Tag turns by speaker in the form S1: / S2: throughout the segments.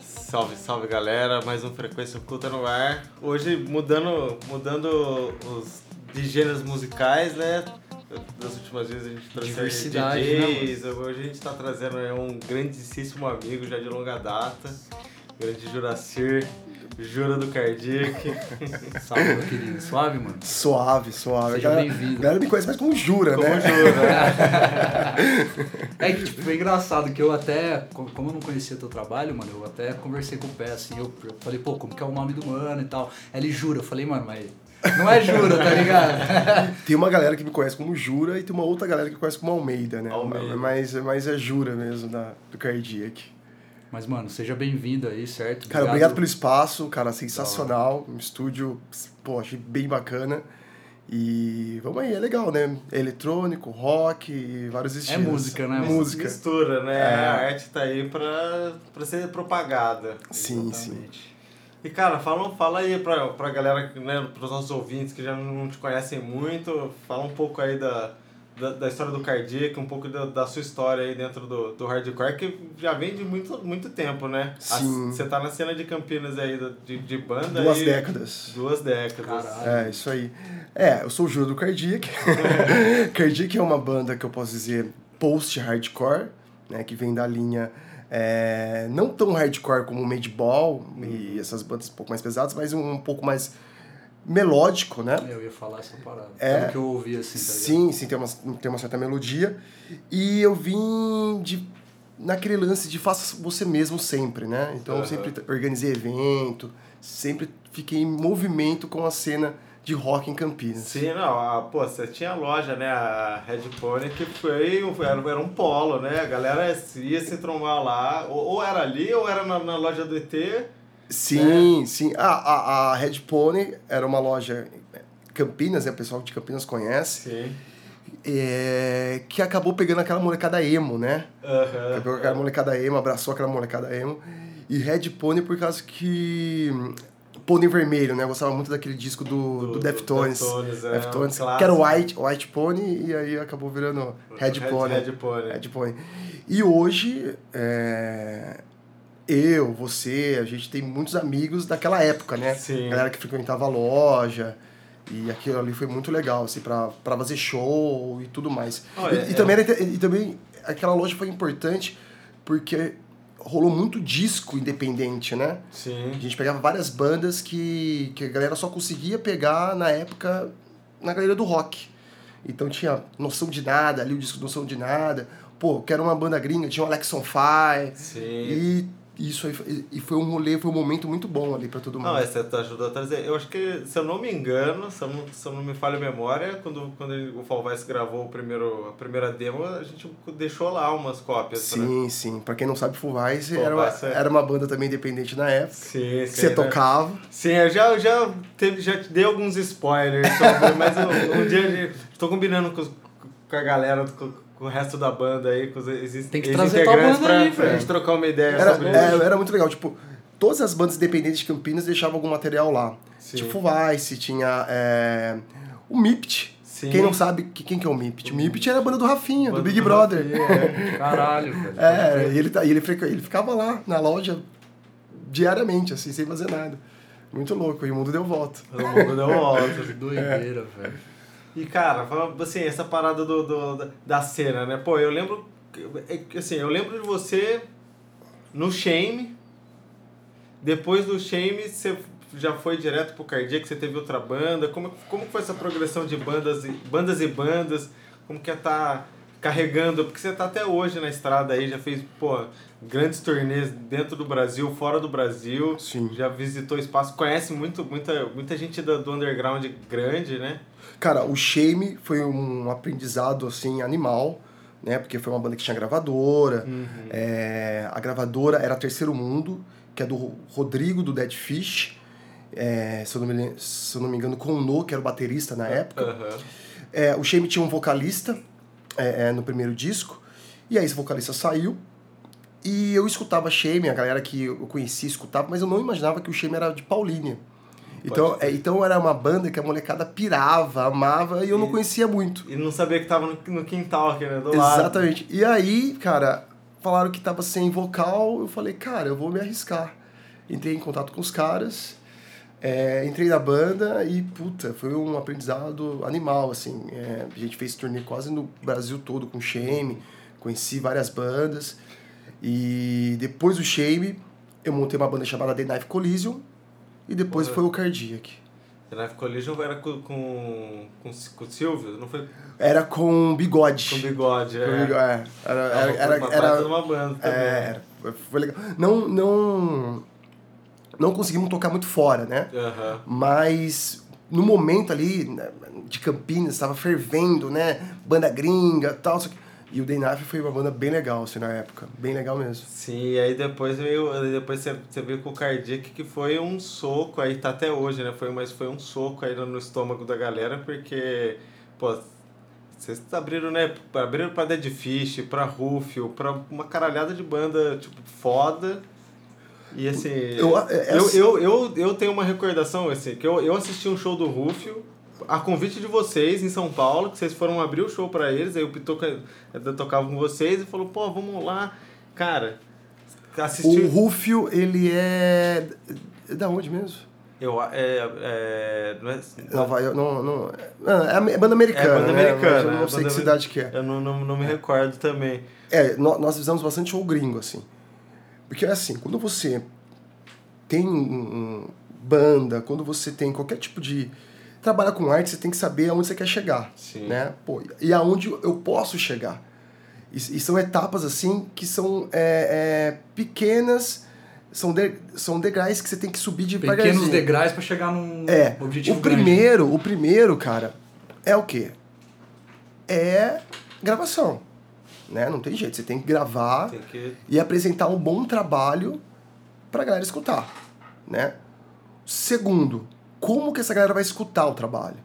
S1: Salve, salve galera, mais um Frequência Oculta no ar. Hoje mudando, mudando os de gêneros musicais, né? Das últimas vezes a gente trouxe
S2: Diversidade,
S1: DJs, hoje a gente tá trazendo aí um grandíssimo amigo já de longa data, grande Juracir, Jura do Kardec.
S2: Salve, meu querido. Suave, mano.
S3: Suave, suave.
S2: Seja
S3: A galera-
S2: bem-vindo.
S3: A galera me conhece mais como Jura,
S1: Como
S3: né?
S1: Jura, né?
S2: É que, tipo, foi engraçado que eu até, co- como eu não conhecia teu trabalho, mano, eu até conversei com o Pé, assim, eu, eu falei, pô, como que é o nome do mano e tal. Aí ele jura, eu falei, mano, mas não é jura, tá ligado?
S3: Tem uma galera que me conhece como Jura e tem uma outra galera que me conhece como Almeida, né?
S1: Almeida.
S3: Mas, mas é Jura mesmo, da, do Cardiac.
S2: Mas, mano, seja bem-vindo aí, certo?
S3: Cara, obrigado pelo espaço, cara, sensacional. Um estúdio, pô, achei bem bacana. E vamos aí, é legal, né? É eletrônico, rock e vários estilos.
S2: música, né?
S3: Música.
S1: Mistura, né?
S3: É.
S1: A arte tá aí pra, pra ser propagada.
S3: Sim, sim.
S2: Exatamente.
S1: E cara, fala, fala aí pra, pra galera, né, pros nossos ouvintes que já não te conhecem muito, fala um pouco aí da, da, da história do Cardiac, um pouco da, da sua história aí dentro do, do hardcore, que já vem de muito, muito tempo, né? A-
S3: Sim.
S1: Você tá na cena de Campinas aí da- de, de banda
S3: Duas
S1: aí-
S3: décadas.
S1: Duas décadas.
S2: Caralho.
S3: É, isso aí. É, eu sou o Júlio do Cardiac. Cardiac é uma banda que eu posso dizer post-hardcore, né? Que vem da linha é, não tão hardcore como o Madball e essas bandas um pouco mais pesadas, mas um, um pouco mais melódico, né?
S2: É, Eu ia falar essa parada.
S3: É.
S2: Pelo que eu ouvi, assim, tá ligado?
S3: Sim, sim, tem uma, tem uma certa melodia. E eu vim de naquele lance de faça você mesmo sempre, né? Então eu
S1: Aham.
S3: sempre t- organizei evento, sempre fiquei em movimento com a cena de rock em Campinas.
S1: Sim, não, a, pô, você tinha a loja, né, a Red Pony, que foi, um- era, era um polo, né, a galera ia se trombar lá, ou, ou era ali, ou era na, na loja do ET, Né?
S3: Sim, sim. A, a, a Red Pony era uma loja em Campinas, né? O pessoal de Campinas conhece.
S1: Sim.
S3: é, que acabou pegando aquela molecada emo, né?
S1: Aham.
S3: Pegou aquela molecada emo, abraçou aquela molecada emo. E Red Pony por causa que... hum, Pony Vermelho, né? Eu gostava muito daquele disco do, do, Deftones.
S1: Deftones, é,
S3: Deftones,
S1: um
S3: que era
S1: clássico.
S3: White, White Pony e aí acabou virando Red,
S1: Red
S3: Pony.
S1: Pony.
S3: Red Pony. É, tipo, E hoje, é, eu, você, a gente tem muitos amigos daquela época, né?
S1: Sim.
S3: Galera que frequentava a loja. E aquilo ali foi muito legal, assim, pra, pra fazer show e tudo mais.
S1: Olha,
S3: e, e
S1: é.
S3: também era inte- e também aquela loja foi importante porque rolou muito disco independente, né? A
S1: Sim.
S3: gente pegava várias bandas que, que a galera só conseguia pegar na época na galeria do rock. Então tinha Noção de Nada, ali o disco Noção de Nada. Pô, que era uma banda gringa, tinha o Alex on Fire.
S1: Sim.
S3: E isso aí, foi- e foi um rolê, foi um momento muito bom ali pra todo mundo.
S1: Não, é essa tu ajudou a trazer. Eu acho que, se eu não me engano, se eu não, se eu não me falha a memória, quando, quando ele- o Falvais gravou o primeiro, a primeira demo, a gente deixou lá umas cópias. Né?
S3: Sim, sim. Pra quem não sabe, Full Vice
S1: Full
S3: era, uma-
S1: Vice, é.
S3: era uma banda também independente na época.
S1: Sim,
S3: que você
S1: né?
S3: tocava.
S1: Sim, eu já, eu já, teve, já te dei alguns spoilers sobre, mas um, um dia a gente- tô combinando com, os- com a galera, com, com o resto da banda aí, com os ex,
S2: Tem que trazer tua
S1: ex-integrantes
S2: banda
S1: pra,
S2: aí,
S1: pra
S2: velho.
S1: gente trocar uma ideia
S3: Era,
S1: sobre
S3: é,
S1: isso.
S3: era muito legal, tipo, todas as bandas independentes de Campinas deixavam algum material lá.
S1: Sim.
S3: Tipo Vice, tinha é, o Mipt.
S1: Sim.
S3: Quem não sabe que- quem que é o Mipt? O Mipt era a banda do Rafinha, do
S1: Banda
S3: Big
S1: do
S3: Brother.
S2: tá Caralho, velho.
S3: É, e ele, tá- e ele, frequ- ele ficava lá na loja diariamente, assim, sem fazer nada. Muito louco, e o mundo deu volta.
S1: Todo mundo deu volta.
S2: Doideira,
S3: É.
S2: velho.
S1: E, cara, fala- assim, essa parada do, do- da- da cena, né? Pô, eu lembro. é que, Assim, eu lembro de você no Shame. Depois do Shame, você já foi direto pro Cardiac, você teve outra banda. Como, como que foi essa progressão de bandas e bandas? E bandas? Como que é tá carregando? Porque você tá até hoje na estrada aí, já fez, pô, grandes turnês dentro do Brasil, fora do Brasil.
S3: Sim.
S1: Já visitou espaço, conhece muito, muita, muita gente da- do underground grande, né?
S3: Cara, o Shame foi um aprendizado, assim, animal, né? Porque foi uma banda que tinha gravadora. É, a gravadora era Terceiro Mundo, que é do Ro- Rodrigo, do Dead Fish. É, se, eu não me, lem- se eu não me engano, com o No, que era o baterista na época.
S1: Aham.
S3: É, o Shame tinha um vocalista é, é, no primeiro disco. E aí esse vocalista saiu. E eu escutava Shame, a galera que eu conhecia escutava, mas eu não imaginava que o Shame era de Paulínia. Então,
S1: Pode ser.
S3: é, então era uma banda que a molecada pirava, amava, e eu não
S1: E-
S3: conhecia muito.
S1: E não sabia que tava no, no quintal aqui, né? Do lado.
S3: Exatamente. E aí, cara, falaram que tava sem vocal, eu falei, cara, eu vou me arriscar. entrei em contato com os caras, é, entrei na banda e, puta, foi um aprendizado animal, assim. É, a gente fez turnê quase no Brasil todo com Shame, conheci várias bandas. E depois do Shame, eu montei uma banda chamada The Knife Collision e depois
S1: Porra.
S3: foi o Cardiac.
S1: The Knife Collision era com, com, com, com o Silvio, não foi
S3: Era com bigode.
S1: com o Bigode. É.
S3: Com Bigode, é. Era, era,
S1: era,
S3: era,
S1: uma
S3: era-
S1: baita de uma banda também. né?
S3: É, era- foi legal. Não, não, não conseguimos tocar muito fora, né?
S1: Aham.
S3: Mas no momento ali né, de Campinas, estava fervendo, né? Banda gringa tal. só que- E o Day Knife foi uma banda bem legal, assim, na época. Bem legal mesmo.
S1: Sim, e aí depois veio, aí depois você, você veio com o Cardiac, que foi um soco, aí tá até hoje, né? Foi, mas foi um soco aí no estômago da galera, porque, pô, vocês abriram, né? Abriram pra Dead Fish, pra Rufio, pra uma caralhada de banda, tipo, foda. E assim,
S3: Eu-
S1: eu,
S3: é-
S1: eu,
S3: essa-
S1: eu, eu, tenho uma recordação, assim, que eu, eu assisti um show do Rufio, a convite de vocês em São Paulo, que vocês foram abrir o show pra eles, aí o Pitoca ainda tocava com vocês e falou, pô, vamos lá. Cara,
S3: O
S1: assistiu.
S3: Rufio, ele é. é Da onde mesmo?
S1: Eu, é, é, não é,
S3: Nova York. Não, não, não, é a banda americana.
S1: É banda
S3: né?
S1: americana,
S3: Mas eu
S1: é
S3: não
S1: banda
S3: sei que
S1: amer-
S3: cidade que é.
S1: eu não, não, não me recordo também.
S3: É, nó- nós fizemos bastante show gringo, assim. Porque, assim, quando você tem um- um banda, quando você tem qualquer tipo de... Trabalhar com arte, você tem que saber aonde você quer chegar,
S1: Sim.
S3: né? Pô, e aonde eu posso chegar. E, e são etapas, assim, que são é, é, pequenas, são, de, são degraus que você tem que subir de
S2: Pequenos
S3: degraus
S2: degraus pra chegar num
S3: é,
S2: um objetivo
S3: o
S2: grande. né?
S3: primeiro, o primeiro, cara, é o quê? É gravação, né? Não tem jeito, você tem que gravar
S1: Tem que.
S3: e apresentar um bom trabalho pra galera escutar, né? Segundo, como que essa galera vai escutar o trabalho?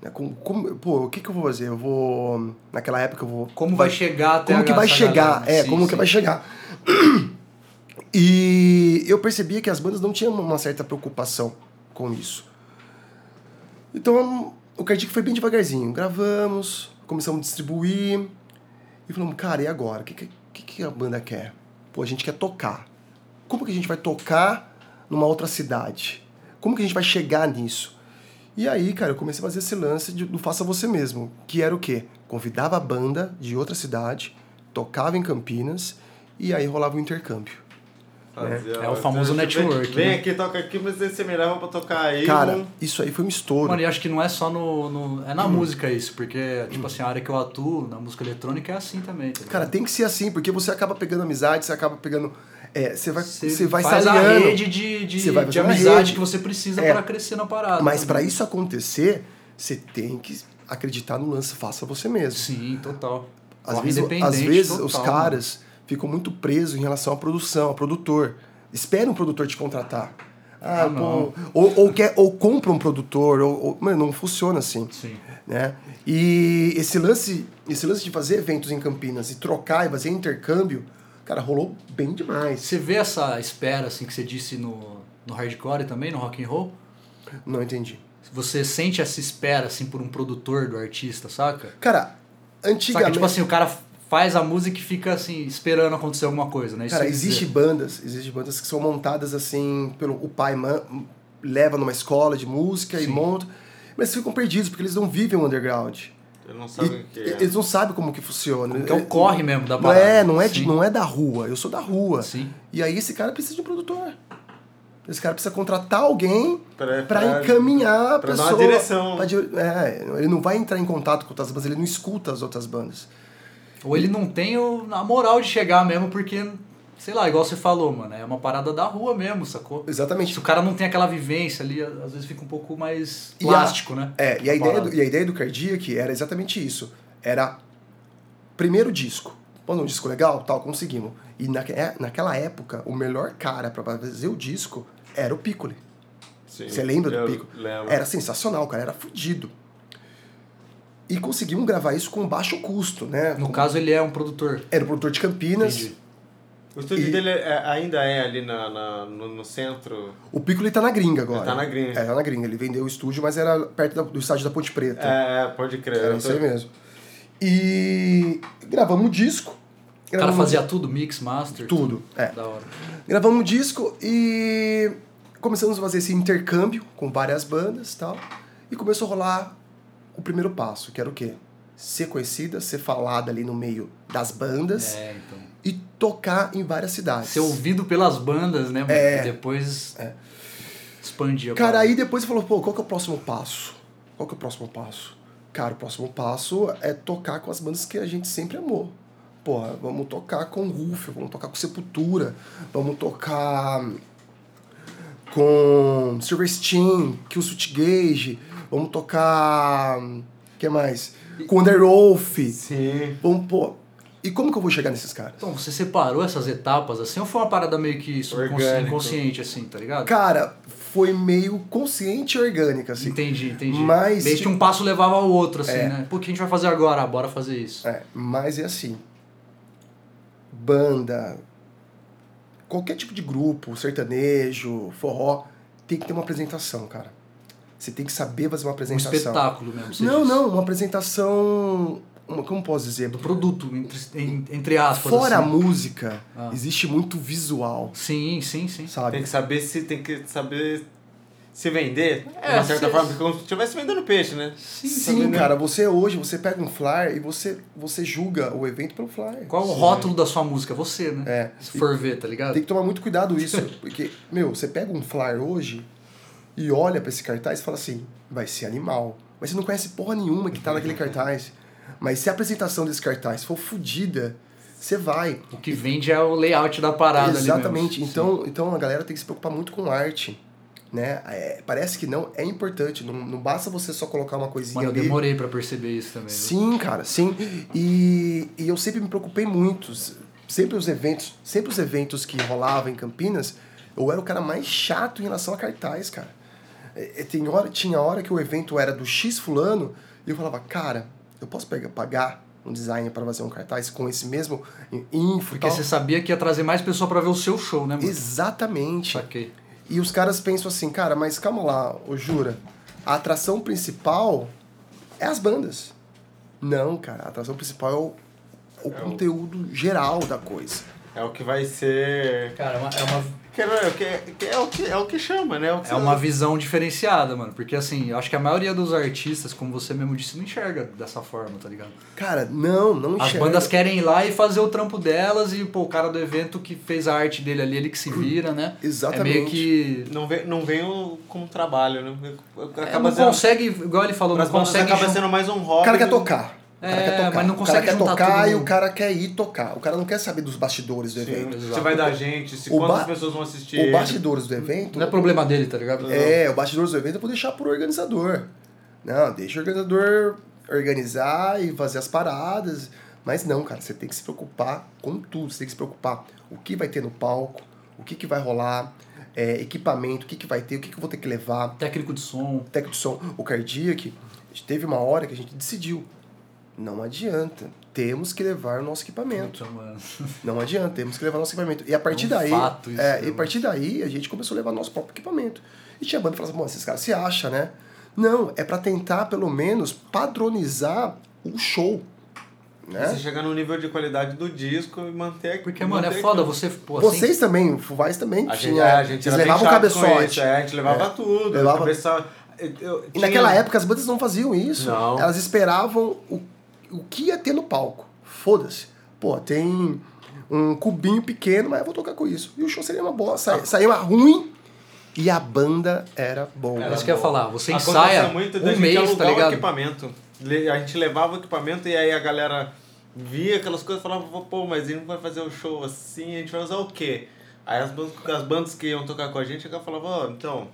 S3: Né? Como, como- pô, o que que eu vou fazer? Eu vou... Naquela época eu vou...
S2: Como vai chegar até
S3: Como que
S2: a
S3: vai
S2: essa
S3: chegar?
S2: galera?
S3: É,
S2: né? Sim,
S3: como que
S2: sim.
S3: vai chegar? E eu percebia que as bandas não tinham uma certa preocupação com isso. Então, o Cardiac foi bem devagarzinho. Gravamos, começamos a distribuir. E falamos, cara, e agora? O que, que- que, que a banda quer? Pô, a gente quer tocar. Como que a gente vai tocar numa outra cidade? Como que a gente vai chegar nisso? E aí, cara, eu comecei a fazer esse lance de- do Faça Você Mesmo, que era o quê? Convidava a banda de outra cidade, tocava em Campinas, e aí rolava o intercâmbio.
S1: fazer,
S2: É o
S1: ó,
S2: famoso
S1: vem-
S2: network,
S1: Vem
S2: né?
S1: aqui, toca aqui, mas você me leva pra tocar aí.
S3: Cara,
S1: vamos-
S3: isso aí foi um estouro.
S2: Mano, e acho que não é só no. no- é
S3: Hum.
S2: na música isso, porque, tipo assim, a área que eu atuo, na música eletrônica, é assim também. tá ligado?
S3: Cara, tem que ser assim, porque você acaba pegando amizade, você acaba pegando. é, você vai,
S2: Você
S3: você vai
S2: faz a
S3: saliando.
S2: rede de, de,
S3: Você vai
S2: de
S3: fazendo a
S2: amizade
S3: rede.
S2: que você precisa
S3: É.
S2: pra crescer na parada. né?
S3: Mas
S2: também.
S3: pra isso acontecer, você tem que acreditar no lance, faça você mesmo.
S2: Sim, total.
S3: Às
S2: Corre
S3: vezes,
S2: independente,
S3: às vezes
S2: total, né?
S3: os
S2: mano.
S3: caras ficam muito presos em relação à produção, ao produtor. Espera um produtor te contratar. Ah,
S2: Ah,
S3: pô,
S2: não.
S3: ou, ou, quer, ou compra um produtor, ou, ou- Mano, não funciona assim.
S2: Sim.
S3: Né? E esse lance, esse lance de fazer eventos em Campinas e trocar e fazer intercâmbio, cara, rolou bem demais.
S2: Você vê essa espera, assim, que você disse no, no hardcore também, no rock and roll?
S3: Não entendi.
S2: Você sente essa espera, assim, por um produtor do artista, saca?
S3: Cara,
S2: Saca,
S3: antigamente.
S2: tipo assim, o cara faz a música e fica, assim, esperando acontecer alguma coisa, né? Isso
S3: Cara,
S2: eu ia dizer.
S3: existe bandas, existe bandas que são montadas assim, pelo o pai man- leva numa escola de música e
S2: Sim.
S3: monta, mas ficam perdidos porque eles não vivem o underground.
S1: Eu não
S3: E-
S1: sabe o que é.
S3: Eles não sabem como que funciona.
S2: Que é o corre mesmo da
S3: não
S2: parada.
S3: é, não é, de-
S2: Sim.
S3: não é da rua, eu sou da rua.
S2: Sim.
S3: E aí esse cara precisa de um produtor. Esse cara precisa contratar alguém
S1: Pra-
S3: pra
S1: pra-
S3: encaminhar a
S1: pra dar
S3: pessoa.
S1: uma direção.
S3: pra dire- é, ele não vai entrar em contato com outras bandas, ele não escuta as outras bandas.
S2: Ou ele não tem o- a moral de chegar mesmo, porque, sei lá, igual você falou, mano, é uma parada da rua mesmo, sacou?
S3: Exatamente.
S2: Se o cara não tem aquela vivência ali, às vezes fica um pouco mais
S3: E a-
S2: plástico, né?
S3: É, e a, ideia
S2: parada.
S3: do, e a ideia do Cardiac era exatamente isso. Era primeiro disco. Pô, um disco legal, tal, conseguimos. E naque- é, naquela época, o melhor cara pra fazer o disco era o Piccoli.
S1: Sim,
S3: Você lembra do
S1: eu
S3: Pico?
S1: Lembro.
S3: Era sensacional, cara, era fudido. E conseguimos gravar isso com baixo custo, né?
S2: No
S3: Com-
S2: caso, ele é um produtor.
S3: Era o produtor de Campinas.
S2: Entendi.
S1: O estúdio
S3: E-
S1: dele é- ainda é ali na, na- no, no centro.
S3: O Piccoli tá na gringa agora.
S1: Ele tá na gringa.
S3: É, tá na gringa. Ele vendeu o estúdio, mas era perto da- do estádio da Ponte Preta.
S1: É, pode crer.
S3: Era
S1: eu
S3: isso
S1: tô-
S3: aí mesmo. E gravamos o disco,
S2: O cara
S3: Gravamos-
S2: fazia tudo, mix, master.
S3: Tudo, é.
S2: Da hora.
S3: Gravamos um disco e começamos a fazer esse intercâmbio com várias bandas e tal. E começou a rolar o primeiro passo, que era o quê? Ser conhecida, ser falada ali no meio das bandas
S2: É, então.
S3: e tocar em várias cidades.
S2: Ser ouvido pelas bandas, né? mano? E
S3: É.
S2: depois expandia. a
S3: Cara,
S2: parada.
S3: aí depois você falou, pô, qual que é o próximo passo? Qual que é o próximo passo? Cara, o próximo passo é tocar com as bandas que a gente sempre amou. Porra, vamos tocar com Rufio, vamos tocar com Sepultura, vamos tocar com Silverstein, que o Gage, vamos tocar. que mais? Com Underwolf.
S1: Sim.
S3: Vamos, pô. E como que eu vou chegar nesses caras?
S2: Então, você separou essas etapas assim ou foi uma parada meio que subconsciente,
S1: Orgânico.
S2: inconsciente, assim, tá ligado?
S3: Cara, foi meio consciente e orgânica, assim.
S2: Entendi, entendi.
S3: Mas, É.
S2: Meio que
S3: tipo-
S2: um passo levava ao outro, assim, né? Pô, o que a gente vai fazer agora? Ah, Bora fazer isso.
S3: É, mas é assim. Banda, qualquer tipo de grupo, sertanejo, forró, tem que ter uma apresentação, cara. Você tem que saber fazer uma
S2: Um
S3: apresentação.
S2: espetáculo mesmo. você
S3: Não,
S2: diz.
S3: não, uma apresentação, uma, como posso dizer?
S2: Do Um produto, entre, en- entre aspas.
S3: Fora a
S2: assim.
S3: música,
S2: Ah.
S3: existe muito visual,
S2: Sim, sim, sim.
S3: sabe?
S1: Tem que saber se tem que saber se vender.
S2: É,
S1: de uma certa
S2: se-
S1: forma, como se estivesse vendendo peixe, né?
S2: Sim,
S3: Sim, cara, você hoje, você pega um flyer e você, você julga o evento pelo flyer.
S2: Qual é o rótulo da sua música? Você, né?
S3: É.
S2: Se for ver, tá ligado?
S3: Tem que tomar muito cuidado isso, porque, meu, você pega um flyer hoje e olha pra esse cartaz e fala assim, vai ser animal. Mas você não conhece porra nenhuma que tá naquele cartaz. Mas se a apresentação desse cartaz for fodida, você vai.
S2: O que vende é o layout da parada ali
S3: Exatamente.
S2: mesmo.
S3: então, então a galera tem que se preocupar muito com arte. Né? É, parece que não, é importante. Não, não basta você só colocar uma
S2: Sim.
S3: coisinha
S2: Mano, eu
S3: ali.
S2: demorei pra perceber isso também. viu?
S3: Sim, cara, sim. E, e eu sempre me preocupei muito. Sempre os eventos, sempre os eventos que rolavam em Campinas, eu era o cara mais chato em relação a cartaz, cara. É, é, tem hora, tinha hora que o evento era do X fulano e eu falava, cara, eu posso pegar, pagar um designer para fazer um cartaz com esse mesmo info e
S2: Porque
S3: tal?
S2: você sabia que ia trazer mais pessoa pra ver o seu show, né, mano?
S3: Exatamente.
S2: Saquei.
S3: E os caras pensam assim, cara, mas calma lá, ô Jura, a atração principal é as bandas. Não, cara, a atração principal é o, o conteúdo geral da coisa.
S1: É o que vai ser.
S2: Cara, é uma, é uma,
S1: Que é, o que- que é o que, é o que chama, né? o que
S2: é uma visão diferenciada, mano. Porque, assim, eu acho que a maioria dos artistas, como você mesmo disse, não enxerga dessa forma, tá ligado?
S3: Cara, não, não
S2: As
S3: enxerga.
S2: bandas querem ir lá e fazer o trampo delas e, pô, o cara do evento que fez a arte dele ali, ele que se vira, né?
S3: Exatamente.
S2: É meio que...
S1: Não vem, não vem o- como trabalho, né?
S2: É,
S1: Acaba
S2: não
S1: sendo.
S2: consegue, igual ele falou,
S1: Para
S2: não
S1: bandas
S2: consegue...
S1: acaba
S2: jun-
S1: sendo mais um hobby.
S3: O cara quer
S1: do-
S3: tocar. O cara
S2: É,
S3: quer tocar.
S2: mas não
S3: o
S2: consegue
S3: cara quer
S2: juntar
S3: tocar
S2: todo
S3: e
S2: mundo.
S3: o cara quer ir tocar. O cara não quer saber dos bastidores do
S1: Sim,
S3: evento.
S1: se vai dar gente, se
S3: O
S1: quantas
S3: ba-
S1: pessoas vão assistir.
S3: Os
S1: ele.
S3: bastidores do evento.
S2: Não é problema dele, tá ligado?
S3: É, o bastidores do evento eu vou deixar pro organizador. Não, deixa o organizador organizar e fazer as paradas. Mas não, cara, você tem que se preocupar com tudo. Você tem que se preocupar o que vai ter no palco, o que, que vai rolar, é, equipamento, o que, que vai ter, o que, que eu vou ter que levar,
S2: Técnico de som.
S3: técnico de som, o cardiac. Teve uma hora que a gente decidiu. Não adianta. Temos que levar o nosso equipamento.
S2: Puta, mano.
S3: Não adianta, temos que levar nosso equipamento. E a partir
S2: É um
S3: daí.
S2: fato isso,
S3: é,
S2: né,
S3: e a partir daí a gente começou a levar nosso próprio equipamento. E tinha banda que falava assim, "Bom, esses caras se acham, né? Não, é pra tentar, pelo menos, padronizar o show.
S1: Você
S3: Né?
S1: chegar no nível de qualidade do disco e manter
S2: Porque, mano,
S1: manter
S2: é foda
S1: aquilo.
S2: você... Pô, assim,
S3: Vocês também, o Fuvais também
S1: A
S3: tinha.
S1: gente, é, a gente
S3: eles
S1: era bem
S3: levavam o
S1: chato com
S3: cabeçote.
S1: isso, é, a gente levava tudo.
S3: Levava-
S1: cabeça- eu- eu
S3: E
S1: tinha-
S3: naquela época as bandas não faziam isso.
S1: Não.
S3: Elas esperavam o, o que ia ter no palco. Foda-se. Pô, tem um cubinho pequeno, mas eu vou tocar com isso. E o show seria uma boa. Sa saía ruim e a banda era boa.
S2: É
S1: Era
S2: isso que eu ia
S1: boa.
S2: falar. Você
S1: Acontecia
S2: ensaia
S1: muito da
S2: um
S1: gente
S2: mês,
S1: alugar
S2: tá
S1: o
S2: ligado?
S1: equipamento. Le- A gente levava o equipamento e aí a galera via aquelas coisas e falava, pô, mas ele não vai fazer o show assim, a gente vai usar o quê? Aí as bandas, as bandas que iam tocar com a gente acaba falavam, ó, então,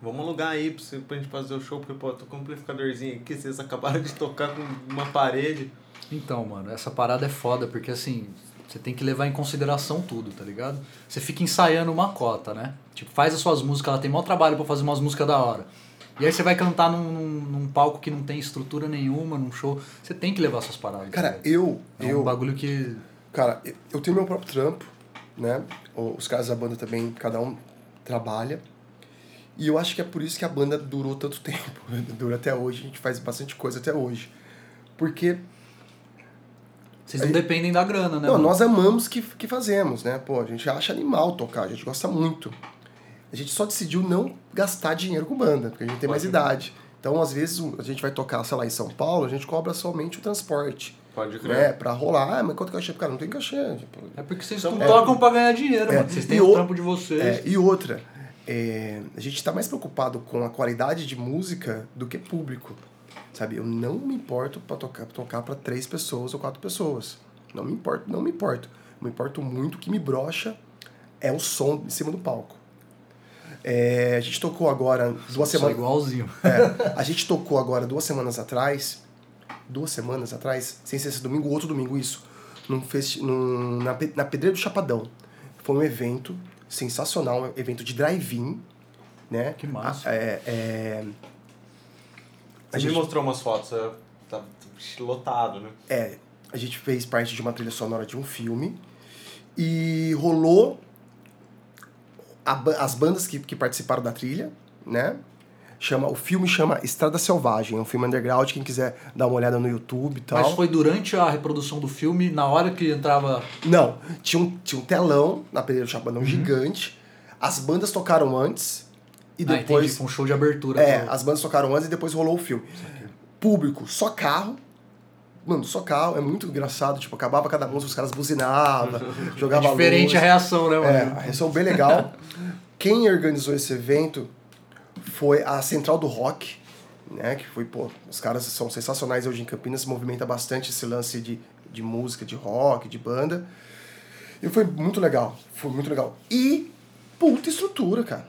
S1: vamos alugar aí pra, você- pra gente fazer o show, porque, pô, tô com um amplificadorzinho aqui, vocês acabaram de tocar com uma parede.
S2: Então, mano, essa parada é foda, porque assim, você tem que levar em consideração tudo, tá ligado? Você fica ensaiando uma cota, né? Tipo, faz as suas músicas, ela tem maior trabalho pra fazer umas músicas da hora. E aí você vai cantar num, num, num palco que não tem estrutura nenhuma, num show. Você tem que levar suas paradas. tá
S3: Cara,
S2: ligado?
S3: eu.
S2: é um
S3: eu
S2: bagulho que.
S3: Cara, eu- eu tenho meu próprio trampo, né? O- Os caras da banda também, cada um trabalha. E eu acho que é por isso que a banda durou tanto tempo. Dura até hoje, a gente faz bastante coisa até hoje. Porque
S2: Vocês não dependem da grana, né?
S3: Não,
S2: mano?
S3: nós amamos que, que fazemos, né? Pô, a gente acha animal tocar, a gente gosta muito. A gente só decidiu não gastar dinheiro com banda, porque a gente tem mais
S1: Pode.
S3: idade. Então, às vezes, o- a gente vai tocar, sei lá, em São Paulo, a gente cobra somente o transporte,
S1: Pode crer.
S3: né? Pra rolar. Ah, mas quanto cachê? Cara, não tem cachê. Tipo,
S2: É porque vocês
S1: Então,
S2: não
S1: é.
S2: tocam pra ganhar dinheiro,
S3: É.
S2: mano. Vocês
S3: E
S2: têm o
S3: o-
S2: trampo de vocês.
S3: É, e outra, é, a gente está mais preocupado com a qualidade de música do que público. Sabe, eu não me importo para tocar pra tocar para três pessoas ou quatro pessoas. Não me importo, não me importo. Me importo muito o que me brocha é o som em cima do palco. É, a gente tocou agora duas
S2: Só
S3: semanas.
S2: igualzinho.
S3: É, a gente tocou agora duas semanas atrás, duas semanas atrás, sem ser esse domingo, outro domingo isso, num festi num, na, Pe- na Pedreira do Chapadão. Foi um evento sensacional, um evento de drive-in, né?
S2: Que massa.
S3: A- é, é,
S1: Você me mostrou umas fotos, é, tá lotado, né?
S3: é, a gente fez parte de uma trilha sonora de um filme e rolou a ba- as bandas que, que participaram da trilha, né? Chama, o filme chama Estrada Selvagem, é um filme underground, quem quiser dar uma olhada no YouTube e tal.
S2: Mas foi durante a reprodução do filme, na hora que entrava.
S3: Não, tinha um, tinha um telão na Pereira do
S2: Uhum.
S3: Chapadão gigante, as bandas tocaram antes e
S2: Ah, entendi,
S3: depois...
S2: foi um show de abertura.
S3: É,
S2: Então,
S3: as bandas tocaram antes e depois rolou o filme. Público, só carro. Mano, só carro, é muito engraçado. Tipo, acabava cada música, os caras buzinavam,
S2: é
S3: jogavam
S2: diferente a
S3: luz.
S2: reação, né, mano?
S3: É, a reação bem legal. Quem organizou esse evento foi a Central do Rock, né? Que foi, pô, os caras são sensacionais hoje em Campinas, movimenta bastante esse lance de, de música, de rock, de banda. E foi muito legal, foi muito legal. E puta estrutura, cara.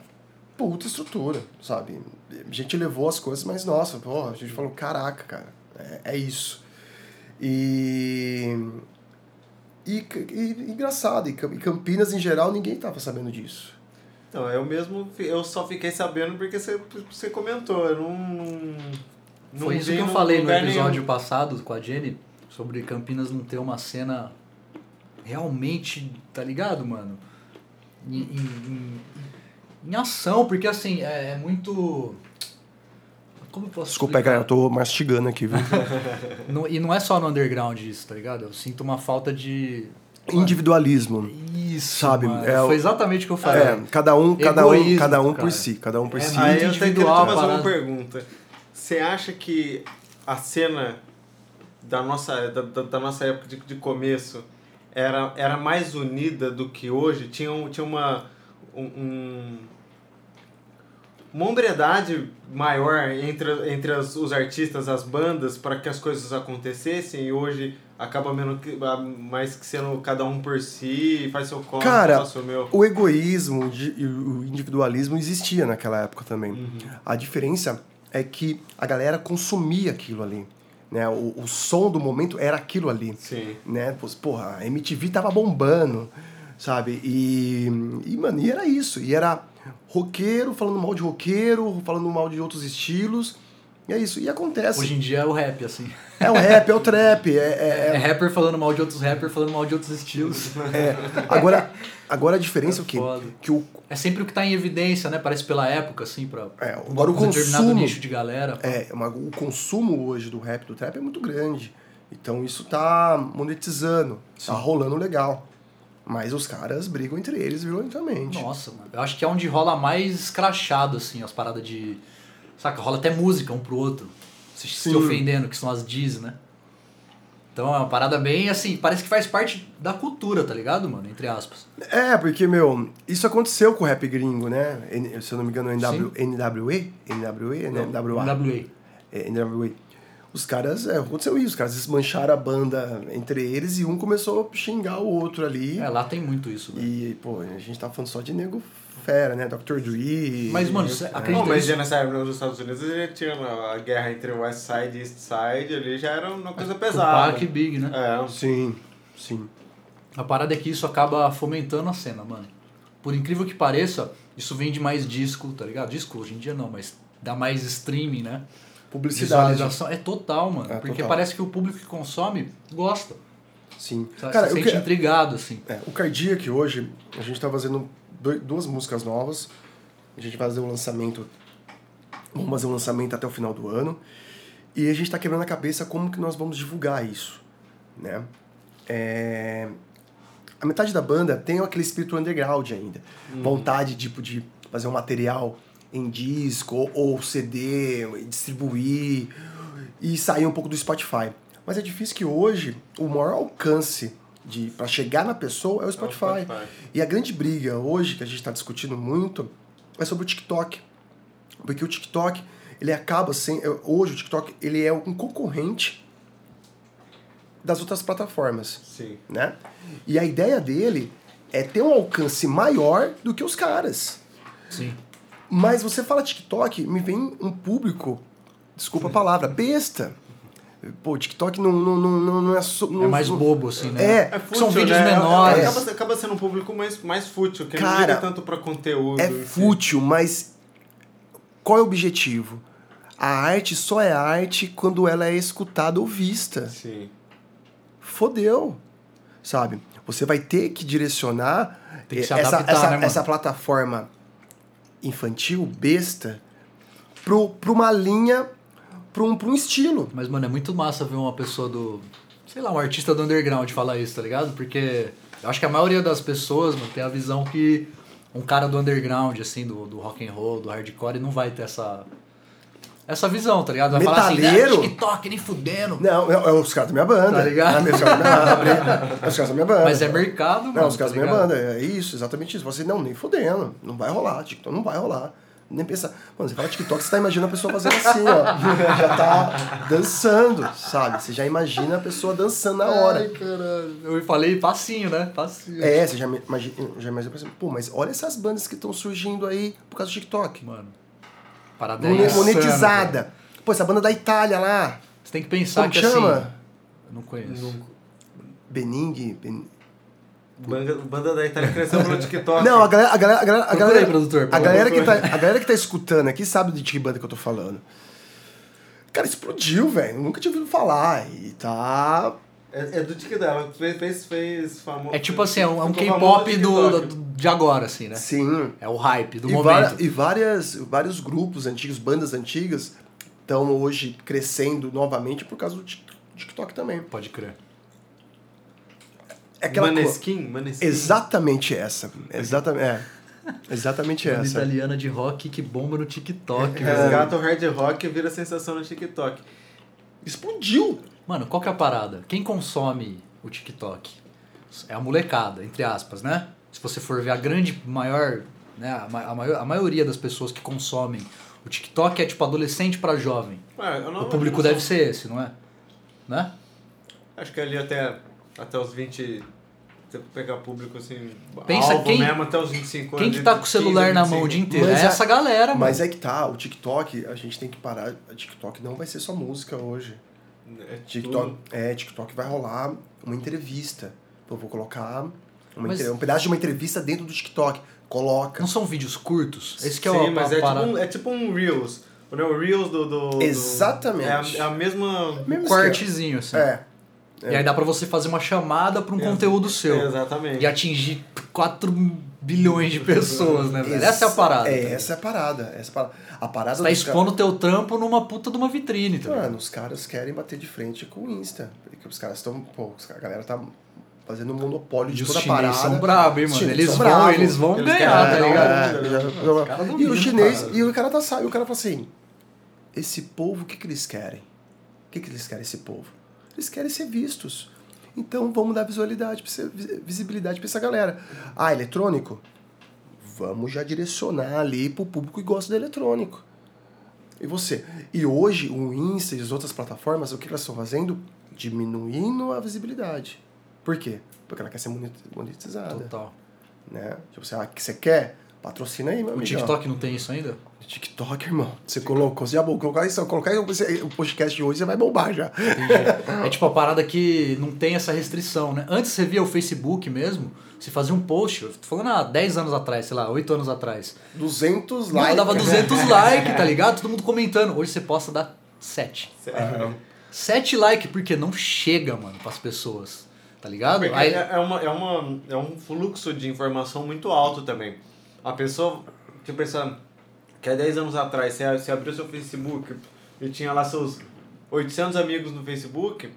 S3: Puta estrutura, sabe? A gente levou as coisas, mas nossa, porra, a gente falou, caraca, cara, é, é isso. E e, c- e- engraçado, e Cam- e Campinas em geral ninguém tava sabendo disso.
S1: Então, eu mesmo, fi- eu só fiquei sabendo porque você, você comentou, eu não... não não
S2: Foi isso
S1: vi
S2: que eu
S1: num
S2: falei no
S1: lugar
S2: episódio
S1: nenhum.
S2: passado com a Jenny sobre Campinas não ter uma cena realmente, tá ligado, mano? Em, em- em- em ação, porque assim, é, é muito. Como eu posso explicar?
S3: eu tô mastigando aqui, viu?
S2: Não- e não é só no underground isso, tá ligado? Eu sinto uma falta de.
S3: Individualismo.
S2: Isso,
S3: Sabe,
S2: mano.
S3: é o-
S2: Foi exatamente o que eu falei.
S3: cada um,
S2: Egoísmo, cara.
S3: cada um por
S2: É,
S1: Aí eu tenho que-
S2: mas- muito
S1: eu tenho que
S2: individual a
S1: fazer uma
S2: parada.
S1: pergunta. Você acha que a cena da nossa, da, da, da nossa época de, de começo era, era mais unida do que hoje? Tinha, um, tinha uma... Um, um- uma hombredade maior entre, entre as, os artistas, as bandas, para que as coisas acontecessem e hoje acaba menos que, ah, mais que sendo cada um por si, faz seu corre,
S3: Cara,
S1: faça o meu.
S3: O egoísmo de- e o individualismo existia naquela época também. A diferença é que a galera consumia aquilo ali. Né? O, o som do momento era aquilo ali.
S1: Sim.
S3: né? Pô, Porra, a MTV tava bombando, sabe? E, e, mano, e era isso. E era roqueiro falando mal de roqueiro, falando mal de outros estilos. E é isso. E acontece.
S2: Hoje em dia é o rap, assim.
S3: É o rap, é o trap. É,
S2: É,
S3: é- é-
S2: rapper falando mal de outros rappers, falando mal de outros estilos.
S3: é. Agora, agora a diferença é o quê?
S2: foda.
S3: Que o,
S2: É sempre o que tá em evidência, né? Parece pela época, assim, pra
S3: É,
S2: pra
S3: agora o
S2: determinado
S3: consumo-
S2: nicho de galera.
S3: é, uma- o consumo hoje do rap, do trap é muito grande. Então isso tá monetizando, tá rolando legal. Mas os caras brigam entre eles violentamente.
S2: Nossa, mano. Eu acho que é onde rola mais escrachado, assim, as paradas de. Saca, rola até música um pro outro. Se, se
S3: Sim.
S2: ofendendo, que são as diz, né? Então é uma parada bem assim, parece que faz parte da cultura, tá ligado, mano? Entre aspas.
S3: É, porque, meu, isso aconteceu com o rap gringo, né? N- se eu não me engano, NW, NWE? NWE? NWA?
S2: NWA.
S3: É, NWE. Os caras, é, aconteceu isso, os caras desmancharam a banda entre eles e um começou a xingar o outro ali.
S2: É, lá tem muito isso, velho.
S3: E, pô, a gente tá falando só de nego fera, né? Dr. Dre.
S2: Mas, mano, cê
S1: Não,
S2: acredita
S1: mas
S2: nisso?
S3: é
S1: já nessa época nos Estados Unidos já tinha a guerra entre West Side e East Side ali, já era uma coisa pesada.
S2: Tupac e Big, né?
S1: É,
S3: Sim, sim.
S2: A parada é que isso acaba fomentando a cena, mano. Por incrível que pareça, isso vende mais disco, tá ligado? Disco hoje em dia não, mas dá mais streaming, né?
S3: Publicidade.
S2: Visualização. É total, mano.
S3: É
S2: porque
S3: total.
S2: parece que o público que consome gosta.
S3: Sim.
S2: Sabe?
S3: Cara,
S2: Se
S3: eu
S2: sente
S3: que-
S2: intrigado, assim.
S3: É, o Cardiac hoje, a gente tá fazendo doi- duas músicas novas. A gente vai fazer o lançamento. Vamos fazer o lançamento até o final do ano. E a gente tá quebrando a cabeça como que nós vamos divulgar isso, né? é, a metade da banda tem aquele espírito underground ainda. Vontade, tipo, de fazer um material em disco ou, ou CD, e distribuir e sair um pouco do Spotify. Mas é difícil que hoje o maior alcance de para chegar na pessoa é o Spotify.
S1: um Spotify.
S3: E a grande briga hoje que a gente está discutindo muito é sobre o TikTok. Porque o TikTok, ele acaba sem. é, Hoje o TikTok ele é um concorrente das outras plataformas
S1: Sim.
S3: né? E a ideia dele é ter um alcance maior do que os caras.
S2: Sim.
S3: Mas você fala TikTok, me vem um público, desculpa a palavra, besta. Pô, TikTok não, não, não, não, não é... So, não,
S2: É mais
S3: não-
S2: bobo, assim, né?
S3: É,
S1: É fútil,
S2: São vídeos
S1: né?
S2: menores.
S1: Acaba, acaba sendo um público mais, mais fútil, que não
S3: Cara,
S1: liga tanto pra conteúdo.
S3: É
S1: em si.
S3: fútil, mas qual é o objetivo? A arte só é arte quando ela é escutada ou vista.
S1: Sim.
S3: fodeu, sabe? Você vai ter que direcionar
S2: Tem que se
S3: eh, essa,
S2: adaptar,
S3: essa,
S2: né, mano?
S3: essa plataforma infantil, besta, pro, pra uma linha, pra um, pra um estilo.
S2: Mas, mano, é muito massa ver uma pessoa do. Sei lá, um artista do underground falar isso, tá ligado? Porque eu acho que a maioria das pessoas, mano, tem a visão que um cara do underground, assim, do, do rock and roll, do hardcore, não vai ter essa. Essa visão, tá ligado? Vai falar assim,
S3: Metaleiro?
S2: "Ah, TikTok, nem fudendo.
S3: Não, é, é os caras da minha banda.
S2: Tá ligado?
S3: É os caras da minha banda. É os caras da minha banda.
S2: Mas é mercado, mano.
S3: Não, os
S2: tá
S3: caras da minha
S2: ligado?
S3: banda, é isso, exatamente isso. Você, não, nem fodendo, não vai rolar, TikTok não vai rolar. Nem pensar. Mano, você fala TikTok, você tá imaginando a pessoa fazendo assim, ó. Já tá dançando, sabe? Você já imagina a pessoa dançando na é hora.
S2: Ai, caralho. Eu falei facinho, né? Facinho.
S3: É, você já me imagina, já imagina pensando, pô, mas olha essas bandas que estão surgindo aí por causa do TikTok.
S2: Mano. Parada é
S3: Mone-
S2: insana, velho.
S3: monetizada. pô, essa banda da Itália lá.
S2: Você tem que pensar
S3: Como
S2: que
S3: chama?
S2: assim. Eu não conheço.
S3: Bening. Ben-
S1: Banda, banda da Itália cresceu pelo TikTok.
S3: Não, a galera. A galera, a galera, a
S2: Procura
S3: galera,
S2: aí, produtor, por
S3: a, galera que tá,
S1: favor.
S3: a galera que tá escutando aqui sabe de que banda que eu tô falando. Cara, explodiu, velho. Eu Nunca tinha ouvido falar. E tá.
S1: É, é do TikTok. Ela fez, fez, fez famoso.
S2: É tipo assim, é um, é um
S1: ficou famoso
S2: K-pop
S1: no
S2: do,
S1: TikTok.
S2: do- de agora, assim, né?
S3: Sim.
S2: É o hype do
S3: E,
S2: momento.
S3: várias, e várias, vários grupos antigos, bandas antigas, estão hoje crescendo novamente por causa do Tik- TikTok também.
S2: Pode crer.
S3: É aquela coisa.
S1: Maneskin? Maneskin.
S3: Exatamente essa. Exatamente, é. Exatamente
S2: Banda
S3: é essa.
S2: italiana de rock que bomba no TikTok,
S1: É.
S2: velho.
S1: Resgata o hard rock e vira sensação no TikTok.
S3: Explodiu.
S2: Mano, qual que é a parada? Quem consome o TikTok? É a molecada, entre aspas, né? Se você for ver a grande, maior, né? A, ma- a maior, a maioria das pessoas que consomem o TikTok é tipo adolescente pra jovem.
S1: Ué, eu não-
S2: O público
S1: eu não
S2: deve
S1: sou-
S2: ser esse, não é? Né?
S1: Acho que ali até, até os 20. se eu Pegar público assim.
S2: Pensa
S1: alvo
S2: quem-
S1: mesmo, até os 25
S2: Quem
S1: anos,
S2: que tá com o
S1: entre
S2: celular
S1: 15
S2: na
S1: e
S2: mão o dia
S1: 25.
S2: inteiro? É
S3: Mas a-
S2: essa galera, mano.
S3: Mas é que tá, o TikTok, a gente tem que parar. O TikTok não vai ser só música hoje.
S1: É tudo.
S3: TikTok, é, TikTok vai rolar uma entrevista. Eu vou colocar uma
S2: Mas-
S3: entre- um pedaço de uma entrevista dentro do TikTok. Coloca.
S2: Não são vídeos curtos? Esse que é
S1: Sim,
S2: o
S1: mas é
S2: parada.
S1: tipo, um, é tipo um Reels. né? O Reels do. do- do-
S3: Exatamente.
S1: é, a, é a mesma.
S3: Mesmo
S2: um
S3: esquema.
S2: cortezinho, assim.
S3: É.
S2: E aí dá pra você fazer uma chamada pra um
S1: É.
S2: conteúdo seu.
S3: É.
S1: Exatamente.
S2: E atingir 4 bilhões de pessoas, né, velho? Essa é a
S3: Essa-
S2: parada.
S3: É,
S2: tá ligado?
S3: essa é a parada. Essa é a parada. A parada
S2: Você tá
S3: dos ca-
S2: expondo o teu trampo numa puta de uma vitrine, tá ligado?
S3: Mano, os caras querem bater de frente com o Insta. Porque os caras estão. Pô, os ca- a galera tá fazendo um monopólio de
S2: E os
S3: toda a
S2: chineses
S3: parada.
S2: são brabos, hein,
S3: Os
S2: mano?
S3: chineses
S2: Eles
S3: são
S2: vão,
S3: bravos.
S2: eles vão
S1: Eles
S2: ganhar, tá
S1: querem-
S2: ligado?
S1: ligado?
S3: É, já- já-
S2: caras
S3: e
S2: dominam,
S3: o chinês,
S2: cara.
S3: e o cara tá sabe, o cara fala assim: esse povo, o que, que eles querem? O que, que eles querem, esse povo? Eles querem ser vistos. Então vamos dar visualidade, pra essa- vi- visibilidade pra essa galera. Ah, eletrônico? Vamos já direcionar ali pro público que gosta do eletrônico. E você? E hoje o Insta e as outras plataformas, o que elas estão fazendo? Diminuindo a visibilidade. Por quê? Porque ela quer ser monet- monetizada
S2: Total.
S3: né? Tipo, você, ah, o que você quer? Patrocina aí, meu
S2: O
S3: amigo.
S2: TikTok não tem isso ainda?
S3: TikTok, irmão. Você colocou, você já colocou isso, colocar aí você- o podcast de hoje, você vai bombar já.
S2: É tipo a parada que não tem essa restrição, né? Antes você via o Facebook mesmo, se fazia um post, eu tô falando há 10 anos atrás, sei lá, 8 anos atrás.
S3: 200
S2: Não,
S3: likes. né?
S2: dava 200 likes, tá ligado? Todo mundo comentando. Hoje você posta dar 7.
S1: Sério.
S2: 7 likes, porque não chega, mano, pras pessoas, tá ligado?
S1: Porque
S2: Aí,
S1: é, é uma, é, uma, é um fluxo de informação muito alto também. A pessoa, tipo, pensando que há 10 anos atrás você, você abriu seu Facebook e tinha lá seus 800 amigos no Facebook,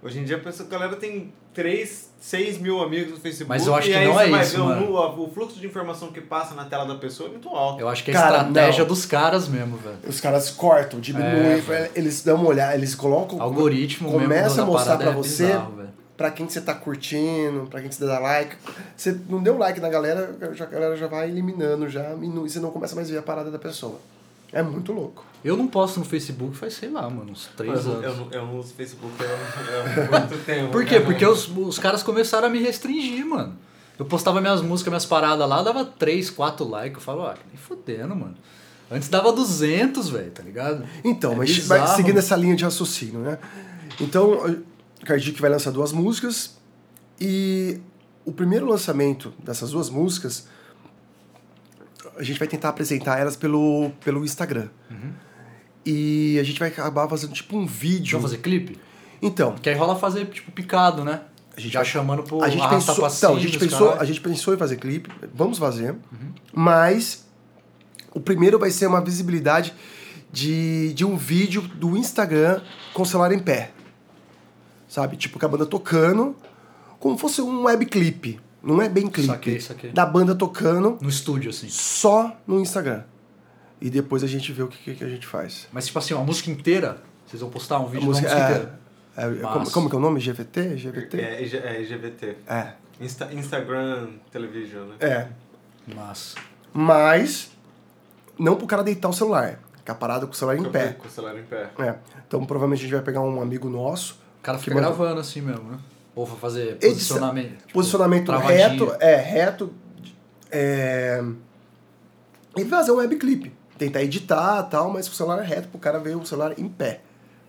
S1: Hoje em dia a pessoa, a galera tem 3, 6 mil amigos no Facebook.
S2: Mas eu acho
S1: e
S2: que
S1: aí
S2: não
S1: você
S2: é
S1: vai
S2: isso,
S1: ver o
S2: mano.
S1: nu- a- O, fluxo de informação que passa na tela da pessoa é muito alto.
S2: Eu acho que é
S3: Cara,
S2: a estratégia
S3: não.
S2: dos caras mesmo, velho.
S3: Os caras cortam,
S2: É,
S3: diminuem, eles dão uma olhada, eles colocam.
S2: Algoritmo
S3: Começa
S2: mesmo.
S3: a mostrar pra
S2: para
S3: você.
S2: É bizarro, velho.
S3: pra quem que você tá curtindo, pra quem que você dá like. Você não deu like na galera, já- a galera já vai eliminando já, e não- e você não começa mais a ver a parada da pessoa. É muito louco.
S2: eu não posto no Facebook faz, sei lá, mano, uns três
S1: eu,
S2: anos.
S1: eu, não- eu não uso Facebook é um, há muito tempo.
S2: Por quê?
S1: né?
S2: Porque é os, os caras começaram a me restringir, mano. Eu postava minhas músicas, minhas paradas lá, dava 3, 4 likes. Eu falo, ó, nem fudendo, mano. Antes dava 200, velho, tá ligado?
S3: Então,
S2: É
S3: mas
S2: bizarro,
S3: mas seguindo
S2: mano.
S3: essa linha de raciocínio, né? Então, o Cardique vai lançar duas músicas e o primeiro lançamento dessas duas músicas a gente vai tentar apresentar elas pelo, pelo Instagram.
S2: Uhum.
S3: E a gente vai acabar fazendo tipo um vídeo.
S2: Deixa eu fazer clipe?
S3: Então,
S2: Porque aí rola fazer, tipo, picado, né?
S3: A gente
S2: Já
S3: vai-
S2: chamando pro
S3: a gente
S2: Tipo, arrasta
S3: pensou,
S2: passinho
S3: então, a gente
S2: dos
S3: pensou,
S2: caralho.
S3: a gente pensou em fazer clipe, vamos fazer,
S2: Uhum.
S3: mas o primeiro vai ser uma visibilidade de, de um vídeo do Instagram com o celular em pé. Sabe? Tipo, com a banda tocando, como fosse um webclipe. Não é bem clipe.
S2: Saquei, saquei.
S3: Da banda tocando
S2: No estúdio, assim.
S3: só no Instagram. E depois a gente vê o que, que- que a gente faz.
S2: Mas, tipo assim, uma música inteira, vocês vão postar um
S3: A
S2: vídeo
S3: música
S2: da música
S3: é,
S2: inteira.
S3: é,
S2: Massa.
S3: como, como que é o nome? GVT? GVT?
S1: É, IG é IGVT.
S3: É.
S1: Insta- Instagram Television, né?
S3: É.
S2: Massa.
S3: Mas não pro cara deitar o celular. Ficar parado com o celular em
S1: Com-
S3: pé.
S1: Com o celular em pé.
S3: É. Então provavelmente a gente vai pegar um amigo nosso.
S2: O cara fica
S3: Que manda-
S2: gravando assim mesmo, né? Ou vai fazer
S3: Edição-
S2: posicionamento. tipo,
S3: posicionamento
S2: travadinho.
S3: reto. É, reto. É... E fazer um webclip. Tentar editar e tal, mas com o celular é reto pro cara ver o celular em pé.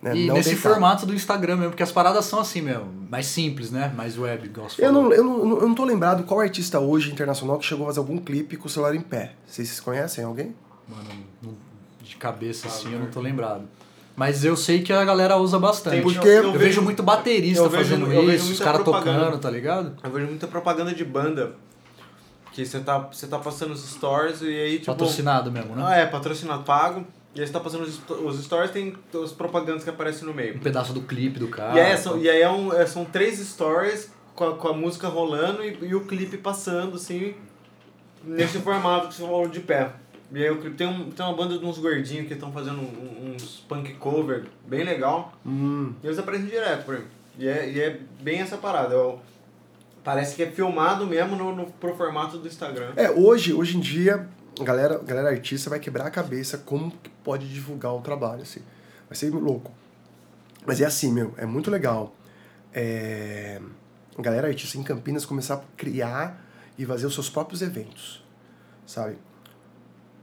S3: Né?
S2: E
S3: não
S2: nesse
S3: deitado.
S2: formato do Instagram mesmo, porque as paradas são assim mesmo, mais simples, né? Mais web, igual você
S3: Eu
S2: falou.
S3: não, eu, não, eu não tô lembrado qual artista hoje internacional que chegou a fazer algum clipe com o celular em pé. Vocês conhecem alguém?
S2: Mano, não- de cabeça assim, eu não tô lembrado. Mas eu sei que a galera usa bastante.
S1: Tem-
S3: Porque
S2: Eu vejo muito baterista
S1: eu vejo-
S2: fazendo
S1: eu vejo
S2: isso, os
S1: muita
S2: caras
S1: propaganda.
S2: tocando, tá ligado?
S1: Eu vejo muita propaganda de banda. Que você tá, você tá passando os stories e aí, tipo.
S2: Patrocinado mesmo, né?
S1: Ah, é, patrocinado pago. E aí você tá passando os, sto- os stories, tem os propagandas que aparecem no meio.
S2: Um pedaço do clipe do cara.
S1: e,
S3: Ah,
S1: aí, são, e aí é um, é- são três stories com a, com a música rolando e, e o clipe passando, assim, nesse formato que você falou de pé. E aí o clipe tem, um, tem uma banda de uns gordinhos que estão fazendo um- uns punk cover bem legal.
S3: Hum.
S1: E eles aparecem direto por mim. E é, e é bem essa parada. eu- parece que é filmado mesmo no, no, pro formato do Instagram.
S3: É, hoje, hoje em dia, a galera, a galera artista vai quebrar a cabeça como que pode divulgar o trabalho, assim. Vai ser louco. Mas é assim, meu, é muito legal. É, A galera artista em Campinas começar a criar e fazer os seus próprios eventos, sabe?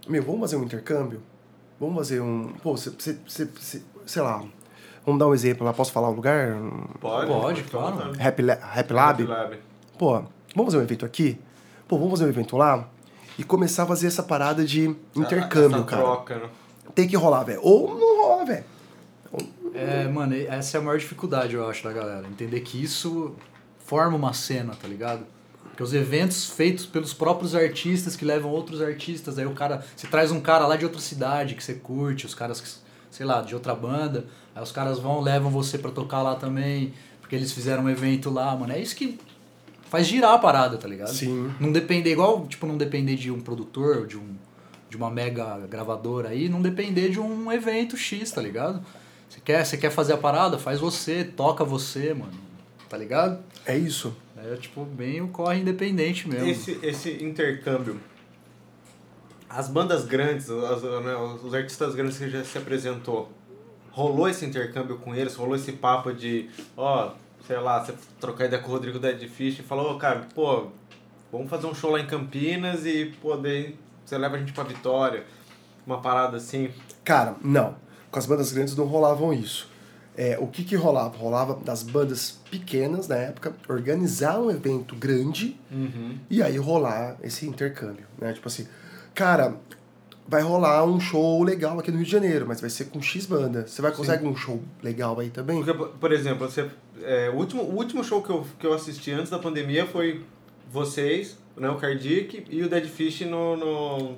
S3: Meu, vamos fazer um intercâmbio? Vamos fazer um... Pô, você, você, você- você- sei lá, vamos dar um exemplo lá, posso falar o lugar? Um
S1: Pode,
S2: Pode,
S1: ficar à
S2: claro.
S1: vontade.
S3: Rap, La- Rap Lab?
S1: Lab.
S3: pô, vamos fazer um evento aqui? Pô, vamos fazer um evento lá? E começar a fazer essa parada de intercâmbio,
S1: Essa
S3: cara.
S1: Troca, né?
S3: Tem que rolar, velho. Ou não rola, velho.
S2: É, mano, e- essa é a maior dificuldade, eu acho, da galera. Entender que isso forma uma cena, tá ligado? Porque os eventos feitos pelos próprios artistas que levam outros artistas, aí o cara. Você traz um cara lá de outra cidade que você curte, os caras que. sei lá, de outra banda, aí os caras vão, levam você pra tocar lá também, porque eles fizeram um evento lá, mano. É isso que faz girar a parada, tá ligado?
S3: Sim.
S2: Não depender, igual, tipo, não depender de um produtor ou de um de uma mega gravadora aí, não depender de um evento X, tá ligado? Você quer, você quer fazer a parada? Faz você, toca você, mano. Tá ligado?
S3: É isso.
S2: É tipo bem o corre independente mesmo.
S1: Esse, esse intercâmbio. As bandas grandes, as- né, os artistas grandes que já se apresentou, rolou esse intercâmbio com eles? Rolou esse papo de, ó, sei lá, você trocar ideia com o Rodrigo da Edfish e falou, ô cara, pô, vamos fazer um show lá em Campinas e, pô, daí você leva a gente pra Vitória. Uma parada assim.
S3: Cara, não. Com as bandas grandes não rolavam isso. É, o que que rolava? Rolava das bandas pequenas na época organizar um evento grande
S1: Uhum.
S3: e aí rolar esse intercâmbio, né? Tipo assim, cara, vai rolar um show legal aqui no Rio de Janeiro, mas vai ser com X banda. Você vai conseguir um show legal aí também?
S1: Porque, por- por exemplo, você, é, o, último, o último show que eu, que eu assisti antes da pandemia foi vocês, né, o Cardic e o Dead Fish no. no,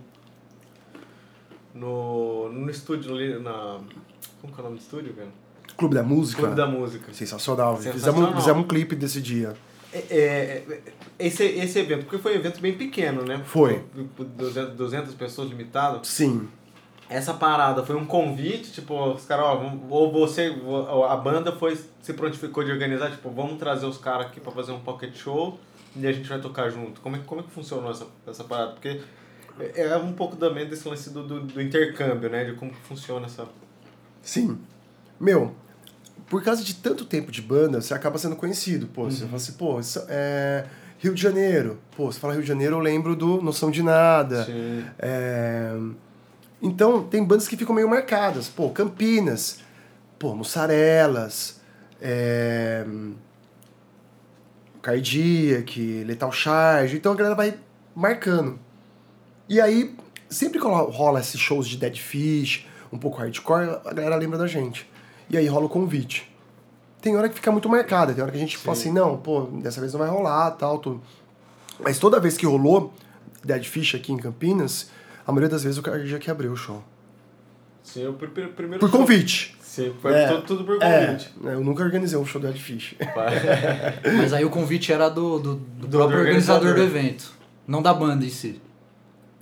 S1: no, no estúdio ali na. Como que é o nome do estúdio, velho?
S3: Clube da Música.
S1: Clube da Música.
S3: Sensacional.
S1: Sensacional.
S3: Fizemos, fizemos um clipe desse dia.
S1: É, é, é, esse, esse evento, porque foi um evento bem pequeno, né?
S3: Foi.
S1: 200, 200 pessoas limitado.
S3: Sim.
S1: Essa parada foi um convite, tipo, os caras, ó, vamos- ou você, ou a banda foi, se prontificou de organizar, tipo, vamos trazer os caras aqui pra fazer um pocket show e a gente vai tocar junto. Como é, que- como é que funcionou essa, essa parada? Porque é é um pouco também desse lance do, do, do intercâmbio, né? De como que funciona essa...
S3: Sim. Meu, por causa de tanto tempo de banda, você acaba sendo conhecido. Pô, você fala assim, pô, isso é Rio de Janeiro. Pô, você fala Rio de Janeiro, eu lembro do Noção de Nada.
S1: Sim.
S3: É, Então, tem bandas que ficam meio marcadas. Pô, Campinas, pô, Mussarelas, é... Cardiac, Letal Charge. Então a galera vai marcando. E aí, sempre que rola- rola esses shows de Dead Fish, um pouco hardcore, a galera lembra da gente. E aí rola o convite. Tem hora que fica muito marcada, tem hora que a gente fala
S1: Sim.
S3: assim, não, pô, dessa vez não vai rolar, tal, tudo. Mas toda vez que rolou Dead Fish aqui em Campinas, a maioria das vezes o cara já que abriu o show.
S1: Sim, o pr- pr- primeiro...
S3: Por
S1: show-
S3: convite.
S1: Sim, foi
S3: É.
S1: tudo, tudo por
S3: É,
S1: convite.
S3: né, eu nunca organizei um show do Dead Fish.
S2: Mas aí o convite era do, do, do
S1: Do-
S2: próprio
S1: do
S2: organizador.
S1: organizador.
S2: do evento, não da banda em si.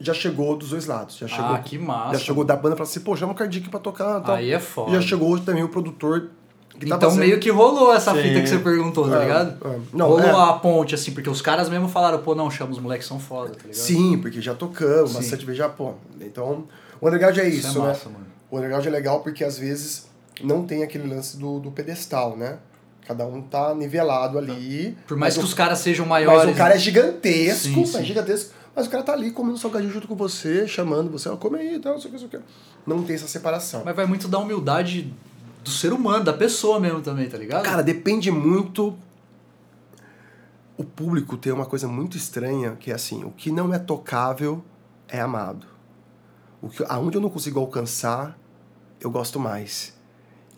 S3: Já chegou dos dois lados. Já chegou,
S2: ah, que massa.
S3: já chegou da banda e falou assim, pô, chama o Cardique pra tocar. Tal.
S2: Aí é
S3: E
S2: foda.
S3: já chegou também o produtor que tá
S2: então
S3: fazendo-
S2: meio que rolou essa
S1: Sim.
S2: fita que você perguntou, tá
S3: É,
S2: ligado?
S3: é. Não,
S2: rolou
S3: é.
S2: a ponte, assim, porque os caras mesmo falaram, pô, não, chama os moleques são foda, tá ligado?
S3: Sim, porque já tocamos
S2: Sim.
S3: bastante vezes já, pô. Então, o underground é isso,
S2: Isso é
S3: né?
S2: massa, mano.
S3: O underground é legal porque às vezes não tem aquele lance do, do pedestal, né? Cada um tá nivelado ali.
S2: Por mais
S3: mas
S2: que
S3: o-
S2: os caras sejam maiores. né?
S3: Mas o cara é gigantesco,
S2: Sim,
S3: é
S2: sim.
S3: gigantesco. Mas o cara tá ali comendo salgadinho junto com você, chamando você, ó, come aí e tal, não sei o que, não sei o que. Não tem essa separação.
S2: Mas vai muito da humildade do ser humano, da pessoa mesmo também, tá ligado?
S3: Cara, depende muito. O público tem uma coisa muito estranha, que é assim, o que não é tocável é amado. O que, aonde eu não consigo alcançar, eu gosto mais.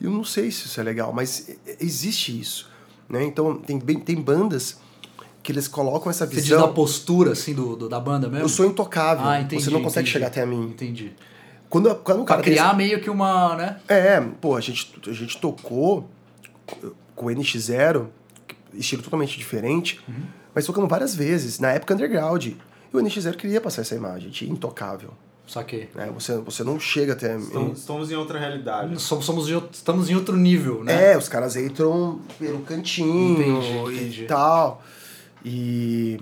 S3: E eu não sei se isso é legal, mas e- e- existe isso. Né? Então, tem, bem- tem bandas que eles colocam essa
S2: você diz da
S3: visão.
S2: postura, assim, do, do- da banda mesmo?
S3: Eu sou intocável,
S2: Ah, entendi,
S3: você não consegue
S2: entendi.
S3: chegar até a mim.
S2: Entendi.
S3: Quando, quando o
S2: Pra
S3: cara tem
S2: criar meio que uma, né?
S3: é, pô, a gente, a gente tocou com o NX0, estilo totalmente diferente,
S2: Uhum.
S3: mas tocamos várias vezes, na época underground. E o NX0 queria passar essa imagem de intocável.
S2: Saquei.
S3: Né? Você, você não chega até.
S1: Estamos, estamos em outra realidade.
S2: Somos, somos em outro- estamos em outro nível, né?
S3: É, os caras entram pelo cantinho
S2: Entendi,
S3: e
S2: entendi.
S3: tal. E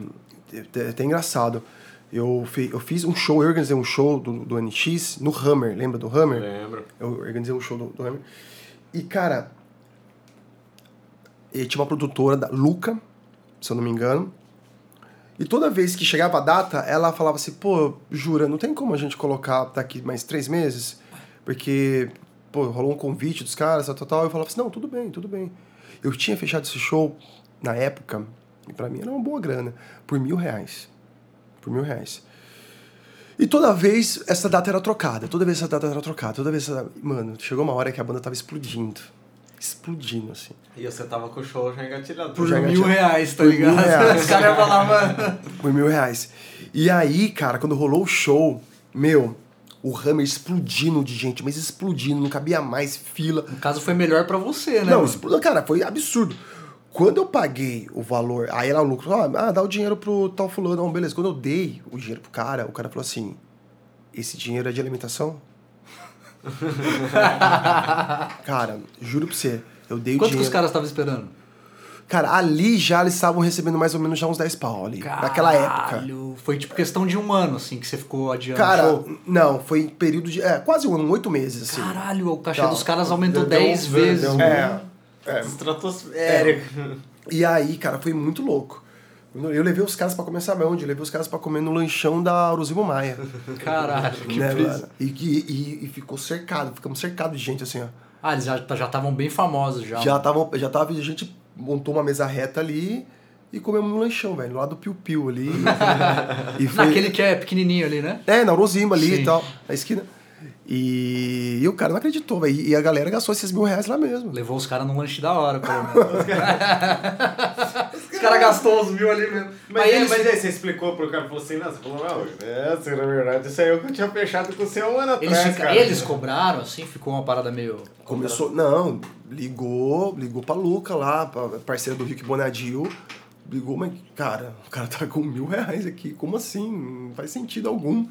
S3: é até engraçado. Eu, fi- eu fiz um show, eu organizei um show do, do NX no Hammer, lembra do Hammer?
S1: Lembro.
S3: Eu organizei um show do, do Hammer. E, cara, e tinha uma produtora, da Luca, se eu não me engano. E toda vez que chegava a data, ela falava assim, pô, jura, não tem como a gente colocar daqui mais três meses? Porque, pô, rolou um convite dos caras, tal, tal, tal. Eu falava assim, não, tudo bem, tudo bem. Eu tinha fechado esse show na época, e pra mim era uma boa grana, por mil reais. Por mil reais. E toda vez essa data era trocada, toda vez essa data era trocada, toda vez essa... Mano, chegou uma hora que a banda tava explodindo. Explodindo, assim.
S1: E você tava com o show já engatilhado.
S2: Por
S3: Já
S2: mil
S3: engatilhado.
S2: reais, tá
S3: Por mil
S2: ligado?
S3: reais.
S2: Os caras falavam.
S3: Por mil reais. E aí, cara, quando rolou o show, meu, o Hammer explodindo de gente, mas explodindo, não cabia mais fila.
S2: No caso, foi melhor pra você, né?
S3: Não,
S2: mano?
S3: explodiu. Cara, foi absurdo. Quando eu paguei o valor, aí era o lucro, ó, ah, dá o dinheiro pro tal fulano, não, beleza. Quando eu dei o dinheiro pro cara, o cara falou assim: esse dinheiro é de alimentação? cara, juro pra você, eu
S2: Quanto
S3: dei o
S2: que os
S3: dinheiro.
S2: caras estavam esperando?
S3: Cara, ali já eles estavam recebendo mais ou menos já uns 10 pau ali, naquela época.
S2: Caralho, Foi tipo questão de um ano, assim, que você ficou adiando. o
S3: Cara,
S2: show.
S3: não, foi em período de. É, quase um ano, oito meses, assim.
S2: Caralho, o cachê
S3: Tá.
S2: dos caras aumentou
S1: Deu- deu
S2: 10
S1: um-
S2: vezes.
S1: deu um- é.
S2: mano.
S3: É, é.
S1: Estratosférico.
S3: E aí, cara, foi muito louco. Eu levei os caras pra comer sabão, eu levei os caras pra comer no lanchão da Aurozimo Maia.
S2: Caralho, que
S3: né,
S2: brisa.
S3: mano? e, que- e, e ficou cercado, ficamos cercados de gente assim, ó.
S2: Ah, eles já já estavam bem famosos já.
S3: Já tava, já tava, a gente montou uma mesa reta ali e comemos no lanchão, velho, lá do Piu Piu ali. e foi,
S2: Naquele que é pequenininho ali, né?
S3: É, na Urozima ali
S2: Sim.
S3: e tal, na esquina. E, e o cara não acreditou, velho. E a galera gastou esses mil reais lá mesmo.
S2: Levou os caras num lanche da hora, pelo menos. os caras gastou os mil ali mesmo.
S1: Mas, aí, mas é aí você explicou pro cara, falou assim, não, você falou, não, é, isso, na verdade, isso aí eu que eu tinha fechado com você há um ano
S2: eles,
S1: atrás,
S2: fica-
S1: cara. né?
S2: eles cobraram, assim, ficou uma parada meio.
S3: Começou. Não, ligou, ligou pra Luca lá, pra parceira do Rick Bonadil. Ligou, mas, cara, o cara tá com mil reais aqui. Como assim? Não faz sentido algum.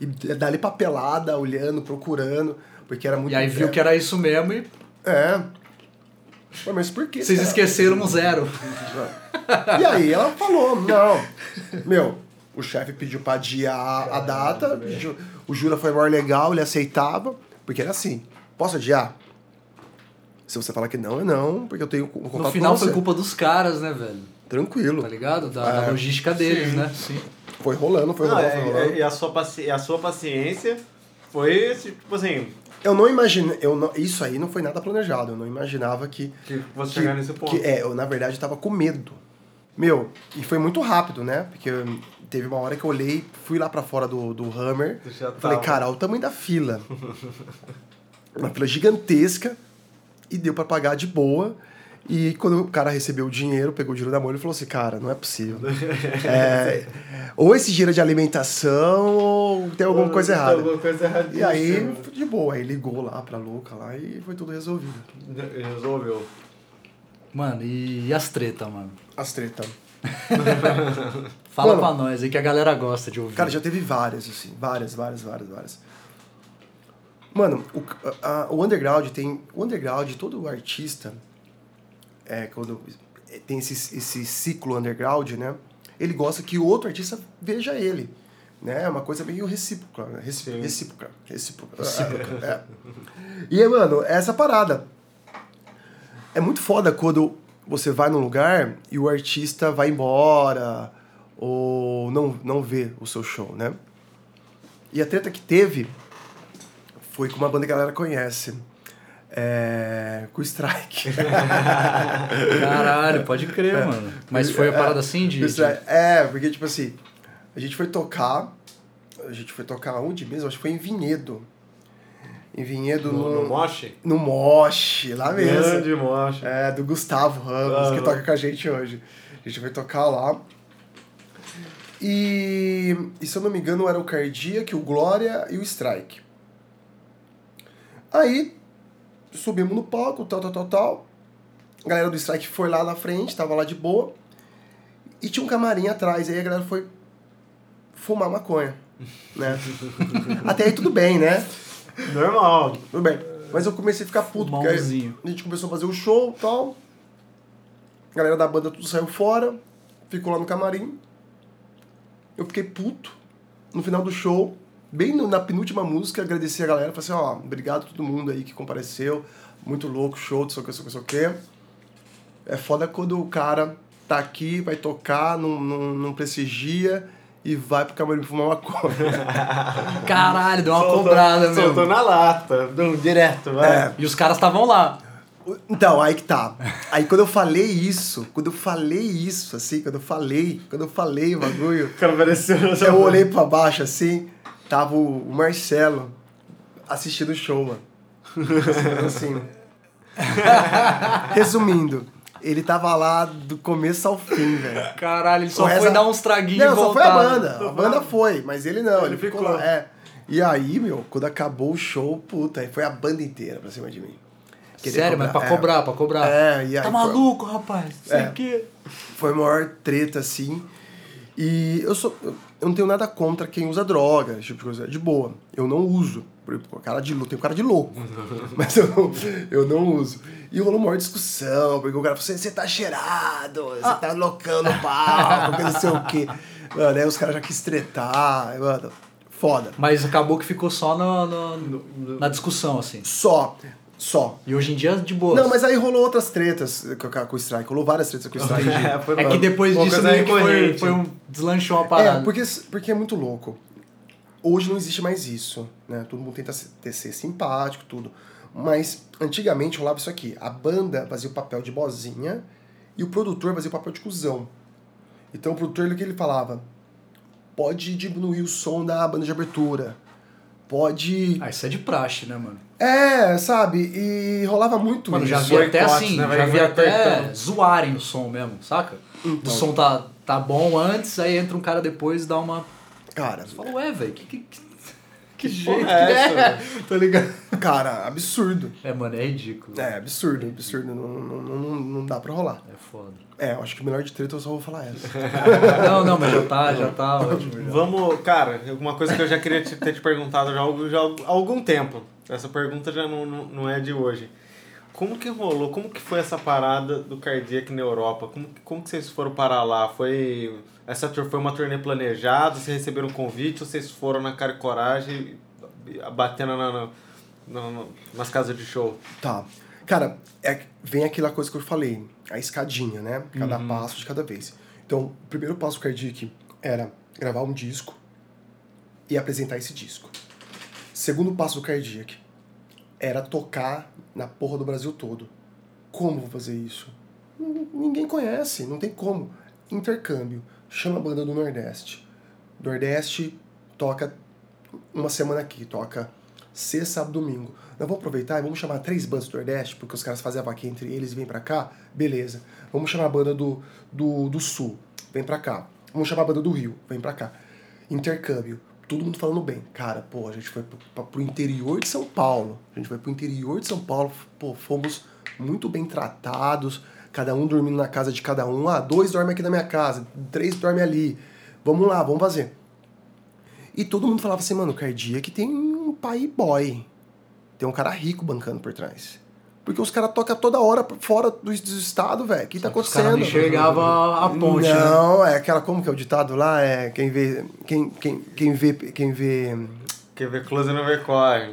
S3: E dali papelada, olhando, procurando, porque era muito.
S2: E aí viu que era isso mesmo e
S3: É. Ué, mas por que?
S2: vocês
S3: cara?
S2: esqueceram um zero.
S3: E aí ela falou, não. Meu, o chefe pediu pra adiar
S2: É,
S3: a data, pediu- o Jura foi maior legal, ele aceitava, porque era assim, posso adiar? Se você falar que não, é não, porque eu tenho um contato
S2: No final
S3: com você.
S2: foi culpa dos caras, né, velho?
S3: Tranquilo.
S2: Tá ligado? Da, da
S3: É.
S2: logística deles, né? Sim.
S3: Foi rolando, foi
S1: Não,
S3: rolando,
S1: é-
S3: foi rolando.
S1: é- e a sua, paci e a sua paciência foi, esse, tipo assim,
S3: Eu não imaginei, eu não, isso aí não foi nada planejado, eu não imaginava que...
S1: que você chegar nesse ponto.
S3: que, é, eu na verdade eu tava com medo. Meu, e foi muito rápido, né? Porque hum, teve uma hora que eu olhei, fui lá pra fora do, do Hammer,
S1: Tu já
S3: falei,
S1: tava.
S3: cara, olha o tamanho da fila. uma fila gigantesca e deu pra pagar de boa. E quando o cara recebeu o dinheiro, pegou o dinheiro da mão, ele falou assim, cara, não é possível. É, ou esse dinheiro é de alimentação, ou tem alguma coisa
S1: Tem
S3: errada.
S1: Então, Alguma coisa errada.
S3: E aí, de boa, aí ligou lá pra louca lá e foi tudo resolvido.
S1: Resolveu.
S2: Mano, e, e as tretas, mano?
S3: As tretas.
S2: Fala
S3: Mano.
S2: pra nós aí que a galera gosta de ouvir.
S3: Cara, já teve várias, assim. Várias, várias, várias, várias. Mano, o, a- a- o underground tem. O underground, todo artista, é, quando é, tem esse, esse ciclo underground, né? Ele gosta que o outro artista veja ele. Né? É uma coisa meio recíproca. né? Reci-
S1: Sim.
S3: Recíproca. Recíproca. É. E, mano, é essa parada. É muito foda quando você vai num lugar e o artista vai embora ou não, não vê o seu show, né? E a treta que teve foi com uma banda que a galera conhece. É... Com o Strike.
S2: Caralho, pode crer, mano. Mas foi a parada assim de.
S3: Com o
S2: de-
S3: Strike. É, porque tipo assim, a gente foi tocar, a gente foi tocar onde mesmo? Acho que foi em Vinhedo. Em Vinhedo
S1: No,
S3: no,
S1: no Moshi?
S3: no Moche, lá mesmo.
S1: Grande Moshi.
S3: É, do Gustavo Ramos,
S1: Ah,
S3: que
S1: não.
S3: toca com a gente hoje. A gente vai tocar lá. E, e se eu não me engano, era o Cardiac, o Glória e o Strike. Aí, subimos no palco, tal, tal, tal, tal. A galera do Strike foi lá na frente, tava lá de boa. E tinha um camarim atrás, aí a galera foi fumar maconha, né? Até aí tudo bem, né?
S1: Normal.
S3: Tudo bem. Mas eu comecei a ficar puto, porque aí
S2: Mãozinho.
S3: a gente começou a fazer o show e tal. A galera da banda tudo saiu fora, ficou lá no camarim. Eu fiquei puto. No final do show, bem no- na penúltima música, agradeci a galera. Falei assim, ó, obrigado a todo mundo aí que compareceu. Muito louco, show, não sei o que, não sei o que, não sei o que. É foda quando o cara tá aqui, vai tocar, não, não, não prestigia e vai pro camarim fumar uma coisa.
S2: Caralho, deu uma
S1: Soltou-
S2: cobrada mesmo. É.
S1: Soltou na lata. Não, direto, vai.
S2: E os caras estavam lá.
S3: Então, aí que tá. Aí quando eu falei isso, quando eu falei isso, assim, quando eu falei, quando eu falei o bagulho,
S1: O cara apareceu.
S3: eu olhei pra baixo, assim, tava o o Marcelo assistindo o show, mano. Assim, resumindo, ele tava lá do começo ao fim, velho.
S2: Caralho, ele
S3: O
S2: só
S3: resto-
S2: foi dar uns traguinhos
S3: Não,
S2: e
S3: só
S2: voltar.
S3: foi a banda.
S1: Tô
S3: A banda foi, mas ele não, ele,
S1: Ele
S3: ficou,
S1: ficou.
S3: lá. É. E aí, meu, quando acabou o show, puta, aí foi a banda inteira pra cima de mim. Querer
S2: Sério, mas pra
S3: é.
S2: cobrar, pra cobrar.
S3: É, e aí,
S2: Tá
S3: pô,
S2: maluco, rapaz? Sei
S3: É.
S2: que.
S3: Foi a maior treta, assim. E eu sou. Eu não tenho nada contra quem usa droga, esse tipo de coisa. É De boa. Eu não uso. Por- por Cara de louco, tenho cara de louco. Mas eu não, eu não uso. E rolou uma maior discussão, porque o cara falou assim, você tá cheirado, você tá loucão no palco, que não sei o quê. Mano, aí os caras já quis tretar, mano. Foda.
S2: Mas acabou que ficou só no, no-
S1: no-
S2: na discussão, assim.
S3: Só, só.
S2: E hoje em dia, de boa.
S3: Não, mas aí rolou outras tretas com, com o Strike. Rolou várias tretas com o Strike.
S1: É, foi
S2: É que depois
S1: Uma
S2: disso
S1: coisa
S2: meio que foi,
S1: recorrente.
S2: foi um deslanchou uma
S3: É,
S2: parada.
S3: porque, porque é muito louco. Hoje não existe mais isso, né? Todo mundo tenta se- ter- ser simpático, tudo. Mas antigamente rolava isso aqui. A banda fazia o papel de bozinha e o produtor fazia o papel de cuzão. Então o produtor, o que ele falava? Pode diminuir o som da banda de abertura. pode.
S2: Ah, isso é de praxe, né, mano?
S3: É, sabe? E rolava muito
S2: Mano,
S3: isso.
S2: já vi
S1: Boicote,
S2: até assim,
S1: né? Vai-
S2: já vi
S1: vai
S2: até
S1: apertando.
S2: zoarem o som mesmo, saca? O som tá, tá bom antes, aí entra um cara depois e dá uma.
S3: Cara,
S2: Fala, ué, velho, que, que, que, que jeito
S1: porra é
S2: que
S1: essa,
S2: Tá ligado?
S3: cara, absurdo.
S2: É, mano, é ridículo.
S3: É, absurdo, absurdo. Não, não, não, não dá pra rolar.
S2: É foda.
S3: É, eu acho que o melhor de treta eu só vou falar essa.
S2: Não, não, mas já tá, já tá ótimo. já.
S1: Vamos, cara, alguma coisa que eu já queria te- ter te perguntado já, há- já há algum tempo. Essa pergunta já não, não, não é de hoje. Como que rolou? Como que foi essa parada do Cardiac na Europa? Como, que- como que vocês foram parar lá? Foi essa tur- foi uma turnê planejada? Vocês receberam um convite? Ou vocês foram na cara e coragem, e- e batendo na, na- na- na- nas casas de show?
S3: Tá. Cara, é- vem aquela coisa que eu falei, a escadinha, né? Cada passo de cada vez. Então, o primeiro passo do Cardiac era gravar um disco e apresentar esse disco. Segundo passo do Cardiac era tocar na porra do Brasil todo. Como vou fazer isso? N- Ninguém conhece, não tem como. Intercâmbio. Chama a banda do Nordeste. Nordeste toca uma semana aqui, toca sexta, sábado, domingo. Nós vamos aproveitar e vamos chamar três bandas do Nordeste, porque os caras fazem a vaquinha entre eles e vêm pra cá, beleza. Vamos chamar a banda do, do, do Sul, vem pra cá. Vamos chamar a banda do Rio, vem pra cá. Intercâmbio, todo mundo falando bem. Cara, pô, a gente foi pro, pra- pro interior de São Paulo. A gente foi pro interior de São Paulo, pô, fomos muito bem tratados, cada um dormindo na casa de cada um. Ah, dois dormem aqui na minha casa, três dormem ali. Vamos lá, vamos fazer. E todo mundo falava assim, mano, Cardia que tem um pai boy. Tem um cara rico bancando por trás. Porque os caras tocam toda hora fora do, do estado, velho. O que tá
S2: Os caras
S3: acontecendo?
S2: não enxergavam a ponte, né?
S3: Não, é aquela, como que é o ditado lá? É quem vê. Quem, quem, quem vê. Quem vê.
S1: Quer ver Close não ver corre.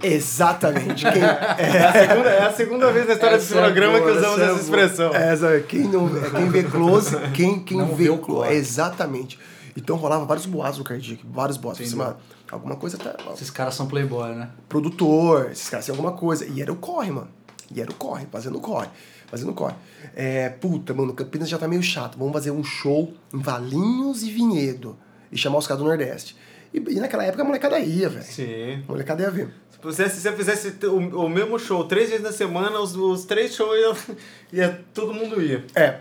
S3: Exatamente. Quem,
S1: É a segunda, é a segunda vez na história
S2: Essa
S1: desse
S2: é
S1: programa
S2: boa,
S1: que usamos
S2: essa é
S1: essa
S2: boa.
S1: expressão.
S3: É, sabe, quem, não, é quem vê close, quem, quem
S2: Não
S3: vê,
S2: vê o
S3: close.
S2: corte.
S3: Exatamente. Então rolava vários boatos no Cardiac, vários boatos. Falei Assim, mano, alguma coisa tá. ó,
S2: Esses caras são playboy, né?
S3: Produtor, esses caras têm alguma coisa. E era o corre, mano. E era o corre, fazendo corre, fazendo corre. É, puta, mano, Campinas já tá meio chato. Vamos fazer um show em Valinhos e Vinhedo. E chamar os caras do Nordeste. E, e naquela época a molecada ia, velho.
S1: Sim.
S3: A molecada ia ver.
S1: Se você, se você fizesse t- o, o mesmo show três vezes na semana, os, os três shows ia, ia- todo mundo ia.
S3: É.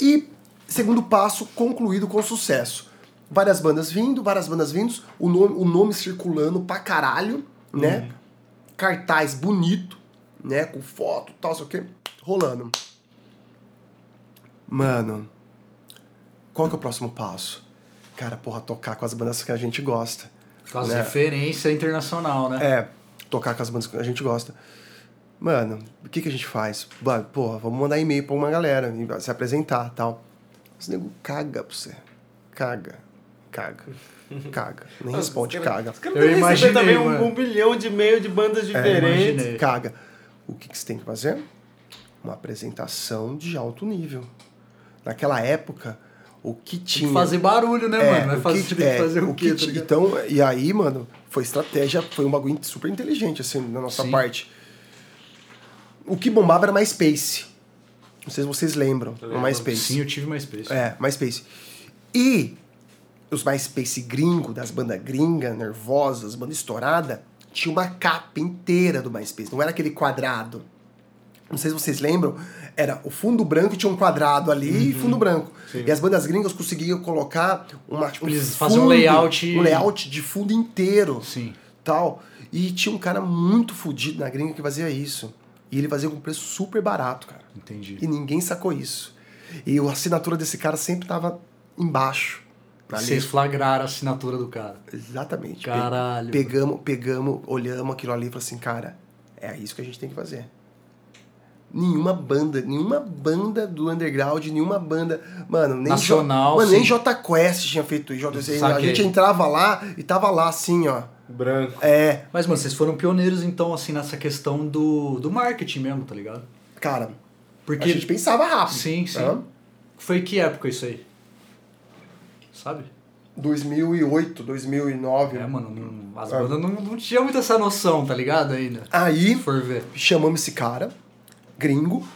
S3: E segundo passo, concluído com sucesso. Várias bandas vindo, várias bandas vindos, o nome, o nome circulando pra caralho, né? Cartaz bonito, né? Com foto tal, sei o quê. Rolando. Mano, qual que é o próximo passo? Cara, porra, tocar com as bandas que a gente gosta.
S2: Com as
S3: né?
S2: referências internacional, né?
S3: É, tocar com as bandas que a gente gosta. Mano, o que, que a gente faz? Ba- Porra, vamos mandar e-mail pra uma galera, e se apresentar tal. Os nego caga pra você. Caga. Caga. Caga. Nem responde,
S1: Os caras-
S3: caga.
S1: Os caras
S2: Eu
S1: devem receber
S2: imaginei,
S1: também um,
S2: mano.
S1: um bilhão de e-mail de bandas diferentes.
S2: imaginei. É.
S3: Caga. O que, que você tem que fazer? Uma apresentação de alto nível. Naquela época, o que
S2: Tem
S3: tinha.
S2: que fazer barulho, né,
S3: É,
S2: mano? Vai
S3: o
S2: fazer,
S3: kit-
S2: tem que
S3: é,
S2: fazer o, quê?
S3: kit-
S2: tá ligado?
S3: então, e aí, mano, foi estratégia, foi um bagulho super inteligente, assim, da nossa
S2: Sim.
S3: parte. O que bombava era MySpace. Não sei se vocês lembram,
S1: lembro.
S3: o MySpace.
S2: Sim, eu tive mais preço.
S3: É, MySpace. E os MySpace gringo, das bandas gringa, nervosas, banda estourada, tinha uma capa inteira do MySpace, não era aquele quadrado. Não sei se vocês lembram, era o fundo branco e tinha um quadrado ali e
S2: Uhum.
S3: fundo branco. E as bandas gringas conseguiam colocar uma, tipo,
S2: Eles faziam um layout-
S3: um layout de fundo inteiro
S2: Sim.
S3: tal. E tinha um cara muito fodido na gringa que fazia isso. E ele fazia com preço super barato, cara.
S2: Entendi.
S3: E ninguém sacou isso. E a assinatura desse cara sempre tava embaixo. na
S2: Vocês
S3: lista.
S2: flagraram a assinatura do cara.
S3: Exatamente. Pe-
S2: Caralho.
S3: Pegamos, pegamos, olhamos aquilo ali e falamos assim, cara, é isso que a gente tem que fazer. Nenhuma banda, nenhuma banda do underground, nenhuma banda. Mano, nem.
S2: Nacional,
S3: J, mano, nem
S2: sim.
S3: J Quest tinha feito isso. J- a
S2: Saquei.
S3: gente entrava lá e tava lá assim, ó.
S1: Branco.
S3: É,
S2: Mas, mano, vocês foram pioneiros, então, assim, nessa questão do, do marketing mesmo, tá ligado?
S3: cara,
S2: Porque.
S3: a gente pensava rápido.
S2: Sim, sim.
S3: tá?
S2: Foi que época isso aí? Sabe?
S3: 2008, 2009.
S2: É, mano, não- as bandas não, não tinham muito essa noção, tá ligado? Ainda.
S3: Aí
S2: Se for ver.
S3: chamamos esse cara, gringo,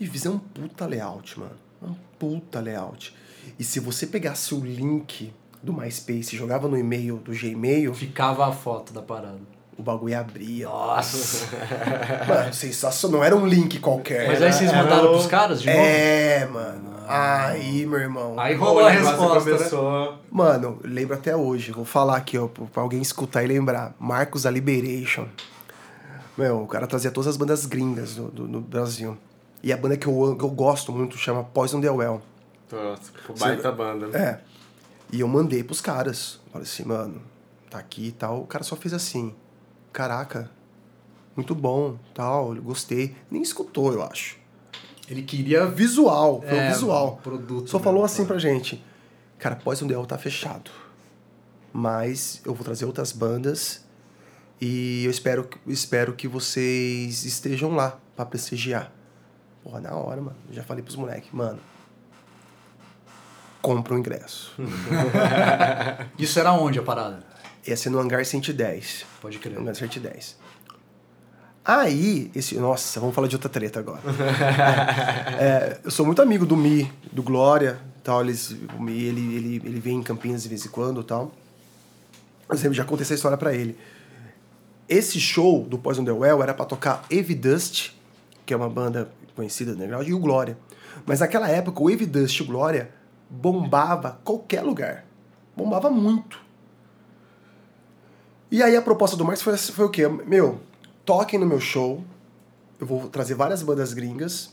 S3: e fizemos um puta layout, mano. Um puta layout. E se você pegasse o link do MySpace e jogava no e-mail do Gmail,
S2: Ficava a foto da parada.
S3: o bagulho abria.
S2: Nossa.
S3: Mano, sensacional. Não era um link qualquer.
S2: É. Mas aí vocês
S1: Era
S2: mandaram
S1: o-
S2: pros caras de novo? Ah.
S3: É, mano. Aí, meu irmão.
S2: Aí rolou
S1: Pô,
S2: a
S1: o negócio
S2: resposta, né?
S1: começou.
S3: Mano, eu lembro até hoje. Vou falar aqui, ó, pra pra alguém escutar e lembrar. Marcos da Liberation. Meu, o cara trazia todas as bandas gringas do, do- do Brasil. E a banda que eu, am- que eu gosto muito chama Poison the Well.
S1: Nossa, pô, baita banda, né?
S3: É. E eu mandei pros caras. Falei assim, mano, tá aqui e tal. O cara só fez assim. Caraca, muito bom, tal, eu gostei. Nem escutou, eu acho.
S2: Ele queria...
S3: Visual, foi
S2: É,
S3: o visual.
S2: produto,
S3: Só
S2: né?
S3: falou assim pra gente. Cara, Poison The Well tá fechado. Mas eu vou trazer outras bandas e eu espero, espero que vocês estejam lá pra prestigiar. Porra, na hora, mano. Já falei pros moleques, mano. Compra o ingresso.
S2: Isso era onde a parada?
S3: Ia ser é no hangar 110.
S2: Pode crer.
S3: Hangar 110. Aí, esse. Nossa, vamos falar de outra treta agora. É, eu sou muito amigo do Mi, do Glória, tal. Eles, o Mi, ele, ele, ele vem em Campinas de vez em quando tal. Eu sempre já contei essa história pra ele. Esse show do Poison The Well era pra tocar Evidust, que é uma banda conhecida do underground, e o Glória. Mas naquela época, o Evidust e o Glória bombava qualquer lugar. Bombava muito. E aí a proposta do Marx foi, foi o quê? Meu, toquem no meu show. Eu vou trazer várias bandas gringas.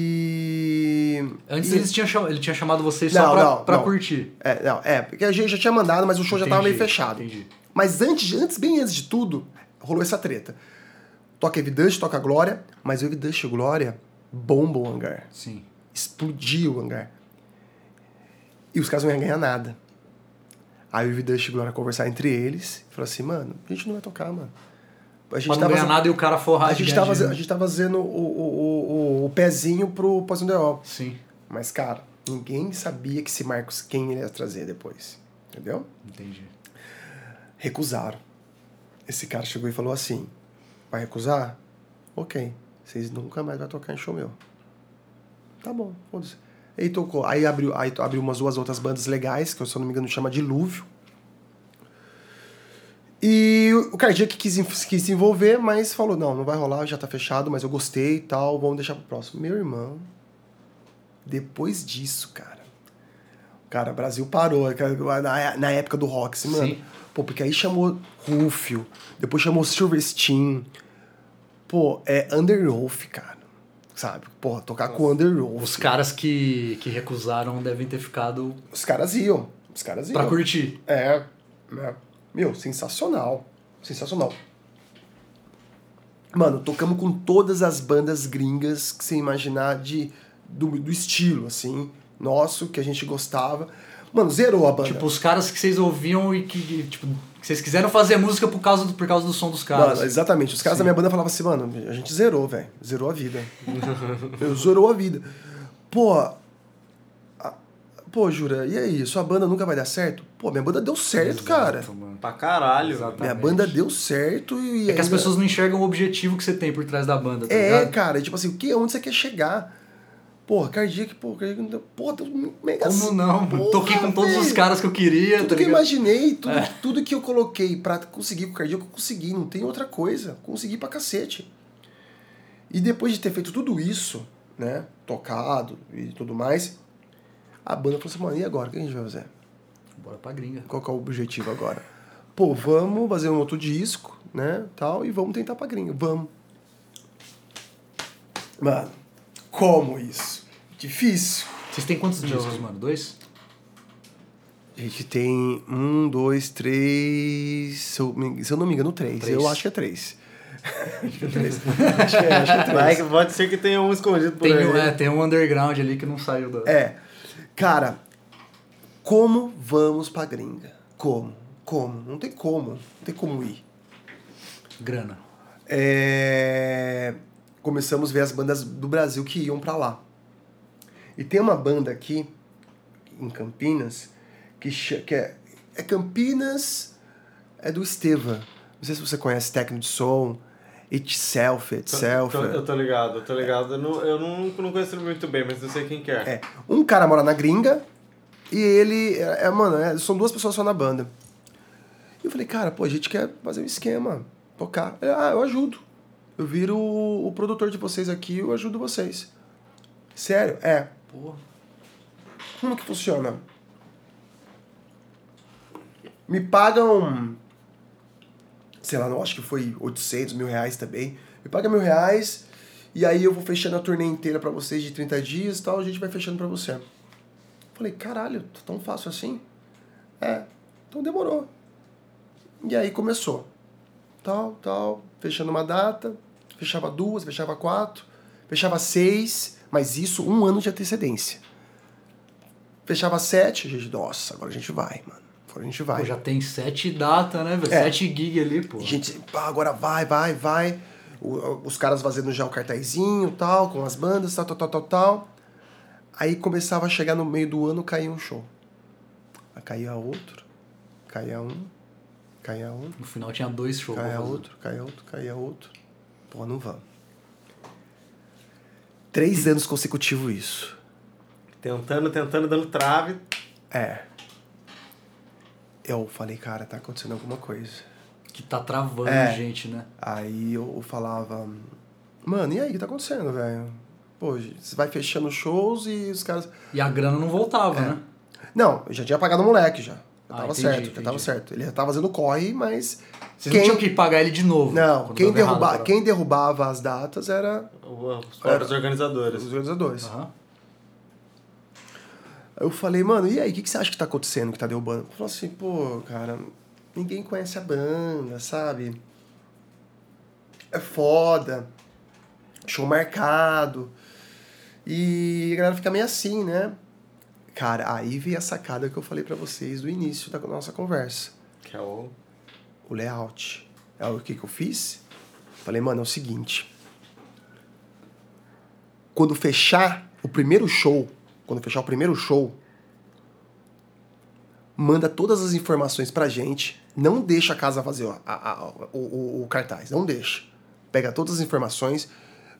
S3: E.
S2: Antes
S3: e-
S2: eles tinham cham- ele tinha chamado vocês só
S3: Não,
S2: pra,
S3: não,
S2: pra
S3: não.
S2: curtir.
S3: É, não, é, porque a gente já tinha mandado, mas o show já tava
S2: Entendi,
S3: meio fechado.
S2: entendi.
S3: Mas antes, de- antes, bem antes de tudo, rolou essa treta. Toca Evidante, toca Glória, mas o Evidante e o Glória bombam o hangar.
S2: Sim.
S3: Explodiu o hangar. E os caras não iam ganhar nada. Aí o Evidante e o Glória conversaram entre eles e falaram assim, mano, a gente não vai tocar, mano. A
S2: Pra não ganhar nada e o cara forrar
S3: a
S2: de
S3: gente
S2: ganhar
S3: tá fazendo, a
S2: dinheiro.
S3: gente tá fazendo o, o, o, o, o pezinho pro Poison The All.
S2: Sim,
S3: Mas, cara, ninguém sabia que esse Marcos, quem ele ia trazer depois. Entendeu?
S2: entendi.
S3: Recusaram. Esse cara chegou e falou assim: vai recusar? Ok. Vocês nunca mais vão tocar em show meu. Tá bom, foda-se. Aí tocou. Aí abriu, aí abriu umas duas outras bandas legais, que eu, se eu não me engano chama Dilúvio. E o Cardiac quis, en- quis se envolver, mas falou: não, não vai rolar, já tá fechado, mas eu gostei e tal, vamos deixar pro próximo. Meu irmão, depois disso, cara. Cara, o Brasil parou cara, na, na época do rock, assim, mano.
S2: Sim.
S3: Pô, porque aí chamou Rufio, depois chamou Silverstein. Pô, é Underwolf, cara. Sabe? Porra, tocar com Underwolf.
S2: Os caras que, que recusaram devem ter ficado
S3: Os caras iam. Os caras iam.
S2: pra curtir.
S3: É, né? Meu, sensacional. Sensacional. Mano, tocamos com todas as bandas gringas que você imaginar de, do, do estilo, assim, nosso, que a gente gostava. Mano, zerou a banda.
S2: Tipo, os caras que vocês ouviam e que, tipo, que vocês quiseram fazer música por causa do, por causa do som dos caras.
S3: Mano, exatamente. Os caras da minha banda falavam assim, mano, a gente zerou, velho. Zerou a vida. Eu zerou a vida. Pô. a- Pô, Jura, e aí? Sua banda nunca vai dar certo? Pô, minha banda deu certo, é cara.
S2: Exato, mano.
S1: Pra caralho.
S2: Exatamente.
S3: Minha banda deu certo e.
S2: É que as
S3: ainda-
S2: pessoas não enxergam o objetivo que você tem por trás da banda, tá
S3: É,
S2: ligado?
S3: cara, tipo assim, o que, onde você quer chegar? Porra, cardíaco, pô, cardíaco não deu. Pô, deu um mega.
S2: Como não?
S3: Porra,
S2: Toquei com todos os
S3: velho.
S2: caras que eu queria,
S3: Tudo
S2: tá
S3: que eu
S2: ligado?
S3: imaginei, tudo, tudo que eu coloquei pra conseguir com o cardíaco, eu consegui. Não tem outra coisa. Consegui pra cacete. E depois de ter feito tudo isso, né? Tocado e tudo mais, a banda falou assim, mano, e agora? O que a gente vai fazer?
S2: Bora pra gringa.
S3: Qual que é o objetivo agora? Pô, vamos fazer um outro disco, né? Tal, e vamos tentar pra gringa. Vamos. Mano, como isso? Difícil.
S2: Vocês têm quantos discos, mano? Dois?
S3: A gente tem um, dois, três. Se eu, me- se eu não me engano, três.
S2: Três.
S3: Eu acho que é três. acho que é três. acho que é, acho que é
S1: Vai,
S3: três.
S1: que pode ser que tenha um escondido por
S2: Tem,
S1: aí.
S2: um- é, tem um underground ali que não saiu da.
S3: É. Cara, como vamos pra gringa? Como? Como? Não tem como. Não tem como ir.
S2: Grana.
S3: é, começamos a ver as bandas do Brasil que iam pra lá. E tem uma banda aqui, em Campinas, que, cha- que é, é Campinas, é do Esteva. Não sei se você conhece Tecno de Som, Itself, Itself.
S1: Tô- Eu tô ligado, eu tô ligado. Eu não, eu não, não conheço ele muito bem, mas eu sei quem que é.
S3: É, um cara mora na gringa e ele. É, é, mano, é, são duas pessoas só na banda. E eu falei, cara, pô, a gente quer fazer um esquema, tocar. Ele, ah, eu ajudo. Eu viro o, o produtor de vocês aqui, eu ajudo vocês. Sério? É.
S2: Porra.
S3: Como que funciona? Me pagam, sei lá, não acho que foi 800 mil reais também. Me paga mil reais e aí eu vou fechando a turnê inteira pra vocês de 30 dias e tal, a gente vai fechando pra você. Falei, caralho, tá tão fácil assim? É, então demorou. E aí começou. Tal, tal, fechando uma data, fechava duas, fechava quatro, fechava seis, mas isso um ano de antecedência. Fechava sete, a gente, nossa, agora a gente vai, mano. Agora a gente vai.
S2: Pô, já tem sete data, né, velho?
S3: É.
S2: Sete gig ali, pô.
S3: A gente, pá, agora vai, vai, vai. O- os caras fazendo já o cartazinho tal, com as bandas, tal, tal, tal, tal, tal. Aí começava a chegar no meio do ano, caía um show. Aí caía outro, caía um, caía um,
S2: No final tinha dois shows. pra
S3: caía
S2: fazer.
S3: outro, caía outro, caía outro. Pô, não vamos. Três anos consecutivos isso.
S1: Tentando, tentando, dando trave.
S3: É. Eu falei, cara, tá acontecendo alguma coisa.
S2: Que tá travando
S3: É.
S2: gente, né?
S3: Aí eu falava, mano, e aí, o que tá acontecendo, velho? Pô, você vai fechando shows e os caras.
S2: E a grana não voltava,
S3: É.
S2: né?
S3: Não, eu já tinha pagado o moleque já. Eu
S2: Ah,
S3: tava
S2: entendi,
S3: certo, já tava
S2: entendi.
S3: certo. Ele já tava fazendo corre, mas.
S2: Vocês não tinham que pagar ele de novo.
S3: Não,
S2: quando
S3: quem,
S2: dava errado, então.
S3: derruba...
S2: cara.
S3: quem derrubava as datas era
S1: Os próprios organizadores.
S3: os organizadores.
S2: Aham.
S3: Aí Eu falei, mano, e aí, o que, que você acha que tá acontecendo que tá derrubando? Ele Falou assim, pô, cara, ninguém conhece a banda, sabe? É foda. Show marcado. E a galera fica meio assim, né? Cara, aí veio a sacada que eu falei pra vocês do início da nossa conversa.
S1: Que é o.
S3: O layout. É o que, que eu fiz? Falei, mano, é o seguinte. Quando fechar o primeiro show, quando fechar o primeiro show, manda todas as informações pra gente. Não deixa a casa fazer ó, a- a- o, o- o cartaz. Não deixa. Pega todas as informações.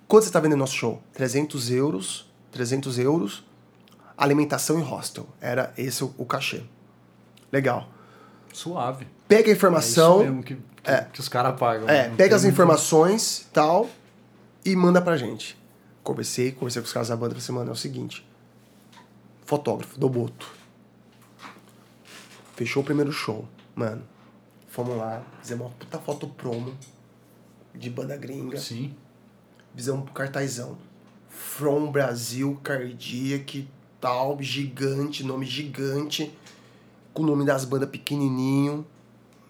S3: Quanto você tá vendendo nosso show? 300 euros. 300 euros. Alimentação e hostel. Era esse o, o cachê. Legal.
S2: Suave. É
S3: Pega a
S2: isso
S3: informação.
S2: mesmo que, que, que os caras pagam. né?
S3: É,
S2: Não
S3: pega
S2: tem
S3: as
S2: muito-
S3: informações, tal, e manda pra gente. Conversei, conversei com os caras da banda, falei, mano, é o seguinte. Fotógrafo, do Boto. Fechou o primeiro show, mano. Fomos lá, fizemos uma puta foto promo de banda gringa.
S2: Sim.
S3: Fizemos um cartazão. From Brasil, Cardiac, tal, gigante, nome gigante, com o nome das bandas pequenininho,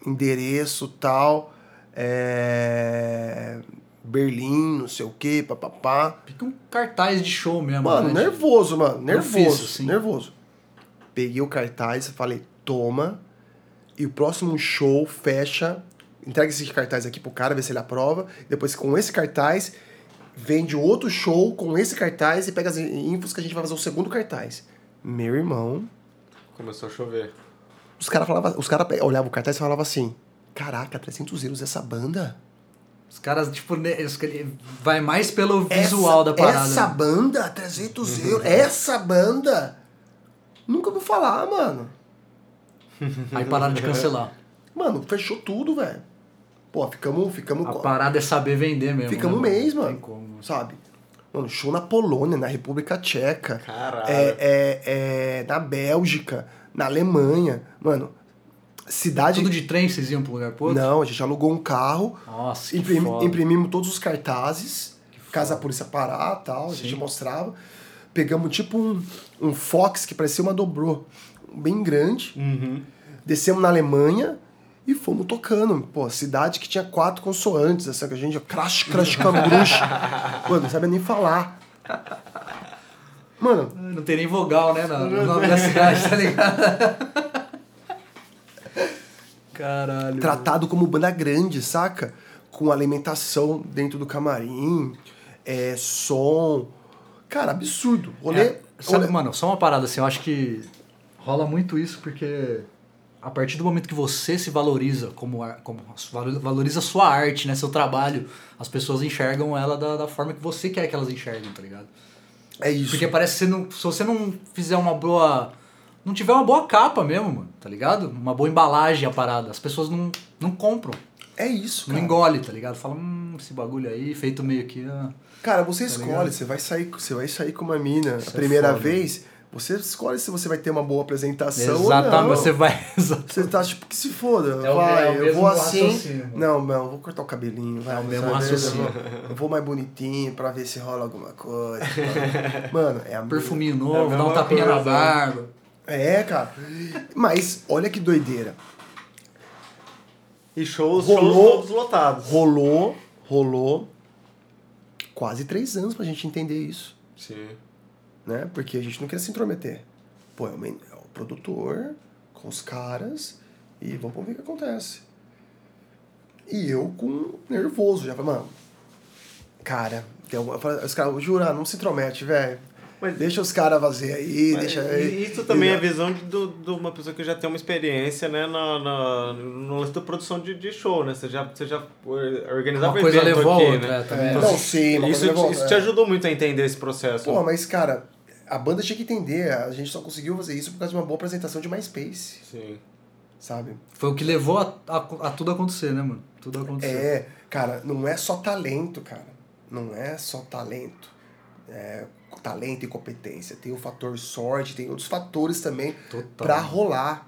S3: endereço, tal, é... Berlim, não sei o que, papapá.
S2: Fica um cartaz de show mesmo.
S3: Mano,
S2: né?
S3: nervoso, mano, nervoso,
S2: Profício, sim.
S3: nervoso. Peguei o cartaz, falei, toma, e o próximo show fecha, entrega esse cartaz aqui pro cara, vê se ele aprova, depois com esse cartaz, vende outro show com esse cartaz e pega as infos que a gente vai fazer o segundo cartaz. Meu irmão,
S1: Começou a chover.
S3: os caras falava, os cara pe- olhavam o cartaz e falavam assim, caraca, 300 euros essa banda?
S2: Os caras, tipo, ne- eles- ele vai mais pelo visual da parada.
S3: Essa
S2: né?
S3: banda, 300 euros, essa banda? Nunca vou falar, mano. Uhum.
S2: Aí pararam de cancelar.
S3: Mano, fechou tudo, velho. Pô, ficamos, ficamos,
S2: A parada é saber vender mesmo.
S3: ficamos
S2: né,
S3: um mês,
S2: Não tem
S3: mano.
S2: como.
S3: Sabe? Mano, show na Polônia, na República Tcheca.
S1: Caralho.
S3: É, é, é, na Bélgica, na Alemanha. Mano, cidade...
S2: Tudo de trem, vocês iam pra um lugar pro outro?
S3: Não, a gente alugou um carro,
S2: Nossa, que
S3: imprimi-
S2: foda.
S3: imprimimos todos os cartazes,
S2: foda.
S3: caso a polícia parar tal, a gente
S2: Sim.
S3: mostrava. Pegamos tipo um, um Fox que parecia uma Dobrô, bem grande.
S1: Uhum.
S3: Descemos na Alemanha e fomos tocando. Pô, cidade que tinha quatro consoantes, assim, que a gente, crash, crash, cangrush. Mano, não sabia nem falar. Mano,
S2: Não tem nem vogal, né? Na, no nome da cidade, tá ligado? Caralho.
S3: tratado como banda grande, saca? Com alimentação dentro do camarim, é, som. Cara, absurdo. Rolê,
S2: É, sabe,
S3: rolê-
S2: mano, só uma parada assim, eu acho que rola muito isso porque a partir do momento que você se valoriza como, ar- como valo- valoriza sua arte, né, seu trabalho, as pessoas enxergam ela da, da forma que você quer que elas enxerguem, tá ligado?
S3: É isso.
S2: Porque parece que você não, se você não fizer uma boa não tiver uma boa capa mesmo, mano, tá ligado? Uma boa embalagem a parada. As pessoas não, não compram,
S3: É isso,
S2: não
S3: cara.
S2: engole, tá ligado? Fala, hum, esse bagulho aí, feito meio que. ah,
S3: Cara, você escolhe,
S2: ligado?
S3: você vai sair, você vai sair com uma mina
S2: Isso
S3: a
S2: é
S3: primeira
S2: foda.
S3: vez, você escolhe se você vai ter uma boa apresentação ou não.
S2: Exatamente, você vai.
S3: Você tá tipo, que se foda,
S2: É o-
S3: vai,
S2: é o
S3: eu
S2: mesmo
S3: vou assim.
S2: raciocínio, mano.
S3: Não, não, vou cortar o cabelinho, vai.
S2: É o
S3: sabe?
S2: mesmo
S3: Eu vou-
S2: raciocínio.
S3: Eu vou mais bonitinho pra ver se rola alguma coisa. mano, é a
S2: Perfuminho
S1: É a
S2: novo, dá um
S1: mesma
S2: tapinha na
S1: coisa, né?
S2: barba.
S3: É, cara. Mas olha que doideira.
S1: E shows,
S3: Rolou.
S1: shows todos lotados.
S3: Rolou, rolou quase três anos pra gente entender isso.
S1: Sim.
S3: né? Porque a gente não quer se intrometer. Pô, é o, men- é o produtor com os caras e vamos ver o que acontece. E eu com nervoso, já falei, mano, cara, tem alguma- eu falei, os caras, jura, não se intromete, velho.
S1: Mas-
S3: Deixa os caras fazer aí,
S1: Mas
S3: deixa
S1: i- Isso também é a visão de, do- de uma pessoa que já tem uma experiência, né, na, na, no lance da produção de, de show, né? Você já, você já or- organizava
S2: Uma coisa
S1: evento
S2: levou a
S1: aqui,
S2: outra, é,
S1: né?
S2: também.
S1: Então,
S3: Não, sim, uma
S1: isso,
S3: coisa levou a
S1: isso
S3: outra,
S1: te
S3: é.
S1: ajudou muito a entender esse processo.
S2: Então-
S3: Pô, mas cara, a banda tinha que entender, a gente só conseguiu fazer isso por causa de uma boa apresentação de MySpace,
S1: Sim.
S3: sabe?
S2: Foi o que levou a, a- a tudo acontecer, né, mano? Tudo aconteceu.
S3: É, cara, não é só talento, cara. Não é só talento. É, talento e competência. Tem o fator sorte, tem outros fatores também
S2: Total.
S3: pra rolar,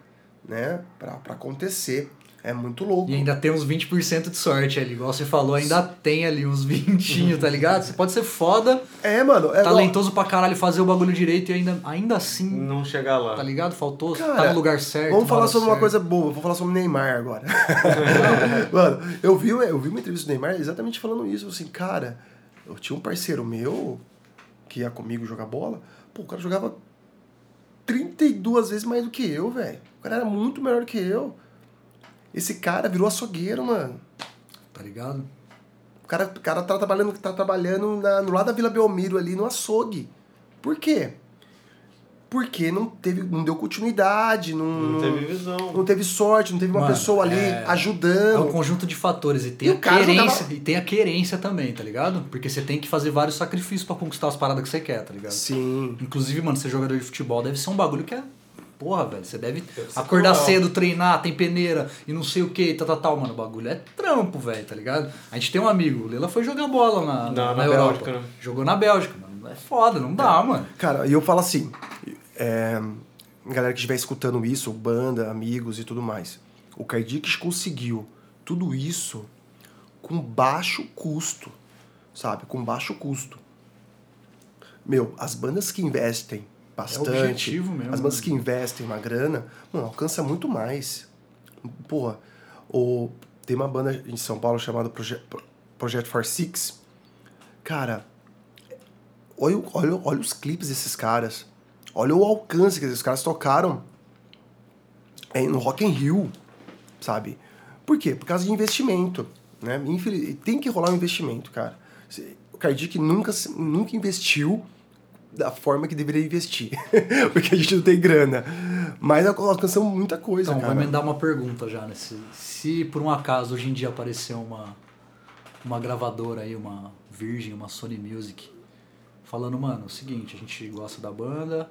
S3: né? Pra, pra acontecer. É muito louco.
S2: E ainda tem uns 20% de sorte ali, igual você falou, ainda tem ali uns 20, tá ligado? Você pode ser foda,
S3: É, mano. É,
S2: talentoso pra caralho, fazer o bagulho direito e ainda, ainda assim,
S1: Não chegar lá.
S2: tá ligado? Faltou,
S3: Hum. Cara,
S2: tá no lugar certo.
S3: Vamos
S2: na
S3: falar
S2: hora
S3: sobre uma
S2: certa.
S3: coisa boa, vou falar sobre o Neymar agora. Mano, eu vi, eu vi uma entrevista do Neymar exatamente falando isso. Assim, cara, eu tinha um parceiro meu que ia comigo jogar bola. Pô, o cara jogava 32 vezes mais do que eu, velho. O cara era muito melhor que eu. Esse cara virou açougueiro, mano.
S2: Tá ligado?
S3: O cara, o cara tá trabalhando, tá trabalhando na- no lado da Vila Belmiro ali, no açougue. Por quê? Porque não teve, não deu continuidade, não,
S1: Não teve
S3: não
S1: visão.
S3: teve sorte, não teve uma
S2: Mano,
S3: pessoa ali
S2: é- É um
S3: ajudando.
S2: conjunto de fatores e tem
S3: E
S2: a
S3: o cara
S2: querência,
S3: jogava-
S2: e tem a querência também, tá ligado? Porque você tem que fazer vários sacrifícios pra conquistar as paradas que você quer, tá ligado?
S3: Sim.
S2: Inclusive, mano, ser jogador de futebol deve ser um bagulho que é. Porra, velho, você deve
S1: Deve ser
S2: acordar
S1: cruel.
S2: cedo, treinar, tem peneira e não sei o que, tal, tal, tal, mano. O bagulho é trampo, velho, tá ligado? A gente tem um amigo, o Lela foi jogar bola na, na,
S1: Na- na
S2: Europa.
S1: Bélgica, né?
S2: Jogou na Bélgica, mano. É foda, não dá, mano.
S3: Cara, e eu falo assim, é, galera que estiver escutando isso, banda, amigos e tudo mais, o Cardix conseguiu tudo isso com baixo custo, sabe? Com baixo custo. Meu, as bandas que investem bastante,
S2: É objetivo mesmo,
S3: as bandas
S2: né?
S3: que investem uma grana, mano, alcança muito mais. Porra, o, tem uma banda em São Paulo chamada Proje, Pro- Projeto For Six. Cara, olha, o- olha, o- olha os clipes desses caras. Olha o alcance que esses caras tocaram é, no Rock in Rio, sabe? Por quê? Por causa de investimento, né? Infeliz... Tem que rolar um investimento, cara. Se- O Cardic nunca, se- nunca investiu da forma que deveria investir, porque a gente não tem grana. Mas alca- alcançamos muita coisa,
S2: Então, vou
S3: cara.
S2: emendar uma pergunta já, né? Se, se por um acaso hoje em dia aparecer uma, uma gravadora aí, uma Virgin, uma Sony Music, falando, mano, é o seguinte, a gente gosta da banda,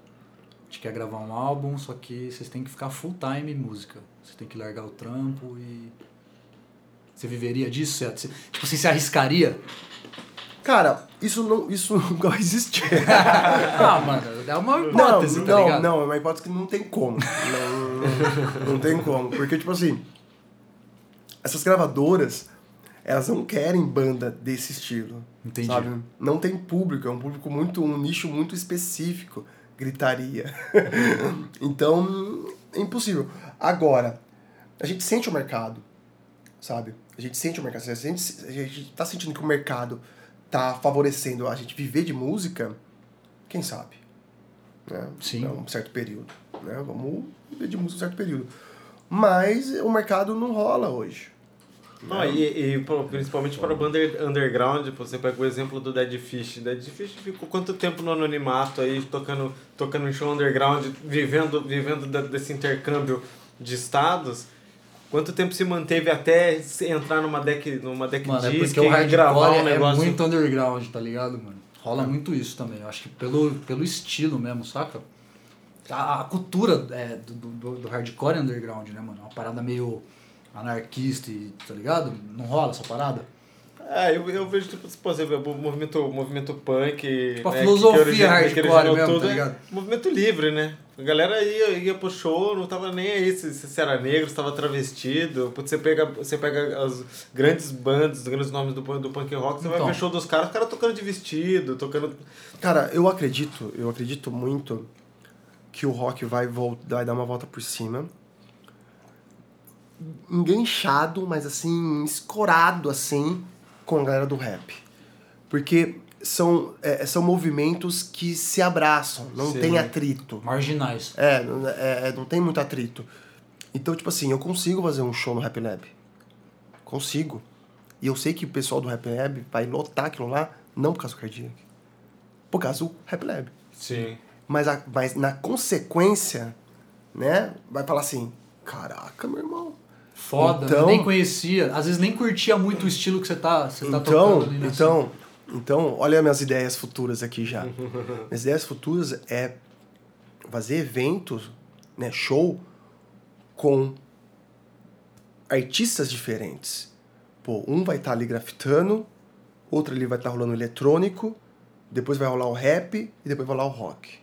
S2: a gente quer gravar um álbum, só que vocês têm que ficar full time em música. Você tem que largar o trampo e. Você viveria disso? Você- você- tipo assim, você arriscaria?
S3: Cara, isso, não, isso nunca vai existir.
S2: ah, mano, é uma hipótese,
S3: não,
S2: tá
S3: não,
S2: ligado?
S3: não, é uma hipótese que não tem como. Não, não, não tem como. Porque, tipo assim, essas gravadoras, elas não querem banda desse estilo.
S2: Entendi.
S3: Sabe? Não tem público, é um público muito, um nicho muito específico. Gritaria. então, é impossível. Agora, a gente sente o mercado, sabe? A gente sente o mercado. Se A gente, a gente tá sentindo que o mercado tá favorecendo a gente viver de música, quem sabe? Né?
S2: Sim.
S3: É um certo período. Né? Vamos viver de música um certo período. Mas o mercado não rola hoje.
S1: Não, e, e, pô, principalmente para a banda underground, pô, você pega o exemplo do Dead Fish. Dead Fish ficou quanto tempo no anonimato aí, tocando, tocando em show underground, vivendo, vivendo da- desse intercâmbio de estados? Quanto tempo se manteve até se entrar numa deck, numa deck
S2: Mano, é
S1: disc
S2: porque o
S1: e gravar
S2: hardcore
S1: um
S2: é
S1: negócio?
S2: muito É. underground, tá ligado, mano? Rola muito isso também. Eu acho que pelo, pelo estilo mesmo, saca? a, a cultura é, do, do, do hardcore underground, né, mano? Uma parada meio anarquista, e, tá ligado? Não rola essa parada?
S1: Ah, eu, eu vejo, tipo, pô, você vê o movimento, o movimento punk. né,
S2: Tipo, a filosofia
S1: que origi-
S2: hardcore
S1: que originou
S2: mesmo,
S1: tudo,
S2: tá ligado?
S1: é movimento livre, né? A galera ia, ia pro show, não tava nem aí se, se você era negro, se tava travestido. Putz, Você pega, você pega as grandes bandas, os grandes nomes do, punk- do punk rock, você
S2: Então.
S1: vai ver show dos caras, os caras tocando de vestido, tocando.
S3: Cara, eu acredito, eu acredito muito que o rock vai voltar, vai dar uma volta por cima. Enganchado, mas assim, escorado assim, com a galera do rap. Porque são, é, são movimentos que se abraçam, não
S1: Sim.
S3: tem atrito.
S2: Marginais.
S3: É, não- é, é, não tem muito atrito. Então, tipo assim, eu consigo fazer um show no Rap Lab. Consigo. E eu sei que o pessoal do Rap Lab vai lotar aquilo lá, não por causa do Cardiac. Por causa do Rap Lab.
S1: Sim.
S3: Mas, a- mas na consequência, né, vai falar assim, caraca, meu irmão.
S2: Foda,
S3: Então-
S2: nem conhecia. Às vezes nem curtia muito o estilo que você tá, você tá
S3: então,
S2: tocando ali, né?
S3: então, então, olha minhas ideias futuras aqui já. minhas ideias futuras é fazer eventos, né, show com artistas diferentes. Pô, um vai estar ali grafitando, outro ali vai estar rolando eletrônico, depois vai rolar o rap e depois vai rolar o rock.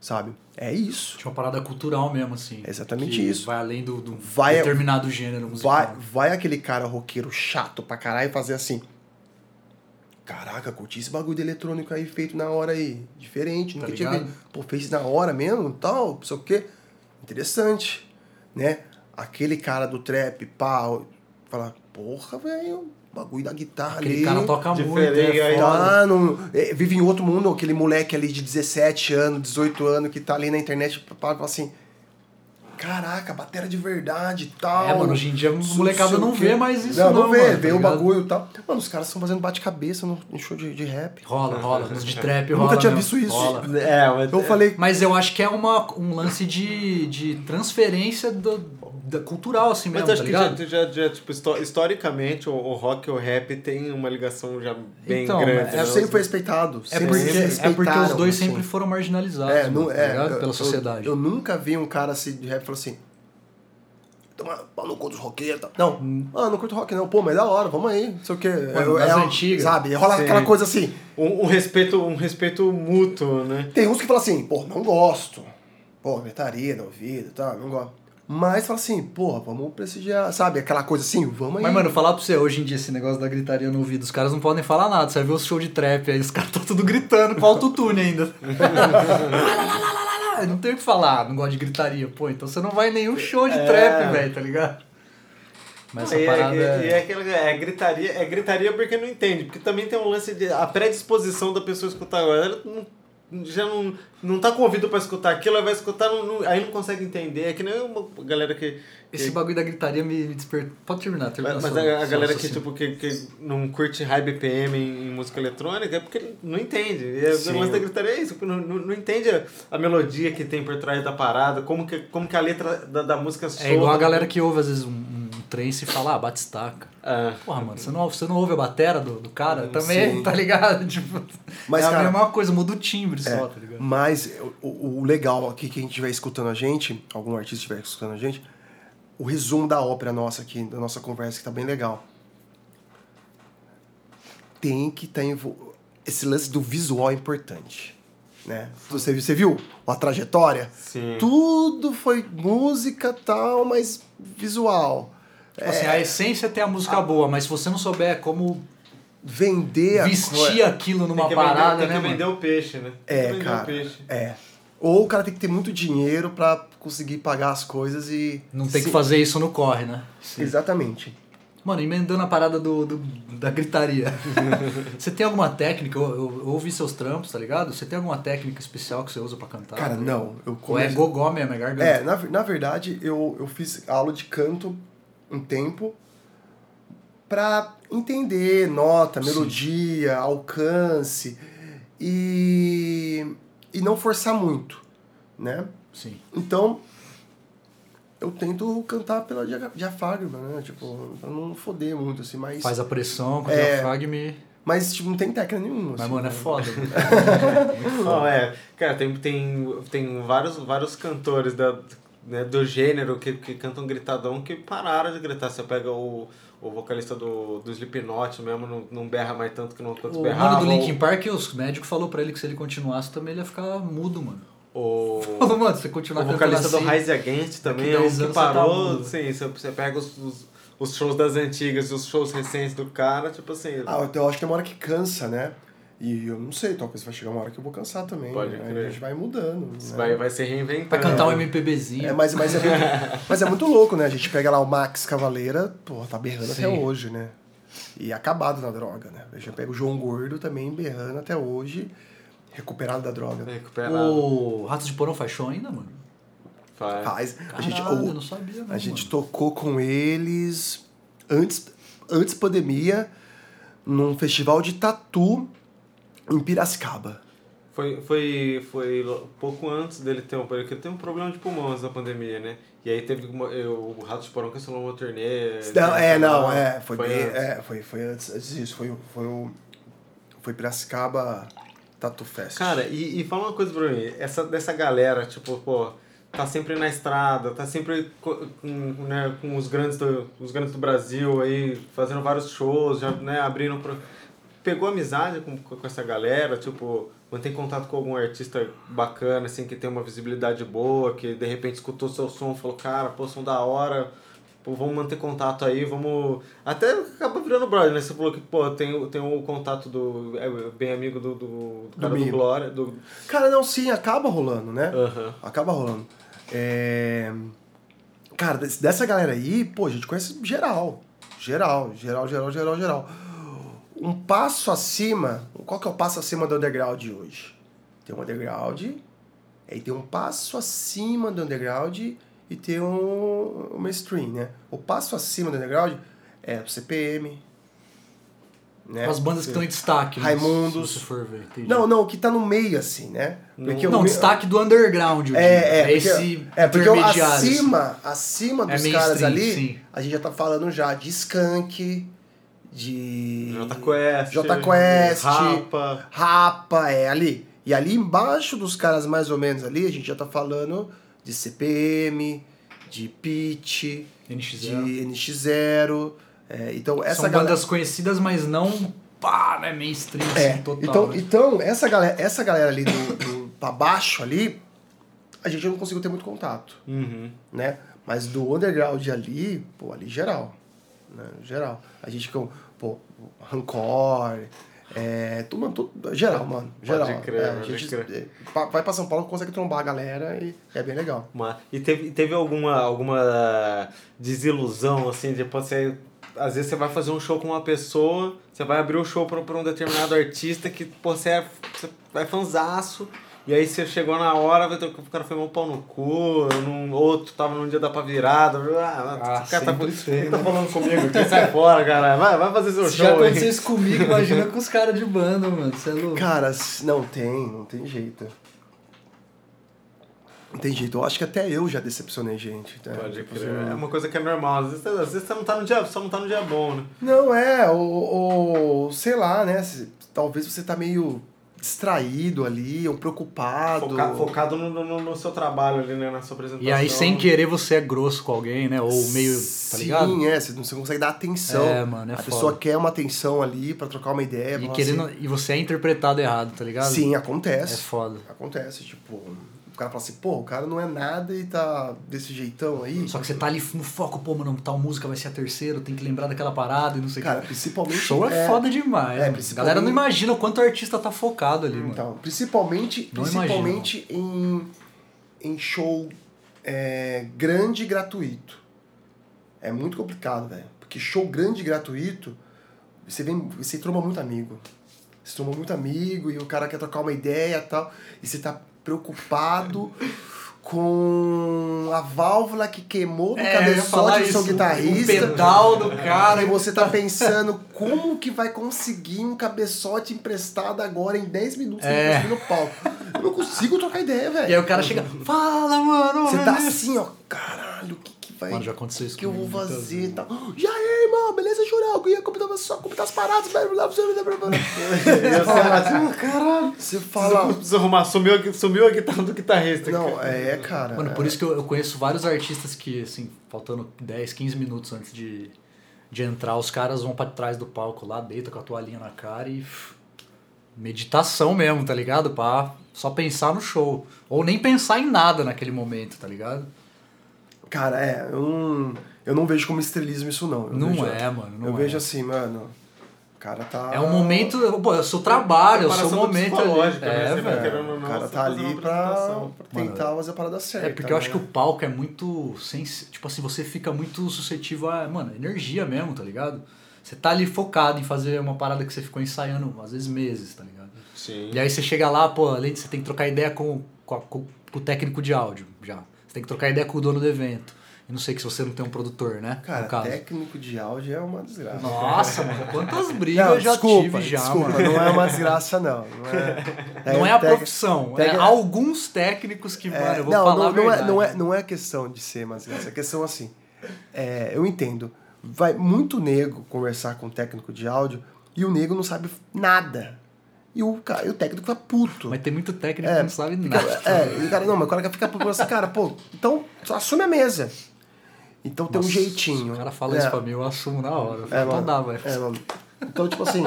S3: Sabe? É isso.
S2: Tipo, uma parada cultural mesmo, assim.
S3: É exatamente
S2: que
S3: isso.
S2: Vai além do, do
S3: Vai-
S2: determinado gênero musical.
S3: Vai, vai aquele cara roqueiro chato pra caralho fazer assim. Caraca, curti esse bagulho de eletrônico aí feito na hora aí. Diferente, nunca
S2: Tá
S3: tinha
S2: ligado?
S3: visto. Pô, fez na hora mesmo, tal, não sei o quê. Interessante, né? Aquele cara do trap, pá, fala, porra, velho, bagulho da guitarra
S2: Aquele
S3: ali.
S2: cara toca muito,
S1: diferente,
S2: é
S1: aí-
S2: foda.
S3: Tá num- é, vive em outro mundo, aquele moleque ali de 17 anos, 18 anos, que tá ali na internet e fala assim: Caraca, batera de verdade e tal.
S2: É, mano, hoje em dia a molecada não vê mais isso,
S3: Não,
S2: não.
S3: não vê,
S2: mano, tá
S3: vê o
S2: ligado?
S3: bagulho e tal. Mano, os caras estão fazendo bate-cabeça no, no show de, de rap.
S2: Rola, rola. Nos de trap
S3: Eu
S2: rola.
S3: nunca tinha
S2: mesmo.
S3: visto isso.
S2: Rola.
S1: É, mas.
S3: Eu falei,
S2: Mas eu acho que é uma, um lance de, de transferência do, da cultural, assim mesmo,
S1: Mas acho
S2: tá
S1: que
S2: ligado?
S1: já, já, já, tipo, histo- historicamente, o, o rock e o rap tem uma ligação já bem
S2: Então,
S1: grande.
S2: mas
S1: né?
S3: eu sempre foi respeitado.
S2: É
S3: sempre
S2: porque, é porque os
S3: respeitaram,
S2: dois
S3: assim.
S2: sempre foram marginalizados
S3: É, não,
S2: mano, tá
S3: é,
S2: ligado?
S3: eu-
S2: pela sociedade.
S3: Eu, eu nunca vi um cara assim de rap falar assim. Toma pau no cu dos roqueiros. tá?" Não,
S2: Hum.
S3: ah, não curto rock não. Pô, mas é da hora, vamos aí. Não sei o quê.
S2: Mano, das
S3: um-
S2: antigas.
S3: Sabe? Rola
S1: Sim.
S3: aquela coisa assim.
S1: Um, um respeito, um respeito mútuo, né?
S3: Tem uns que falam assim, pô, não gosto. Pô, metaria da ouvido e tal, não gosto. Mas fala assim, porra, vamos prestigiar. Sabe? Aquela coisa assim, vamos aí.
S2: Mas, mano, falar pra você, hoje em dia esse negócio da gritaria no ouvido, os caras não podem falar nada. Você vê os shows de trap aí, os caras estão tudo gritando com autotune ainda. Ah, não tem o que falar, não gosto de gritaria. Pô, então você não vai em nenhum show
S3: É.
S2: de trap, velho, tá ligado? Mas
S1: e,
S2: essa
S1: é-
S2: parada.
S1: e- e é aquela é gritaria, é gritaria porque não entende, porque também tem um lance de a predisposição da pessoa escutar agora, ela não- já não, não tá com ouvido pra escutar aquilo, ela vai escutar, não- não- aí não consegue entender, é que nem uma galera que...
S2: Esse bagulho da gritaria me despertou. Pode terminar, terminar.
S1: Mas
S2: sua-
S1: a, a
S2: sua
S1: galera que,
S2: raciocínio.
S1: tipo, que, que não curte high BPM em, em música eletrônica é porque não entende. E é-
S3: Sim.
S1: o lance da gritaria é isso, porque não, não, não entende a, a melodia que tem por trás da parada, como que, como que a letra da, da música soa.
S2: É igual a
S1: né?
S2: galera que ouve, às vezes, um, um trance e fala, ah, batistaca.
S1: Ah.
S2: Porra, mano, você não, você não ouve a batera do, do cara? Também,
S3: sim.
S2: tá ligado? Tipo,
S3: Mas,
S2: é a
S3: cara-
S2: mesma coisa, muda o timbre
S1: é.
S2: só, tá ligado?
S3: Mas o, o legal aqui, quem estiver escutando a gente, algum artista estiver escutando a gente, o resumo da ópera nossa aqui, da nossa conversa, que tá bem legal. Tem que estar envolvido. Esse lance do visual é importante. Né? Você, viu- você viu a trajetória?
S1: Sim.
S3: Tudo foi música tal, mas visual.
S1: É.
S2: Tipo assim, a essência tem a música boa, mas se você não souber como
S3: Vender a
S2: vestir aquilo
S1: Tem
S2: numa
S1: que
S2: parada,
S1: vender, tem
S2: né,
S1: que
S2: mano?
S1: vender o peixe, né? Tem que
S3: É,
S1: vender
S3: cara.
S1: O peixe.
S3: É. Ou o cara tem que ter muito dinheiro pra conseguir pagar as coisas e.
S2: Não tem que
S3: se-
S2: fazer isso no corre, né?
S3: Exatamente.
S2: Mano, emendando a parada do, do- da gritaria. você tem alguma técnica? Eu, eu- eu ouvi seus trampos, tá ligado? Você tem alguma técnica especial que você usa pra cantar?
S3: Cara, não. Eu
S2: Tá Ou é
S3: começo...
S2: gogó mesmo, é garganta?
S3: É, na, ver- na verdade, eu, eu fiz aula de canto um tempo pra entender nota,
S2: Sim.
S3: melodia, alcance e, e não forçar muito, né?
S2: Sim.
S3: Então, eu tento cantar pela dia- diafragma, né? Tipo, pra não foder muito, assim, mas...
S2: Faz a pressão com o
S3: É.
S2: diafragma e...
S3: Mas, tipo, não tem técnica nenhuma.
S2: Mas,
S3: assim.
S2: mano, é foda.
S1: Não, é. Cara, tem, tem, tem vários, vários cantores da, né, do gênero que, que cantam gritadão que pararam de gritar. Você pega o, o vocalista do, do Slipknot mesmo, não, não berra mais tanto que não quanto
S2: o
S1: berrava.
S2: mano do Linkin Park, os médicos falou pra ele que se ele continuasse também ele ia ficar mudo, mano.
S1: o, o,
S2: Falou, mano, se você continuar
S1: o vocalista do
S2: cantando assim,
S1: Rise Against também
S2: daqui
S1: é um
S2: 10
S1: que
S2: anos você tá
S1: parou.
S2: mudo.
S1: sim, você, você pega os, os, os shows das antigas e os shows recentes do cara, tipo assim.
S3: Ah, então eu acho que é uma hora que cansa, né? E eu não sei, talvez vai chegar uma hora que eu vou cansar também.
S1: Pode
S3: né?
S1: crer.
S3: A gente vai mudando. né?
S1: vai, vai se reinventando.
S2: Vai cantar um MPBzinho.
S3: É, mas, mas, é muito, mas é muito louco, né? A gente pega lá o Max Cavaleira, porra, tá berrando até
S2: Sim.
S3: hoje, né? E acabado na droga, né? A gente pega o João Gordo também berrando até hoje, recuperado da droga.
S2: É,
S1: Recuperado.
S2: o Ah, Ratos de Porão faz show ainda, mano?
S1: Faz.
S3: Faz. a gente,
S2: Caralho,
S3: ou-
S2: eu não sabia, não,
S3: a gente tocou com eles antes, antes pandemia, num festival de tatu em Piracicaba.
S1: Foi, foi, foi lo- pouco antes dele ter um, porque ele teve um problema de pulmão antes da pandemia, né? E aí teve uma, eu, o Rato de Porão cancelou uma turnê.
S3: Não, é, não,
S1: internacional.
S3: é. Foi, bem,
S1: antes.
S3: é, foi, foi antes, antes disso. Foi, o- foi, o- foi Piracicaba Tatu Fest.
S1: Cara, e, e fala uma coisa pra mim, essa, dessa galera, tipo, pô, tá sempre na estrada, tá sempre co- com, né, com os, grandes do, os grandes do Brasil aí, fazendo vários shows, já, né, abrindo... Pro... Pegou amizade com, com essa galera, tipo, mantém contato com algum artista bacana, assim, que tem uma visibilidade boa, que de repente escutou seu som e falou, cara, pô, som da hora... Pô, vamos manter contato aí, vamos. Até acaba virando brother, né? Você falou que, pô, tem, o- tem o contato do. É bem amigo do, do, do cara do,
S3: Mimo.
S1: Glória. Do...
S3: Cara, não, sim, acaba rolando, né? Acaba rolando. É... Cara, des- dessa galera aí, pô, a gente conhece geral. Geral, geral, geral, geral, geral. Um passo acima. Qual que é o passo acima do underground de hoje? Tem um underground, aí tem um passo acima do underground e tem um, uma stream, né? O passo acima do underground é o CPM. Né?
S2: As bandas que estão em destaque. né?
S3: Raimundos.
S2: Se você for ver, entendi.
S3: Não, não, o que tá no meio, assim, né?
S1: Porque
S2: Não,
S3: o me-
S2: destaque do underground. eu digo.
S3: É, é, porque,
S2: esse
S3: é porque eu-
S2: intermediário, assim.
S3: acima, acima dos
S2: É
S3: caras
S2: mainstream,
S3: ali,
S2: sim.
S3: a gente já tá falando já de Skank, de
S1: Jota Quest.
S3: Jota Quest.
S1: Rapa.
S3: Rapa, é ali. E ali embaixo dos caras mais ou menos ali, a gente já tá falando de CPM, de Pitch,
S2: NX
S3: de
S2: Zero.
S3: NX0. é, então essa
S2: São
S3: galera
S2: bandas conhecidas, mas não pá, né? Mainstream,
S3: É,
S2: assim, total.
S3: então,
S2: né?
S3: então essa, galera, essa galera ali do, do pra baixo ali, a gente não conseguiu ter muito contato.
S1: Uhum.
S3: né? Mas do underground ali, pô, ali geral. Né? Geral. A gente com, pô, Rancor, é. Tudo, mano, tudo, geral, mano. Geral.
S1: crer,
S3: É, a
S1: pode
S3: gente
S1: crer.
S3: é, pa- vai pra São Paulo, consegue trombar a galera e é bem legal.
S1: Uma... E teve, teve alguma, alguma desilusão, assim, de pô, você. Às vezes você vai fazer um show com uma pessoa, você vai abrir o show pra, pra um determinado artista que, pô, você é, você é fanzaço. E aí você chegou na hora, vai ter- o cara foi mão pau no cu, num, outro tava num dia da pra virada. Ah,
S2: Ah,
S1: esse cara tá,
S2: sempre tem,
S1: tá falando comigo aqui, sai fora, cara. Vai, vai fazer seu
S2: Se já
S1: show aí.
S2: aconteceu isso comigo, imagina com os caras de banda, mano. Você é louco.
S3: Cara, s- não tem, não tem jeito. Não tem jeito. Eu acho que até eu já decepcionei gente. Né?
S1: Pode
S3: Tipo,
S1: crer.
S3: assim,
S1: É uma coisa que é normal. Às vezes, você- às vezes você não tá no dia, só não tá no dia bom, né?
S3: Não, é, ou, ou sei lá, né? se- Talvez você tá meio distraído ali, ou preocupado.
S1: Foca- focado no, no, no seu trabalho ali, né? Na sua apresentação.
S2: Tá E aí, sem querer, você é grosso com alguém, né? Ou meio. Tá ligado?
S3: Sim, é, você não você não consegue dar atenção.
S2: É, mano, é
S3: A
S2: foda.
S3: pessoa quer uma atenção ali pra trocar uma ideia.
S2: e,
S3: falar
S2: querendo, e você é interpretado errado, tá ligado?
S3: assim. Sim,
S2: É
S3: acontece.
S2: foda.
S3: acontece, tipo, o cara fala assim, pô, o cara não é nada e tá desse jeitão aí.
S2: Só que você tá ali no foco, pô, mano, tal música vai ser a terceira, tem que lembrar daquela parada e não sei o
S3: Cara,
S2: que. O
S3: principalmente.
S2: show é, foda demais.
S3: é,
S2: mano. a
S3: principalmente-
S2: galera não imagina o quanto o artista tá focado ali, mano.
S3: Então, principalmente,
S2: Não
S3: principalmente em, em show é, grande e gratuito. É muito complicado, velho. Porque show grande e gratuito, você vem. Você tromba muito amigo. Você tromba muito amigo e o cara quer trocar uma ideia e tal. E você tá preocupado com a válvula que queimou no
S2: É, eu ia falar
S3: cabeçote do seu
S2: isso,
S3: guitarrista.
S2: O pedal do cara.
S3: Cara, e você tá pensando como que vai conseguir um cabeçote emprestado agora em 10 minutos
S2: É.
S3: é. no palco. Eu não consigo trocar ideia, velho.
S2: E aí o cara chega, fala, mano.
S3: Você
S2: mano,
S3: tá
S2: isso."
S3: assim, ó, caralho, o que que vai...
S2: Mano, já aconteceu isso
S3: que eu vou
S2: comigo muitas
S3: fazer e
S2: vezes.
S3: tal. E aí, irmão, beleza, Jurel? Eu ia comentar pra você só comida as paradas, blá blá blá blá blá blá.
S1: Eu sei lá, assim,
S3: Caralho, você
S1: Fala.
S3: fala.
S1: Preciso arrumar, sumiu, a gui- sumiu a guitarra do guitarrista.
S3: Não, é, cara.
S2: Mano, por isso que eu, eu conheço vários artistas que, assim, faltando 10, 15 minutos antes de, de entrar, os caras vão pra trás do palco lá, deita com a toalhinha na cara e. pff, Meditação mesmo, tá ligado? Pra só pensar no show. Ou nem pensar em nada naquele momento, tá ligado?
S3: Cara, é, eu não, eu não vejo como estrelismo isso, não. Eu
S2: Não
S3: vejo-
S2: é, mano, não
S3: eu
S2: é.
S3: vejo assim, mano. O cara tá.
S2: É um momento. Pô, é o seu trabalho, é o
S1: Ah.
S2: seu
S1: Preparação do
S2: momento. Ali.
S1: psicológico, né?
S2: É,
S1: Você vai
S2: velho.
S1: querendo ou
S3: O
S1: não,
S3: cara
S1: você
S3: tá
S1: fazer uma
S3: ali pra,
S1: apresentação.
S3: pra tentar fazer a parada certa.
S2: É, porque eu acho que
S3: né?
S2: o palco é muito. Sens... Tipo assim, você fica muito suscetível a, mano, energia mesmo, tá ligado? Você tá ali focado em fazer uma parada que você ficou ensaiando, às vezes, meses, tá ligado?
S1: Sim.
S2: E aí você chega lá, pô, além de você tem que trocar ideia com, com, a- com- com o técnico de áudio, já. Você tem que trocar ideia com o dono do evento. E não sei que se você não tem um produtor, né? no
S3: Cara,
S2: caso.
S3: técnico de áudio é uma desgraça.
S2: Nossa, mano, quantas brigas
S3: Não,
S2: eu já
S3: desculpa,
S2: tive já,
S3: desculpa,
S2: mano.
S3: não é uma desgraça, não. Não é,
S2: Não é a
S3: tec-
S2: profissão, é
S3: técnico-
S2: alguns técnicos que, mano, eu vou
S3: não,
S2: falar
S3: não,
S2: a
S3: não, é,
S2: verdade.
S3: não, é, não é questão de ser uma desgraça, é questão assim. é, eu entendo. Vai muito nego conversar com o técnico de áudio e o nego não sabe nada. E o, ca- e o técnico tá puto.
S2: Mas tem muito técnico
S3: É,
S2: que não sabe nada.
S3: É, e o cara, não, mas o cara fica procurando assim, cara, pô, então só assume a mesa. Então tem um
S2: Nossa,
S3: jeitinho.
S2: O cara fala
S3: É,
S2: isso pra mim, eu assumo na hora. Eu
S3: É,
S2: falo,
S3: mano,
S2: então dá, velho.
S3: é, mano. Então, tipo assim.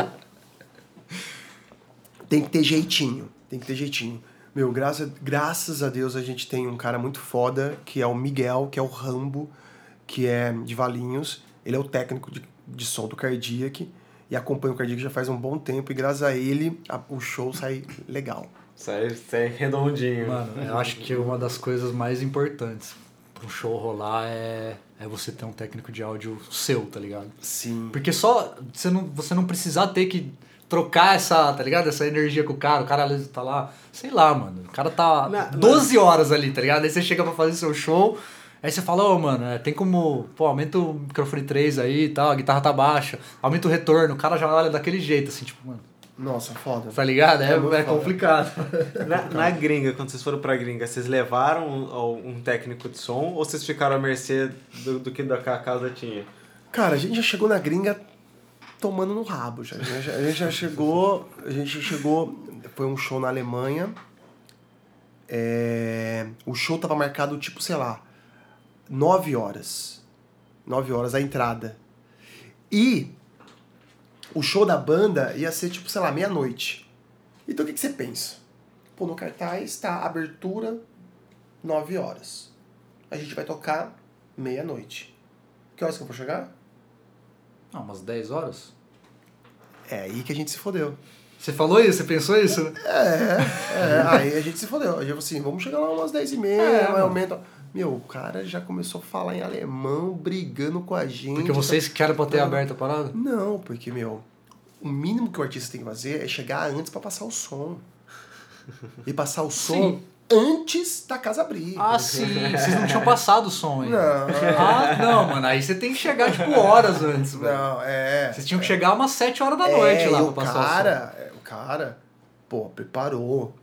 S3: tem que ter jeitinho. Tem que ter jeitinho. Meu, graça, graças a Deus a gente tem um cara muito foda, que é o Miguel, que é o Rambo, que é de Valinhos. Ele é o técnico de, de som do Cardiac e acompanha o Cardiac já faz um bom tempo. E graças a ele, a- o show sai legal.
S1: Sai, sai é redondinho.
S2: Mano, eu acho que uma das coisas mais importantes pra um show rolar é, é você ter um técnico de áudio seu, tá ligado?
S3: Sim.
S2: Porque só você não, você não precisar ter que trocar essa, tá ligado? Essa energia com o cara. O cara às vezes, tá lá, sei lá, mano. O cara tá
S1: Na-
S2: 12 horas ali, tá ligado? Aí você chega pra fazer seu show. Aí você fala, ô, mano, é, tem como. Pô, aumenta o microfone 3 aí e tal, a guitarra tá baixa, aumenta o retorno, o cara já olha daquele jeito, assim, tipo, mano,
S3: Nossa, foda.
S2: tá ligado? É,
S3: É muito
S2: é
S3: foda.
S2: complicado.
S1: Na, na gringa, quando vocês foram pra gringa, vocês levaram um, um técnico de som ou vocês ficaram à mercê do, do que da- que a casa tinha?
S3: Cara, a gente já chegou na gringa tomando no rabo. Já. A, gente, já- a gente já chegou. A gente já chegou. Foi um show na Alemanha. É, o show tava marcado tipo, sei lá, 9 horas. 9 horas a entrada. E o show da banda ia ser tipo, sei lá, meia-noite. Então o que, que você pensa? Pô, no cartaz tá abertura 9 horas. A gente vai tocar meia-noite. Que horas que eu vou chegar?
S2: Não, umas 10 horas?
S3: É aí que a gente se fodeu.
S2: Você falou isso? Você pensou isso? né?
S3: É, aí a gente se fodeu. Aí eu falei assim, vamos chegar lá umas 10 e meia,
S2: É,
S3: vai
S2: mano.
S3: aumenta. Meu, o cara já começou a falar em alemão, brigando com a gente.
S2: Porque vocês que querem pra ter
S3: Não.
S2: aberto a parada?
S3: Não, porque, meu, o mínimo que o artista tem que fazer é chegar antes pra passar o som. E passar o som
S2: Sim.
S3: antes da casa abrir.
S2: Ah, sim. Vocês não tinham passado o som ainda.
S3: Não,
S2: Ah, não, mano. Aí você tem que chegar, tipo, horas antes, mano.
S3: não, é.
S2: Vocês tinham que chegar umas 7 horas da
S3: É,
S2: noite lá
S3: e
S2: pra
S3: o
S2: passar o som.
S3: cara, é, o cara, pô, preparou.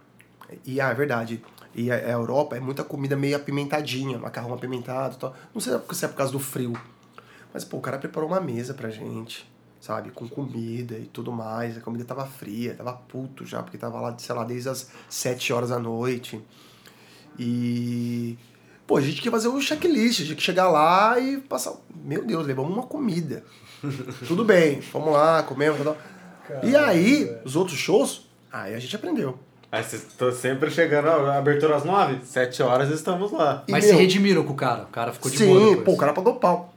S3: E ah, é verdade. E a, a Europa é muita comida meio apimentadinha, macarrão apimentado e tal. Não sei se é por causa do frio. Mas, pô, o cara preparou uma mesa pra gente, sabe? Com comida e tudo mais. A comida tava fria, tava puto já, porque tava lá, sei lá, desde as 7 horas da noite. E. Pô, a gente tinha que fazer um checklist, tinha que chegar lá e passar. Meu Deus, levamos uma comida. Tudo bem, vamos lá, comemos. Tal, tal. E aí, os outros shows, aí a gente aprendeu.
S1: Aí vocês estão sempre chegando, ó, abertura às 9, 7 horas estamos lá.
S3: E,
S2: Mas
S3: meu,
S2: se redimiram com o cara. O cara ficou de boa
S3: Sim,
S2: depois.
S3: pô, o cara pagou pau.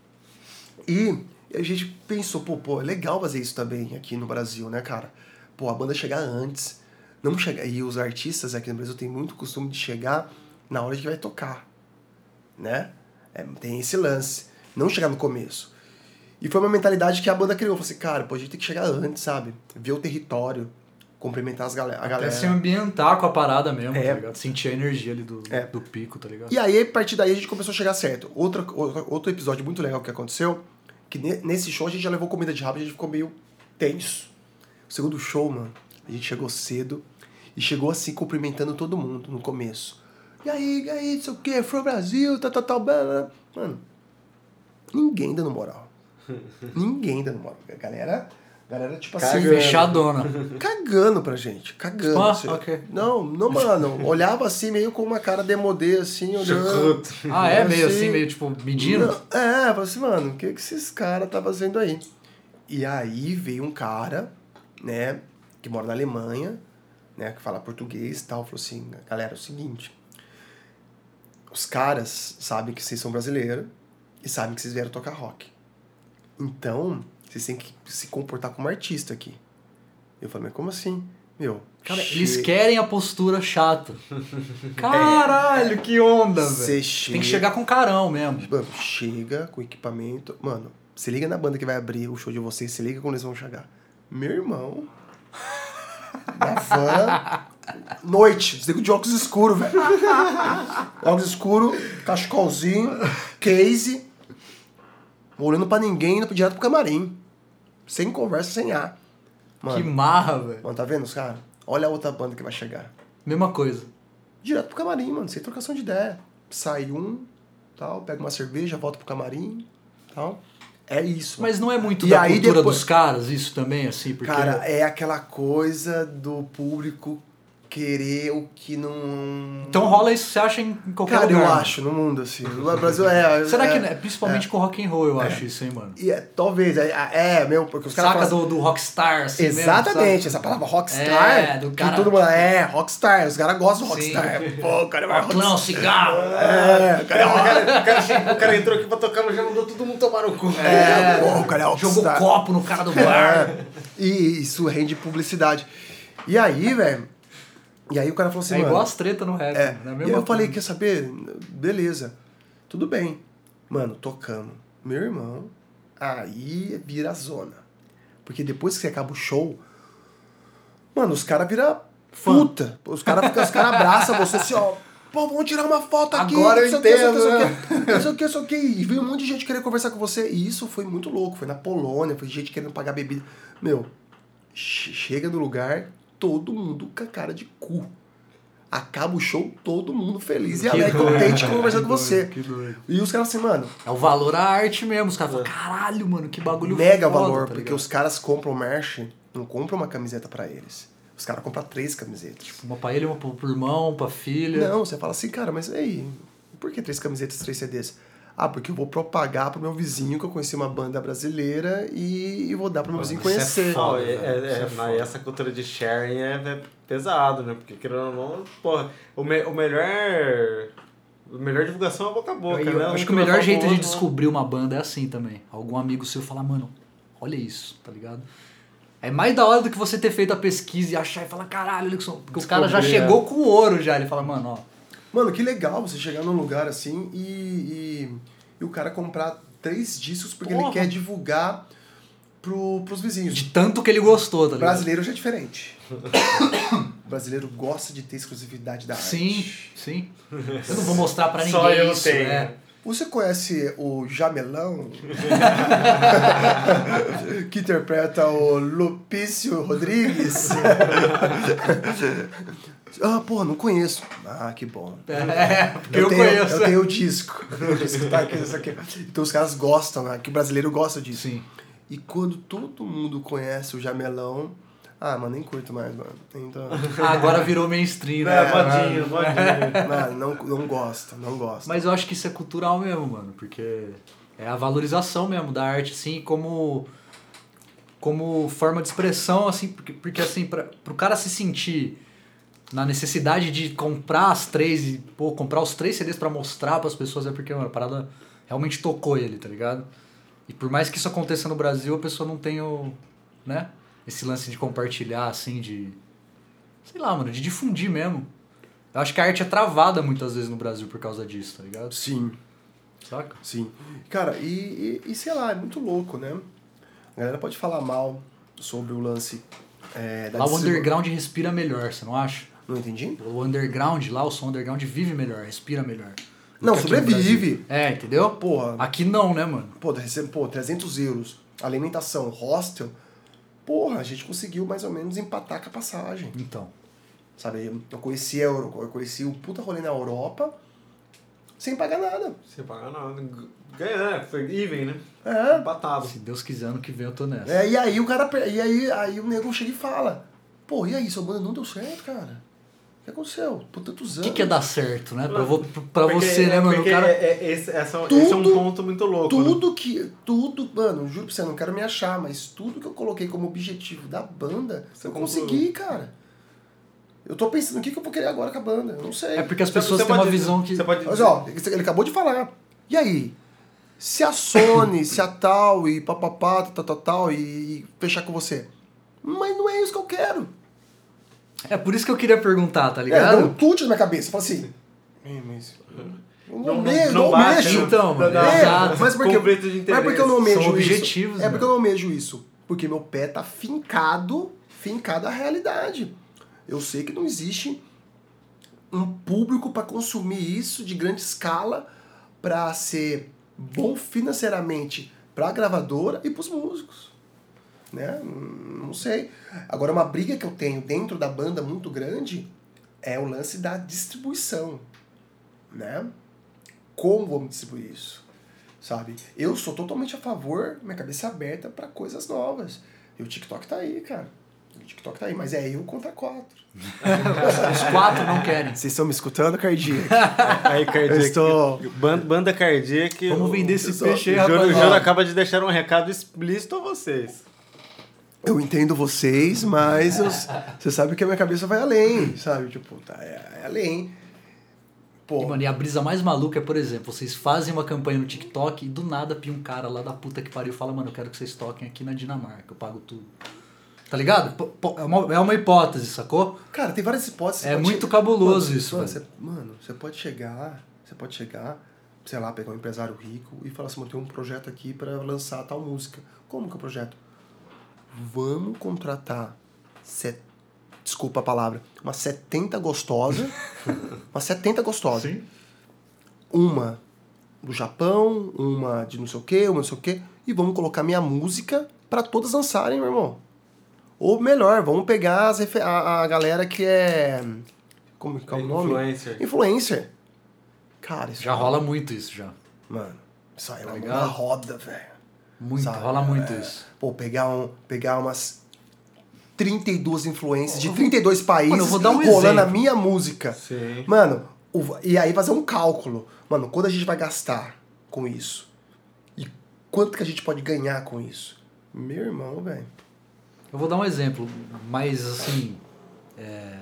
S3: E a gente pensou, pô, pô, é legal fazer isso também aqui no Brasil, né, cara? Pô, a banda chegar antes. Não chegar. E os artistas aqui no Brasil têm muito costume de chegar na hora que vai tocar. Né? É, tem esse lance. Não chegar no começo. E foi uma mentalidade que a banda criou. Falou assim, cara, pô, a gente tem que chegar antes, sabe? Ver o território, cumprimentar as galera, a
S2: Até
S3: galera.
S2: É. se ambientar com a parada mesmo,
S3: É.
S2: tá ligado? Sentir a energia ali do,
S3: É.
S2: do pico, tá ligado?
S3: E aí, a partir daí, a gente começou a chegar certo. Outra, outra- outro episódio muito legal que aconteceu, que ne- nesse show a gente já levou comida de rabo e a gente ficou meio tenso. O segundo show, mano, a gente chegou cedo e chegou assim, cumprimentando todo mundo no começo. E aí, e aí, não sei o quê, foi o Brasil, tal, tal, tal, blá, blá. blá. Mano, ninguém dando moral. Ninguém dando moral. A galera, a galera tipo assim,
S2: Cagando. Fechadona.
S3: cagando pra gente. Cagando.
S2: Ah,
S3: assim.
S2: ok.
S3: Não, não, mano. Olhava assim, meio com uma cara demodê, assim, olhando.
S1: Chucruto.
S2: Ah, é? Meio
S3: Assim-
S2: assim, meio tipo, medindo?
S3: Não, É, falou assim, mano, o que, que esses caras tá fazendo aí? E aí veio um cara, né, que mora na Alemanha, né, que fala português e tal, falou assim, galera, é o seguinte, os caras sabem que vocês são brasileiros e sabem que vocês vieram tocar rock. Então, vocês têm que se comportar como artista aqui. Eu falei, mas como assim? Meu,
S2: Cara,
S3: che-
S2: eles querem a postura chata. Caralho, que onda, velho.
S3: Você chega...
S2: Tem que chegar com carão mesmo.
S3: Mano, chega com equipamento. Mano, se liga na banda que vai abrir o show de vocês, se liga quando eles vão chegar. Meu irmão. Na van. Noite. Você liga de óculos escuros, velho. óculos escuro, cachecolzinho, case. Olhando pra ninguém, indo direto pro camarim. Sem conversa, sem ar.
S2: Que
S3: Mano,
S2: marra, velho.
S3: mano tá vendo os caras? Olha a outra banda que vai chegar
S2: Mesma coisa.
S3: direto pro camarim, mano, sem trocação de ideia. Sai um, tal, pega uma cerveja, volta pro camarim, tal. É isso.
S2: Mas não é muito
S3: E
S2: da
S3: aí
S2: cultura
S3: depois-
S2: dos caras, isso também, assim, porque.
S3: Cara, é aquela coisa do público querer o que não.
S2: Então rola isso, você acha em em qualquer
S3: Cara,
S2: lugar.
S3: eu
S2: né?
S3: acho, no mundo, assim. No Brasil é.
S2: Será
S3: é,
S2: que né? principalmente com rock and roll eu acho isso, hein, mano?
S3: E é, talvez, é, é, meu, porque os caras.
S2: Saca
S3: falam-
S2: do, do rockstar, assim mesmo,
S3: Exatamente,
S2: sabe?
S3: essa palavra rockstar.
S2: É, do cara-
S3: Que todo mundo é, rockstar. Os caras gostam do
S2: Sim.
S3: rockstar. Pô, o cara vai
S2: Clã,
S3: rockstar.
S2: cigarro.
S3: É, o cara é
S1: O cara, o cara chegou- o cara entrou aqui pra tocar no gelo, todo mundo tomar no cu.
S3: É, pô, o cara é
S2: Jogou
S3: rockstar.
S2: copo no cara do bar.
S3: É. E isso rende publicidade. E aí, velho. E aí o cara falou assim,
S2: É
S3: mano.
S2: igual as treta no rap.
S3: é.
S2: né?
S3: E
S2: Mesma
S3: aí eu
S2: coisa.
S3: falei, quer saber? Beleza. Tudo bem. Mano, tocamos. Meu irmão, aí vira zona. Porque depois que você acaba o show, mano, os caras viram puta. Os caras os cara abraçam você assim, ó. Pô, vamos tirar uma foto aqui.
S1: Agora eu
S3: não sei o que, não sei o que,
S1: entendo,
S3: Não sei o que, não sei o que. E veio um monte de gente querer conversar com você. E isso foi muito louco. Foi na Polônia, foi gente querendo pagar bebida. Meu, che- chega no lugar, todo mundo com a cara de cu. Acaba o show, todo mundo feliz e alegre,
S2: doido,
S3: contente
S2: cara,
S3: conversando
S2: que
S3: com você.
S2: doido, que doido.
S3: E os caras assim, mano,
S2: É o valor à arte mesmo. Os caras falam, caralho, mano, que bagulho
S3: É. mega
S2: foda,
S3: valor,
S2: tá
S3: porque
S2: ligado?
S3: os caras compram merch, não compram uma camiseta pra eles. Os caras compram três camisetas.
S2: Uma pra ele, uma pro pro irmão, pra filha.
S3: Não, você fala assim, cara, mas ei, por que três camisetas, três CDs? Ah, porque eu vou propagar pro meu vizinho que eu conheci uma banda brasileira e, e vou dar pro meu
S2: Mano,
S3: vizinho
S2: isso é
S3: conhecer.
S2: foda.
S1: Não, é, é,
S2: velho. Isso é
S1: é,
S2: foda.
S1: mas essa cultura de sharing é, é pesado, né? Porque querendo ou não, porra, o, me, o melhor. A melhor divulgação é boca a boca,
S2: Eu
S1: né? Um
S2: acho que o
S1: vai
S2: melhor
S1: falar
S2: jeito
S1: pro
S2: de
S1: outro, né?
S2: descobrir uma banda é assim também. Algum amigo seu falar, mano, olha isso, tá ligado? É mais da hora do que você ter feito a pesquisa e achar e falar, caralho, Lixon, porque o cara já
S1: Descobrir,
S2: chegou
S3: é.
S2: com ouro já. Ele fala, mano, ó,
S3: Mano, que legal você chegar num lugar assim e, e, e o cara comprar três discos porque
S2: Porra.
S3: ele quer divulgar pro, pros vizinhos.
S2: de tanto que ele gostou, tá
S3: O
S2: ligado?
S3: brasileiro já é diferente. o brasileiro gosta de ter exclusividade da
S2: Sim,
S3: arte.
S2: sim. Eu não vou mostrar pra ninguém
S1: Só eu
S2: isso,
S1: tenho.
S2: né?
S3: Você conhece o Jamelão? que interpreta o Lupício Rodrigues? ah, pô, não conheço. Ah, que bom.
S2: É, porque eu,
S3: tenho,
S2: conheço.
S3: Eu tenho o disco. O disco tá aqui, isso aqui. Então os caras gostam, né? Que o brasileiro gosta disso.
S2: Sim.
S3: E quando todo mundo conhece o Jamelão... Ah, mano, nem curto mais, mano. Então...
S2: Ah, agora virou mainstream, né?
S1: É, modinho, modinho.
S3: Mano, não, não gosto, não gosto.
S2: Mas eu acho que isso é cultural mesmo, mano, porque é a valorização mesmo da arte, assim, como como forma de expressão, assim, porque, porque assim, pra, pro cara se sentir na necessidade de comprar as três e, pô, comprar os três CDs pra mostrar pras pessoas é porque, mano, a parada realmente tocou ele, tá ligado? E por mais que isso aconteça no Brasil, a pessoa não tem o, né, esse lance de compartilhar, assim, de, sei lá, mano, de difundir mesmo. Eu acho que a arte é travada muitas vezes no Brasil por causa disso, tá ligado?
S3: Sim.
S2: Saca?
S3: Sim. Cara, e, e, e sei lá, é muito louco, né? A galera pode falar mal sobre o lance é, da
S2: Lá o
S3: distribu-
S2: underground respira melhor, você não acha?
S3: Não entendi?
S2: O underground, lá o som underground vive melhor, respira melhor. do
S3: Não,
S2: que aqui no
S3: sobrevive.
S2: Brasil. É, entendeu?
S3: Porra,
S2: Aqui não, né, mano?
S3: pô, recebe, pô, 300 euros, alimentação, hostel. Porra, a gente conseguiu mais ou menos empatar com a passagem.
S2: Então.
S3: Sabe? Eu- Eu conheci a Euro, eu conheci o puta rolê na Europa sem pagar nada.
S1: Sem pagar nada. Ganhou, "Ah, né? Foi even, né?
S3: É.
S1: Empatado.
S2: Se Deus quiser, ano que vem eu tô nessa.
S3: É, e aí o cara. per- E aí, aí o nego chega e fala: Pô, e aí, sua banda não deu certo, cara? O que aconteceu? Por tantos
S2: O
S3: anos.
S2: que, que é dar certo, né? Pra, vo- pra
S1: Porque-
S2: você, né, mano? O
S1: Porque
S2: cara.
S1: é- é- esse, essa- esse é um
S3: Tudo-
S1: ponto muito louco. né?
S3: Tudo que. Tudo, mano, juro pra você, não quero me achar, mas tudo que eu coloquei como objetivo da banda,
S1: Você
S3: eu
S1: concluiu.
S3: consegui, cara. Eu tô pensando o que, que eu vou querer agora com a banda. Eu não sei.
S2: É porque as
S1: Você-
S2: pessoas
S1: você
S2: têm uma
S1: pode-
S2: visão que.
S1: Você pode
S3: Mas ó, ele acabou de falar. E aí? Se a Sony, se a tal e papapá, tal, tal, tal, e fechar com você. Mas não é isso que eu quero.
S2: É por isso que eu queria perguntar, tá
S3: É, deu um
S2: ligado?
S3: tute na minha cabeça. Fala assim. "Ih, Mas. eu Não,
S1: Não-
S3: almejo,
S1: não
S3: não
S1: bate,
S3: almejo.
S1: né?
S2: Então, mano,
S1: Não, não.
S3: É,
S2: exato.
S3: mas porque,
S1: Conflito de
S3: mas porque eu não
S1: interesses.
S3: almejo
S2: São
S3: isso.
S2: objetivos, né?
S3: é
S2: mano.
S3: porque eu não almejo isso. Porque meu pé tá fincado, fincado à realidade. Eu sei que não existe um público pra consumir isso de grande escala pra ser bom financeiramente pra gravadora e pros músicos. Né? Hum, Não sei. Agora, uma briga que eu tenho dentro da banda muito grande é o lance da distribuição. Né? Como vamos distribuir isso? Sabe? Eu sou totalmente a favor, minha cabeça é aberta pra coisas novas. E o TikTok tá aí, cara. O TikTok tá aí, mas é eu contra quatro.
S2: Os quatro não querem.
S3: Vocês estão me escutando, Cardinha?
S1: Aí, Cardíaco.
S3: Eu estou-
S1: Ban- Banda Cardíaca.
S2: Vamos vender esse
S1: o-
S2: peixe aí,
S1: o Joro, o
S2: rapaziada.
S1: Joro acaba de deixar um recado explícito a vocês.
S3: eu entendo vocês, mas eu- você sabe que a minha cabeça vai além, sabe? Tipo, tá, é, é além.
S2: E,
S3: Pô,
S2: mano, e a brisa mais maluca é, por exemplo, vocês fazem uma campanha no TikTok e do nada pia um cara lá da puta que pariu e fala, mano, eu quero que vocês toquem aqui na Dinamarca, eu pago tudo. Tá ligado? Pô, pô, É uma, é uma hipótese, sacou?
S3: cara, tem várias hipóteses.
S2: É
S3: Você pode
S2: muito
S3: chegar-
S2: cabuloso
S3: Mano,
S2: isso,
S3: Mano
S2: velho.
S3: você, mano, você pode chegar, você pode chegar, sei lá, pegar um empresário rico e falar assim, mano, tem um projeto aqui pra lançar tal música. Como que é o projeto? Vamos contratar set... desculpa a palavra, uma 70 gostosa, uma 70 gostosa. uma do Japão, uma de não sei o que, uma não sei o que, e vamos colocar minha música pra todas dançarem, meu irmão. Ou melhor, vamos pegar as refe- a, a galera que é. Como que é o nome?
S1: Influencer.
S3: Influencer. Cara, isso
S2: Já rola muito isso, já.
S3: Mano, isso aí é uma,
S2: ligado?
S3: uma roda, velho.
S2: Muito,
S3: Sabe, é,
S2: rola muito isso.
S3: Pô, pegar, um, pegar umas 32 influências de 32 países
S2: Mano, eu vou dar um
S3: rolando
S2: exemplo.
S3: a minha música.
S1: Sim.
S3: Mano, o- e aí fazer um cálculo. Mano, quanto a gente vai gastar com isso? E quanto que a gente pode ganhar com isso? Meu irmão, velho.
S2: Eu vou dar um exemplo, mais assim. é,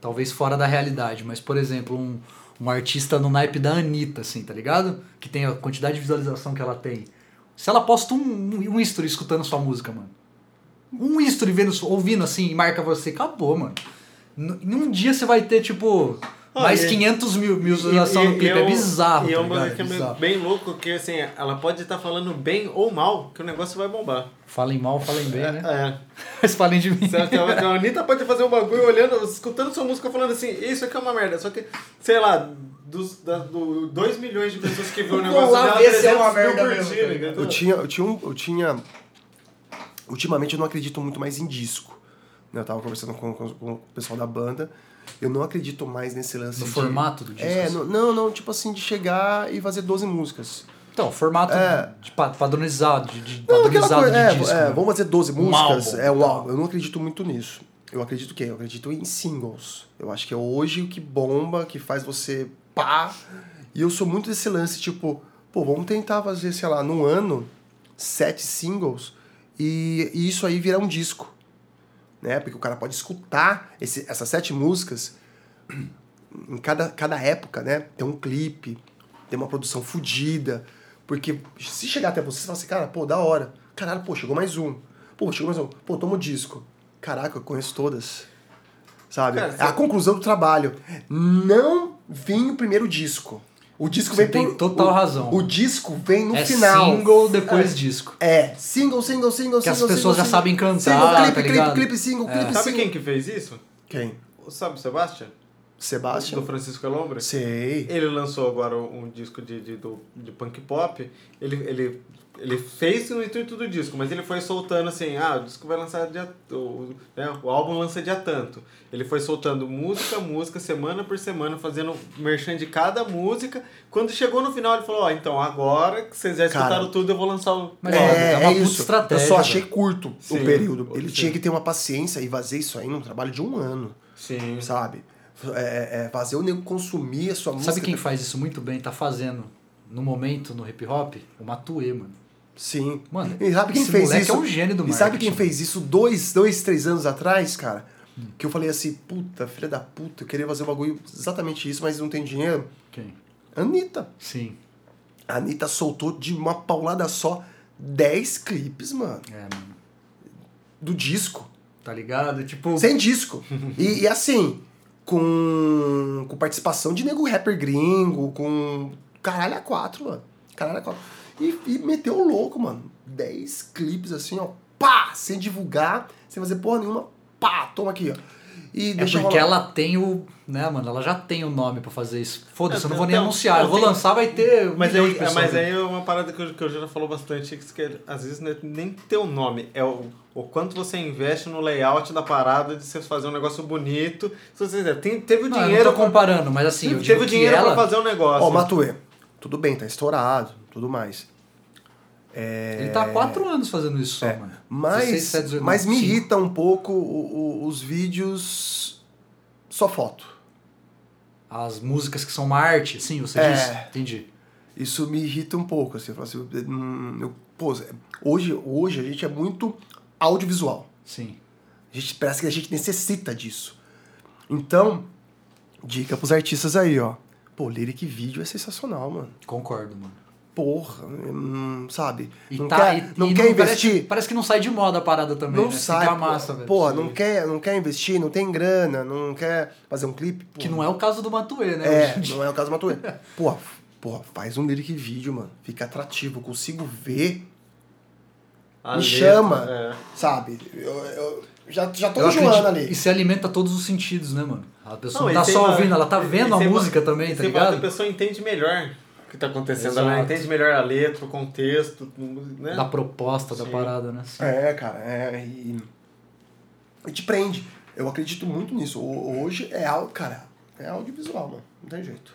S2: talvez fora da realidade, mas por exemplo, um, um artista no naipe da Anitta, assim, tá ligado? Que tem a quantidade de visualização que ela tem. Se ela posta um, um, um history escutando sua música, mano. Um history vendo, su- ouvindo assim, e marca você, acabou, mano. N- Em um dia você vai ter, tipo,
S1: Ah,
S2: mais
S1: e-
S2: 500 mil mil visualizações no clipe.
S1: um-
S2: é bizarro,
S1: E é
S2: tá
S1: um bagulho
S2: ligado?
S1: que
S2: É
S1: é
S2: bizarro.
S1: bem louco, que assim, ela pode estar falando bem ou mal, que o negócio vai bombar.
S2: Falem mal, falem bem, né?
S1: É.
S2: Mas falem de mim.
S1: Se ela- se ela- se A Anitta pode fazer um bagulho olhando, escutando sua música falando assim, isso aqui é uma merda. Só que, sei lá, dos da, do 2 milhões de pessoas que viu o
S2: Vão
S1: negócio
S2: lá
S1: dela,
S2: ver se é uma
S1: 300 mil
S2: merda
S1: curtiram,
S2: mesmo, tá ligado?
S1: entendeu?
S3: Eu tinha, eu tinha um, eu tinha. Ultimamente eu não acredito muito mais em disco. né? Eu tava conversando com, com- com o pessoal da banda. Eu não acredito mais nesse lance.
S2: No
S3: de-
S2: formato do disco.
S3: É,
S2: assim.
S3: não, não, não, tipo assim, de chegar e fazer 12 músicas.
S2: Então, formato
S3: É.
S2: de pa- padronizado, de, de
S3: Não, aquela
S2: padronizado
S3: coisa,
S2: de
S3: é,
S2: disco.
S3: é,
S2: né?
S3: vamos fazer 12 músicas,
S2: álbum,
S3: é um
S2: tá.
S3: álbum. Eu não acredito muito nisso. Eu acredito o quê? Eu acredito em singles. Eu acho que é hoje o que bomba, que faz você pá. E eu sou muito desse lance, tipo, pô, vamos tentar fazer, sei lá, num ano, sete singles e, e isso aí virar um disco. Né? Porque o cara pode escutar esse- essas sete músicas em cada, cada época, né? Tem um clipe, tem uma produção fodida. Porque se chegar até você, você fala assim, cara, pô, da hora. Caralho, pô, chegou mais um. Pô, chegou mais um. Pô, toma o disco. Caraca, eu conheço todas. Sabe?
S1: Cara,
S3: é a
S1: você-
S3: conclusão do trabalho. Não vem o primeiro disco. O disco
S2: Você
S3: vem
S2: tem
S3: por-
S2: total
S3: o-
S2: razão.
S3: O disco vem no
S2: é
S3: final.
S2: single depois disco.
S3: É, single, single, single,
S2: Que as pessoas
S3: single, single,
S2: já
S3: single.
S2: sabem cantar,
S3: Single, clipe,
S2: tá
S3: clipe,
S2: ligado?
S3: clipe, single, clipe,
S1: Sabe
S3: single.
S1: quem que fez isso?
S3: Quem?
S1: O- Sabe o Sebastian?
S3: Sebastian.
S1: do Francisco Elombra.
S3: Sei.
S1: Ele lançou agora um disco de, de, do- de punk pop. Ele, ele, ele fez no intuito do disco, mas ele foi soltando assim: ah, o disco vai lançar dia. O, né, o álbum lança dia tanto. Ele foi soltando música, música, semana por semana, fazendo merchan de cada música. Quando chegou no final, ele falou: ó, então agora que vocês já
S3: Cara,
S1: escutaram tudo, eu vou lançar o.
S2: Mas
S1: álbum."
S2: é uma puta estratégia,
S3: Eu só achei curto
S1: Sim.
S3: o período. Ele
S2: Sim.
S3: tinha que ter uma paciência e fazer isso aí num trabalho de um ano,
S1: Sim.
S3: sabe? É, é, é fazer o nego consumir a sua música.
S2: Sabe quem faz isso muito bem, tá fazendo no momento no hip hop? O Matue, mano.
S3: Sim.
S2: Mano,
S3: e sabe quem
S2: esse
S3: fez
S2: moleque
S3: isso?
S2: é um gênio do
S3: E sabe quem
S2: marketing.
S3: fez isso dois, dois, três anos atrás, cara?
S2: Hum.
S3: Que eu falei assim, puta, filha da puta, eu queria fazer um bagulho exatamente isso, mas não tem dinheiro.
S2: Quem?
S3: Anitta.
S2: Sim.
S3: A Anitta soltou de uma paulada só 10 clipes, mano,
S2: É, mano.
S3: do disco.
S2: Tá ligado? Tipo.
S3: Sem disco. E, e assim, com, com participação de nego rapper gringo, com caralho a quatro, mano. Caralho a quatro. E, e meteu o louco, mano. Dez clipes assim, ó. Pá! Sem divulgar, sem fazer porra nenhuma. Pá! Toma aqui, ó. E
S2: É
S3: deixa
S2: porque
S3: rolar.
S2: ela tem o. Né, mano? Ela já tem o nome pra fazer isso. Foda-se, eu não vou nem
S1: Então,
S2: anunciar. Eu
S1: eu
S2: vou
S1: tenho-
S2: lançar, vai ter. Um
S1: Mas
S2: milhão de
S1: aí,
S2: pessoas.
S1: mas aí é uma parada que eu, que eu já falou bastante, que, isso que às vezes não é nem teu nome, é o, o quanto você investe no layout da parada, de você fazer um negócio bonito. Se você quiser, tem, teve o
S2: Não, eu
S1: dinheiro.
S2: não tô comparando, mas assim. eu
S1: teve
S2: digo
S1: o
S2: que
S1: dinheiro
S2: ela...
S1: pra fazer um negócio.
S3: Ó, Matue, tudo bem, tá estourado, tudo mais.
S2: Ele tá há quatro anos fazendo isso só, mano.
S3: É, Mas,
S2: 16, 17, 18,
S3: mas me
S2: 5.
S3: irrita um pouco o- o- os vídeos só foto.
S2: As músicas que são uma arte, sim, você
S3: É.
S2: disse. Entendi.
S3: Isso me irrita um pouco, assim, eu falo assim, hum, eu- pô, hoje, hoje a gente é muito audiovisual.
S2: Sim.
S3: A gente parece que a gente necessita disso. Então, dica pros artistas aí, ó. Pô, lyric vídeo é sensacional, mano.
S2: Concordo, mano.
S3: Porra, hum, sabe?
S2: E
S3: não
S2: tá,
S3: quer,
S2: e,
S3: não
S2: e
S3: quer investir.
S2: Parece, parece que não sai de moda a parada também.
S3: não
S2: né?
S3: sai.
S2: Fica
S3: pô.
S2: massa, velho.
S3: Pô, não quer, não quer investir, não tem grana, não quer fazer um clipe. pô.
S2: Que não é o caso do Matuê, né?
S3: É,
S2: hoje em dia.
S3: não é o caso do Matuê. Porra, f- porra, faz um lyric vídeo, mano. Fica atrativo, eu consigo ver,
S1: A
S3: me
S1: letra,
S3: chama.
S1: é.
S3: sabe? Eu, eu já, já tô
S2: Eu
S3: enjoando
S2: acredito-
S3: ali.
S2: E se alimenta todos os sentidos, né, mano? A pessoa não,
S1: e
S2: tá
S1: tem
S2: só
S1: uma-
S2: ouvindo, ela tá
S1: e-
S2: vendo
S1: e
S2: a
S1: tem uma-
S2: música também,
S1: e
S2: tá
S1: tem uma-
S2: ligado?
S1: A pessoa entende melhor o que tá acontecendo. Ela
S2: Exato.
S1: entende melhor a letra, o contexto, né?
S2: Da proposta da
S1: Sim.
S2: parada, né? Sim.
S3: É, cara, é. E, e te prende. Eu acredito muito nisso. O- Hoje é áudio, cara, é audiovisual, mano. Não tem jeito.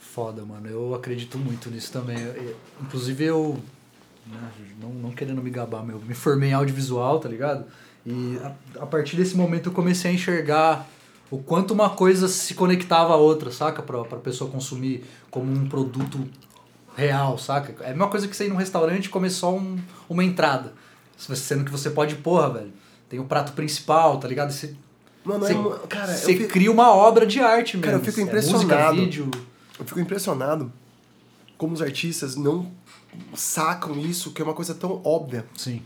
S2: Foda, mano. Eu acredito muito nisso também. Eu- eu- inclusive, eu. né, não, não querendo me gabar, meu. Me formei em audiovisual, tá ligado? E a, a partir desse momento eu comecei a enxergar o quanto uma coisa se conectava à outra, saca? Pra, pra pessoa consumir como um produto real, saca? É a mesma coisa que você ir num restaurante e comer só um- uma entrada. Se você- Sendo que você pode, porra, velho. Tem o prato principal, tá ligado? Você,
S3: Mano,
S2: você,
S3: é, mu- cara, eu
S2: você
S3: fico,
S2: cria uma obra de arte mesmo.
S3: Cara, eu fico
S2: É
S3: impressionado.
S2: Música, vídeo.
S3: eu fico impressionado como os artistas não sacam isso, que é uma coisa tão óbvia.
S2: Sim.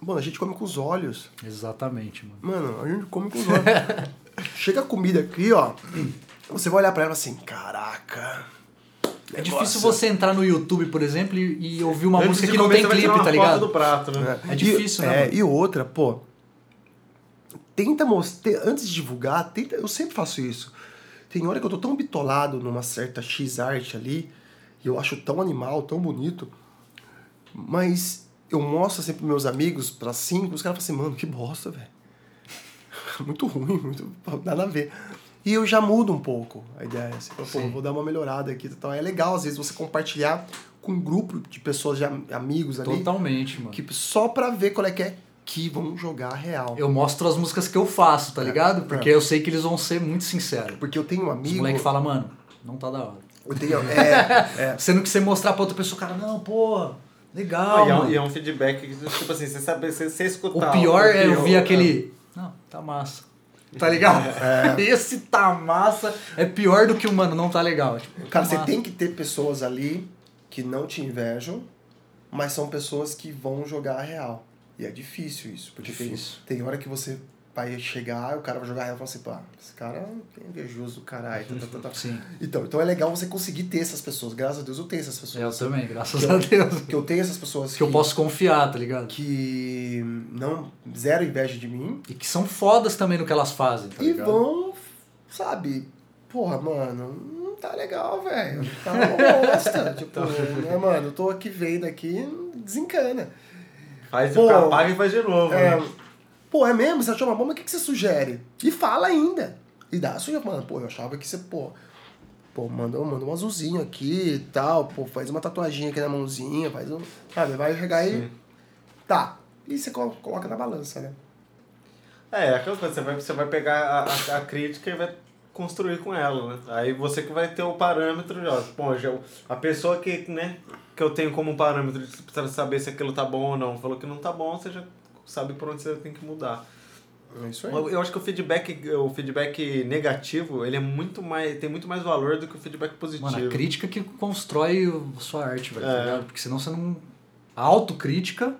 S3: Mano, a gente come com os olhos.
S2: Exatamente, mano.
S3: Mano, a gente come com os olhos. Chega a comida aqui, ó. Você vai olhar pra ela assim, caraca.
S2: É
S3: negócio.
S2: difícil você entrar no YouTube, por exemplo, e, e ouvir uma
S1: Antes
S2: música
S1: de
S2: que não
S1: comer,
S2: tem
S1: você vai tirar
S2: clipe,
S1: uma
S2: tá
S1: foto
S2: ligado?
S1: do prato, né?
S2: É difícil,
S3: e,
S2: né,
S3: É,
S2: mano?
S3: e outra, pô. Tenta mostrar. Antes de divulgar, tenta, eu sempre faço isso. Tem hora que eu tô tão bitolado numa certa X arte ali, e eu acho tão animal, tão bonito. Mas eu mostro sempre pros meus amigos, pra cinco, os caras falam assim, mano, que bosta, velho. Muito ruim, muito, nada a ver. E eu já mudo um pouco a ideia. Assim, pô,
S2: Sim.
S3: vou dar uma melhorada aqui. Então, é legal, às vezes, você compartilhar com um grupo de pessoas, de am- amigos ali.
S2: Totalmente, mano.
S3: Que só pra ver qual é que é que vão jogar real.
S2: Eu mostro as músicas que eu faço,
S1: É,
S2: tá ligado? Porque eu sei que eles vão ser muito sinceros.
S3: Porque eu tenho um
S2: Os
S3: amigo.
S2: moleque fala, mano, não tá da hora.
S3: Eu tenho. É, é.
S2: Sendo que você mostrar pra outra pessoa, cara, não, pô,
S1: Não,
S2: legal,
S1: e, é um,
S2: mano.
S1: e é um feedback que, tipo assim, você saber, você, você
S2: O
S1: escutar.
S2: pior é eu
S1: pior,
S2: ouvir
S1: é.
S2: aquele. Não, tá massa. Tá ligado?
S1: é.
S2: Esse tá massa é pior do que o mano, não tá legal. Tipo, tá
S3: Cara, você
S2: massa.
S3: tem que ter pessoas ali que não te invejam, mas são pessoas que vão jogar real. E é difícil isso, porque tem-
S2: Difícil.
S3: Tem, hora que você vai chegar, o cara vai jogar real e fala assim, pá, esse cara é um invejoso do caralho. tá, tá, tá, tá.
S2: Sim,
S3: Então, então é legal você conseguir ter essas pessoas. Graças a Deus eu tenho essas pessoas.
S2: eu também,
S1: é
S2: graças a Deus.
S3: Que eu tenho essas pessoas
S2: É. Que eu
S3: que-
S2: posso confiar, tá ligado?
S3: que não zero inveja de mim,
S2: E que são fodas também no que elas fazem, tá
S3: e
S2: ligado?
S3: vão sabe? Porra, mano, não tá legal, velho. Tá uma bosta. tipo,
S2: Tá.
S3: né, mano, eu tô aqui vendo aqui, desencana.
S1: Faz
S3: Pô,
S1: o cara paga e faz de novo.
S3: É,
S1: né?
S3: pô, é mesmo? Você achou uma bomba? O que, que você sugere? E fala ainda. E dá a sugestão. Mano, pô, eu achava que você, pô... Pô, manda, manda um azulzinho aqui e tal. Pô, faz uma tatuaginha aqui na mãozinha. Faz um... Sabe, vai chegar e...
S1: Sim.
S3: Tá. E você colo- coloca na balança, né?
S1: É, é aquela coisa, você vai, você vai pegar a, a, a crítica e vai construir com ela, né? Aí você que vai ter o parâmetro, ó, bom, já, a pessoa que, né, que eu tenho como parâmetro de pra saber se aquilo tá bom ou não, falou que não tá bom, você já sabe por onde você tem que mudar.
S3: É isso aí.
S1: Eu, eu acho que o feedback, o feedback negativo, ele é muito mais, tem muito mais valor do que o feedback positivo.
S2: Mano, a crítica que constrói o- sua arte, velho,
S1: É.
S2: tá ligado? Porque senão você não. A autocrítica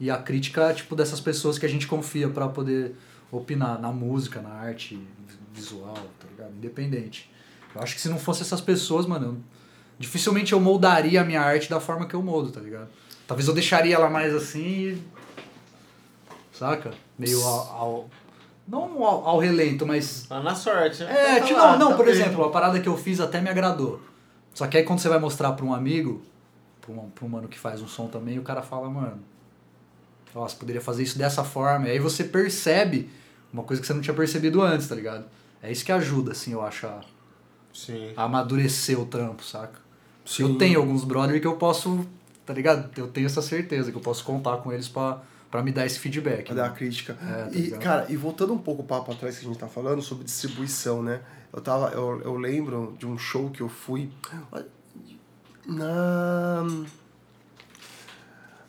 S2: e a crítica, tipo, dessas pessoas que a gente confia pra poder opinar na música, na arte vi- visual, tá ligado? Independente. Eu acho que se não fosse essas pessoas, mano, eu- dificilmente eu moldaria a minha arte da forma que eu moldo, tá ligado? Talvez eu deixaria ela mais assim e. Saca? Meio ao. ao- não ao- ao relento, mas
S1: Ah, na sorte.
S2: é,
S1: Tá
S2: tipo,
S1: lá,
S2: não, não,
S1: tá
S2: por
S1: bem.
S2: exemplo, a parada que eu fiz até me agradou. Só que aí quando você vai mostrar pra um amigo, pra um, pra um mano que faz um som também, o cara fala, mano, ó, você poderia fazer isso dessa forma. E aí você percebe uma coisa que você não tinha percebido antes, tá ligado? É isso que ajuda, assim, eu acho, a,
S1: Sim.
S2: a amadurecer o trampo, saca?
S3: Sim.
S2: Eu tenho alguns brother que eu posso, tá ligado? Eu tenho essa certeza que eu posso contar com eles pra, pra me dar esse feedback.
S3: Pra dar a
S2: né?
S3: crítica.
S2: É, tá
S3: e,
S2: ligado?
S3: cara, e voltando um pouco o papo atrás que a gente tá falando sobre distribuição, né? Eu tava. Eu, eu lembro de um show que eu fui. Na.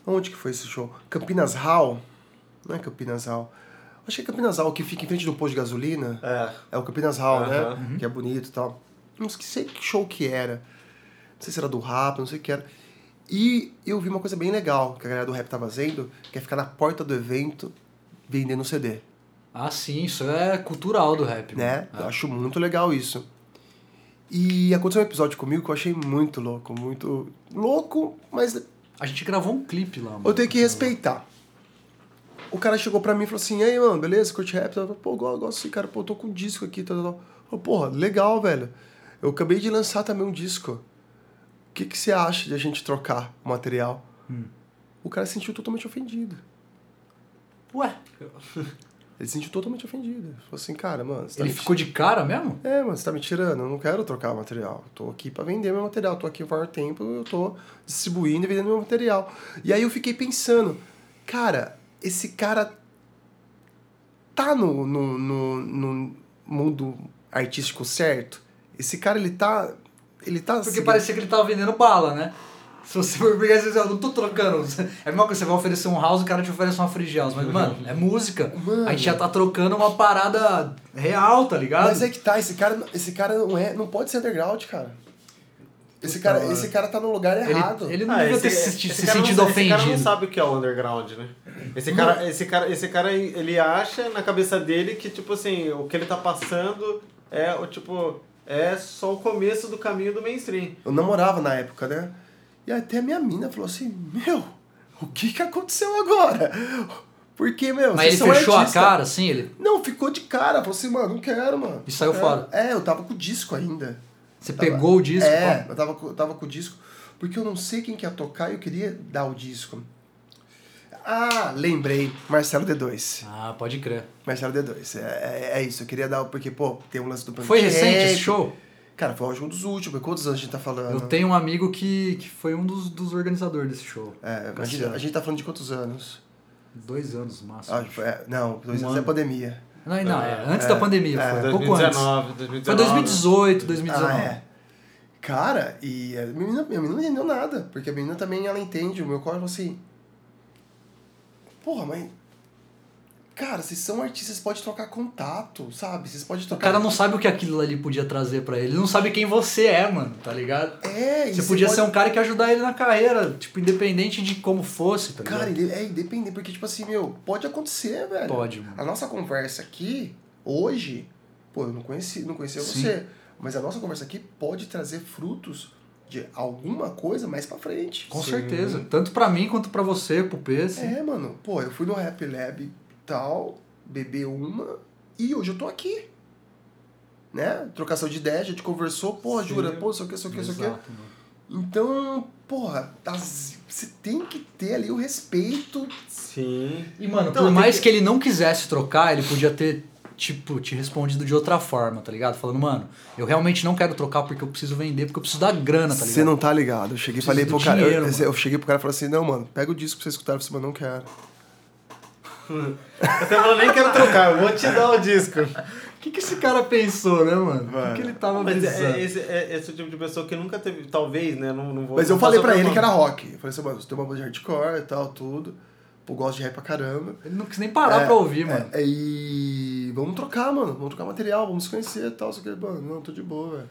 S3: Onde que foi esse show? Campinas Hall? Não é Campinas Hall. Acho que é Campinas Hall, que fica em frente do posto de gasolina.
S1: É.
S3: É o Campinas Hall,
S1: Aham.
S3: né? Que é bonito e tal. Não sei que show que era. Não sei se era do rap, não sei o que era. E eu vi uma coisa bem legal que a galera do rap tá fazendo, que é ficar na porta do evento vendendo CD,
S2: Ah, sim, isso é cultural do rap.
S3: né?
S2: mano. É.
S3: Eu acho muito legal isso. E aconteceu um episódio comigo que eu achei muito louco, muito louco, mas
S2: A gente gravou um clipe lá, mano.
S3: eu tenho que respeitar. O cara chegou pra mim e falou assim, e aí, mano, beleza? Curte rap? Eu falei, Pô, eu gosto desse cara, pô, eu tô com um disco aqui, tal, tal, tal. Eu, Porra, legal, velho. Eu acabei de lançar também um disco. O que, que você acha de a gente trocar o material? O cara se sentiu totalmente ofendido.
S2: Ué,
S3: Ele se sentiu totalmente ofendido. Ele falou assim, cara, mano, você tá
S2: ele
S3: me-
S2: ficou de cara mesmo?
S3: É, mano, você tá me tirando, eu não quero trocar o material. Eu Tô aqui pra vender meu material, tô aqui há maior tempo, eu tô distribuindo e vendendo meu material. E aí eu fiquei pensando, cara, esse cara tá no, no, no, no mundo artístico certo? Esse cara, ele tá. Ele tá.
S2: Porque
S3: seguindo-
S2: parecia que ele tava vendendo bala, né? Se você for brigar, você diz, "Ah, não tô trocando. É a mesma coisa, você vai oferecer um house, o cara te oferece uma free house. Mas, mano, é música.
S3: Mano.
S2: A gente já tá trocando uma parada real, tá ligado?
S3: Mas é que tá, esse cara, esse cara não, é, não pode ser underground, cara. Esse
S2: Puta,
S3: cara,
S2: mano.
S3: esse cara tá no lugar errado.
S2: Ele, ele não
S1: Ah,
S2: devia
S1: esse-
S2: ter se, se
S1: esse cara não-
S2: sentido
S1: Esse cara não
S2: ofendido.
S1: sabe o que é o underground, né? Esse cara, esse cara, esse cara, ele acha na cabeça dele que, tipo assim, o que ele tá passando é o tipo. É só o começo do caminho do mainstream.
S3: Eu namorava na época, né? E até minha mina falou assim: Meu, o que que aconteceu agora? Porque, meu,
S2: Mas
S3: vocês
S2: ele
S3: são
S2: fechou
S3: artista.
S2: a cara, assim, ele.
S3: Não, ficou de cara. Falou assim, mano, não quero, mano.
S2: E saiu
S3: é,
S2: fora.
S3: É, eu tava com o disco ainda.
S2: Você
S3: Tava-
S2: pegou o disco,
S3: Tá É,
S2: pô.
S3: eu tava, com- eu tava com o disco. Porque eu não sei quem que ia tocar e eu queria dar o disco. Ah, lembrei. Marcelo D2.
S2: Ah, pode crer.
S3: Marcelo D2. É, é, é isso, eu queria dar. Porque, pô, tem um lance do
S2: Foi
S3: Pancake.
S2: recente esse show?
S3: Cara, foi um dos últimos. Quantos anos a gente tá falando?
S2: Eu tenho um amigo que, que foi um dos, dos organizadores desse show.
S3: É, imagina,
S2: Cassiano.
S3: a gente tá falando de quantos anos?
S2: Dois anos, máximo.
S3: Ah, foi- é, não, dois
S2: Um
S3: anos é
S2: ano.
S3: pandemia.
S2: Não, não, é,
S1: É,
S2: antes da pandemia,
S3: é,
S2: foi pouco antes.
S1: 2019,
S2: Foi
S1: 2019.
S2: 2018,
S3: Ah,
S2: 2019.
S3: é. Cara, e a menina, a menina não entendeu nada, porque a menina também, ela entende o meu corpo assim. Porra, mas... Cara, vocês são artistas, vocês podem trocar contato, sabe? Vocês podem
S2: O
S3: trocar...
S2: cara não sabe o que aquilo ali podia trazer pra ele. Ele não sabe quem você é, mano, tá ligado?
S3: É, e
S2: Você podia
S3: pode-
S2: ser um cara que ajudar ele na carreira, tipo, independente de como fosse, tá
S3: Cara,
S2: ligado?
S3: ele é independente, porque, tipo assim, meu, pode acontecer, velho.
S2: Pode, mano.
S3: A nossa conversa aqui, hoje, pô, eu não conheci, não conhecia
S2: Sim.
S3: você, mas a nossa conversa aqui pode trazer frutos de alguma coisa mais pra frente.
S2: Com
S1: Sim.
S2: certeza. Tanto pra mim quanto pra você, pro Pesse.
S3: É, mano, pô, eu fui no Rap Lab e tal, bebi uma, e hoje eu tô aqui. né? Trocação de ideia, a gente conversou, porra,
S2: Sim.
S3: jura, pô, sei o que, sei o que, sei o que.
S2: Exato, mano.
S3: Então, porra, as- você tem que ter ali o respeito.
S1: Sim.
S2: E, mano,
S3: Então,
S2: por
S3: tem
S2: mais que... ele não quisesse trocar, ele podia ter, tipo, te respondido de outra forma, tá ligado? Falando, mano, eu realmente não quero trocar porque eu preciso vender, porque eu preciso da grana, tá ligado?
S3: Você não tá ligado. Eu cheguei e falei
S2: Precisa
S3: pro
S2: do
S3: cara. eu-
S2: dinheiro,
S3: eu,
S2: mano.
S3: eu cheguei pro cara e falei assim: não, mano, pega o disco pra você escutar. Ele falou, mas não quero.
S1: Você falou, nem quero trocar, eu vou te dar o disco.
S2: O que, que esse cara pensou, né, mano? O
S3: Mano.
S2: que que ele tava
S1: Mas
S2: pensando?
S1: é, é esse, é esse o tipo de pessoa que nunca teve, talvez, né? Não, não vou,
S3: Mas eu
S1: não
S3: falei
S1: passou
S3: pra
S1: por
S3: ele
S1: uma-
S3: que era rock. Eu falei assim, mano, você tem uma banda de hardcore e tal, tudo. Pô, gosto de rap pra caramba.
S2: Ele não quis nem parar pra ouvir, mano.
S3: É, e vamos trocar, mano. Vamos trocar material, vamos se conhecer e tal. Só que, mano, não, tô de boa, velho.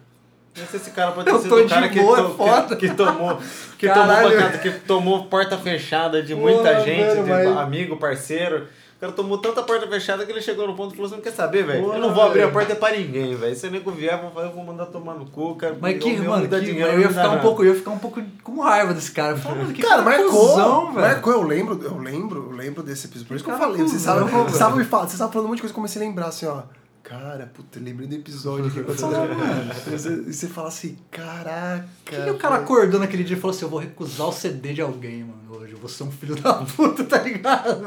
S1: Esse, esse cara pode
S2: Eu
S1: ter sido
S2: tô
S1: o
S2: de
S1: cara que,
S2: boa,
S1: to-
S2: é foda.
S1: que, que tomou. Que
S2: Caralho.
S1: tomou, pancada, que tomou porta fechada de muita
S3: Porra,
S1: gente,
S3: velho,
S1: de
S3: mas-
S1: amigo, parceiro. O cara tomou tanta porta fechada que ele chegou no ponto e falou assim: não quer saber, velho?
S3: Porra,
S1: Eu não vou abrir a
S3: velho.
S1: porta pra ninguém, velho. Se o nego vier, vou falar, eu vou mandar tomar no cu, cara.
S3: é.
S2: Mas
S1: Eu-
S2: que,
S1: eu- eu
S2: mano,
S1: me dá
S2: que,
S1: dinheiro, né,
S2: eu ia
S1: me dá
S2: ficar um
S1: nada.
S2: pouco, eu ia ficar um pouco com raiva desse cara. Eu falava, mano, que
S3: Cara, marcou.
S2: cuzão, velho.
S3: marcou, eu lembro, eu lembro, eu lembro desse episódio. Por isso que eu
S2: Cara,
S3: falei, vocês
S2: cuzão,
S3: estavam
S2: velho.
S3: vocês estavam me falando, vocês estavam falando um monte de coisa, eu comecei a lembrar assim, ó. Cara, puta, lembrei do episódio que aconteceu.
S2: Ah, mano.
S3: tá- E você, e você fala assim, caraca.
S2: Que que o cara acordou naquele dia e falou assim: Eu vou recusar o CD de alguém, mano, hoje. Eu vou ser um filho da puta, tá ligado?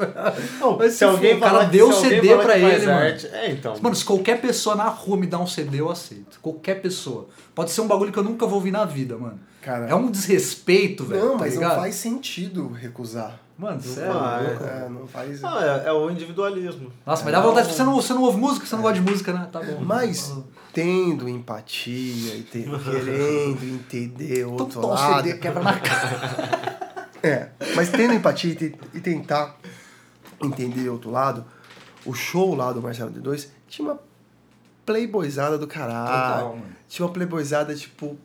S1: Não,
S2: Mas
S1: se alguém
S2: o cara
S1: falar que-
S2: deu o
S1: se alguém
S2: CD
S1: falar
S2: pra
S1: que faz
S2: ele, mano.
S1: arte- É, então.
S2: Mano, se qualquer pessoa na rua me dar um CD, eu aceito. Qualquer pessoa. Pode ser um bagulho que eu nunca vou ouvir na vida, mano.
S3: Cara.
S2: É um desrespeito, velho.
S3: Não,
S2: tá
S3: mas não
S2: ligado?
S3: faz sentido recusar.
S2: Mano,
S1: Não
S2: sério.
S1: faz.
S2: louco.
S3: É, não faz.
S2: Ah,
S1: Não, é, é o individualismo.
S2: Nossa, mas dá
S1: um
S2: vontade. Você não, você não ouve música, você não gosta de música, né? Tá bom.
S3: Mas
S2: Falou.
S3: tendo empatia e te- querendo entender o
S2: Tô
S3: outro
S2: com o
S3: lado.
S2: CD quebra na cara.
S3: É, mas tendo empatia e, te- e tentar entender o outro lado, o show lá do Marcelo D2 tinha uma playboyzada do caralho.
S2: Total, mano.
S3: Tinha uma playboyzada, tipo,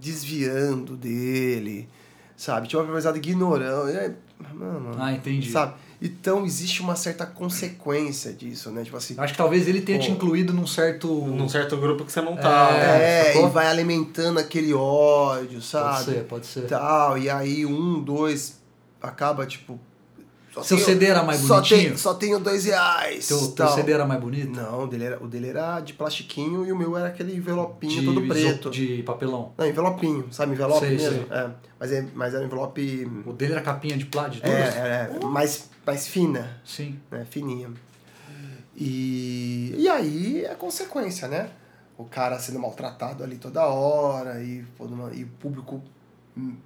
S3: desviando dele, sabe? Tinha uma playboyzada ignorando. É, mano,
S2: Ah, entendi.
S3: Sabe? Então existe uma certa consequência disso, né? Tipo assim,
S2: Eu Acho que talvez ele tenha te
S3: Pô.
S2: incluído num certo.
S1: Num certo grupo que você não tá.
S2: É,
S3: É,
S2: sacou?
S3: e vai alimentando aquele ódio,
S2: Pode
S3: sabe?
S2: ser, pode ser.
S3: Tal, e aí um, dois, acaba tipo. só
S2: Seu CD era mais
S3: só
S2: bonitinho?
S3: tem- só tenho dois reais.
S2: Teu, teu
S3: tal.
S2: CD era mais bonito?
S3: então, Não, o dele era, o dele era de plastiquinho e o meu era aquele envelopinho
S2: de,
S3: todo
S2: iso-
S3: preto.
S2: De papelão.
S3: Não, envelopinho, sabe? Envelope
S2: Sei,
S3: mesmo.
S2: sei.
S3: É, mas, é, mas era um envelope.
S2: O dele era capinha de plástico?
S3: É, é, é, mais, mais fina,
S2: Sim.
S3: né? Fininha. E, e aí é consequência, né? O cara sendo maltratado ali toda hora e, pô, numa- e o público. hum,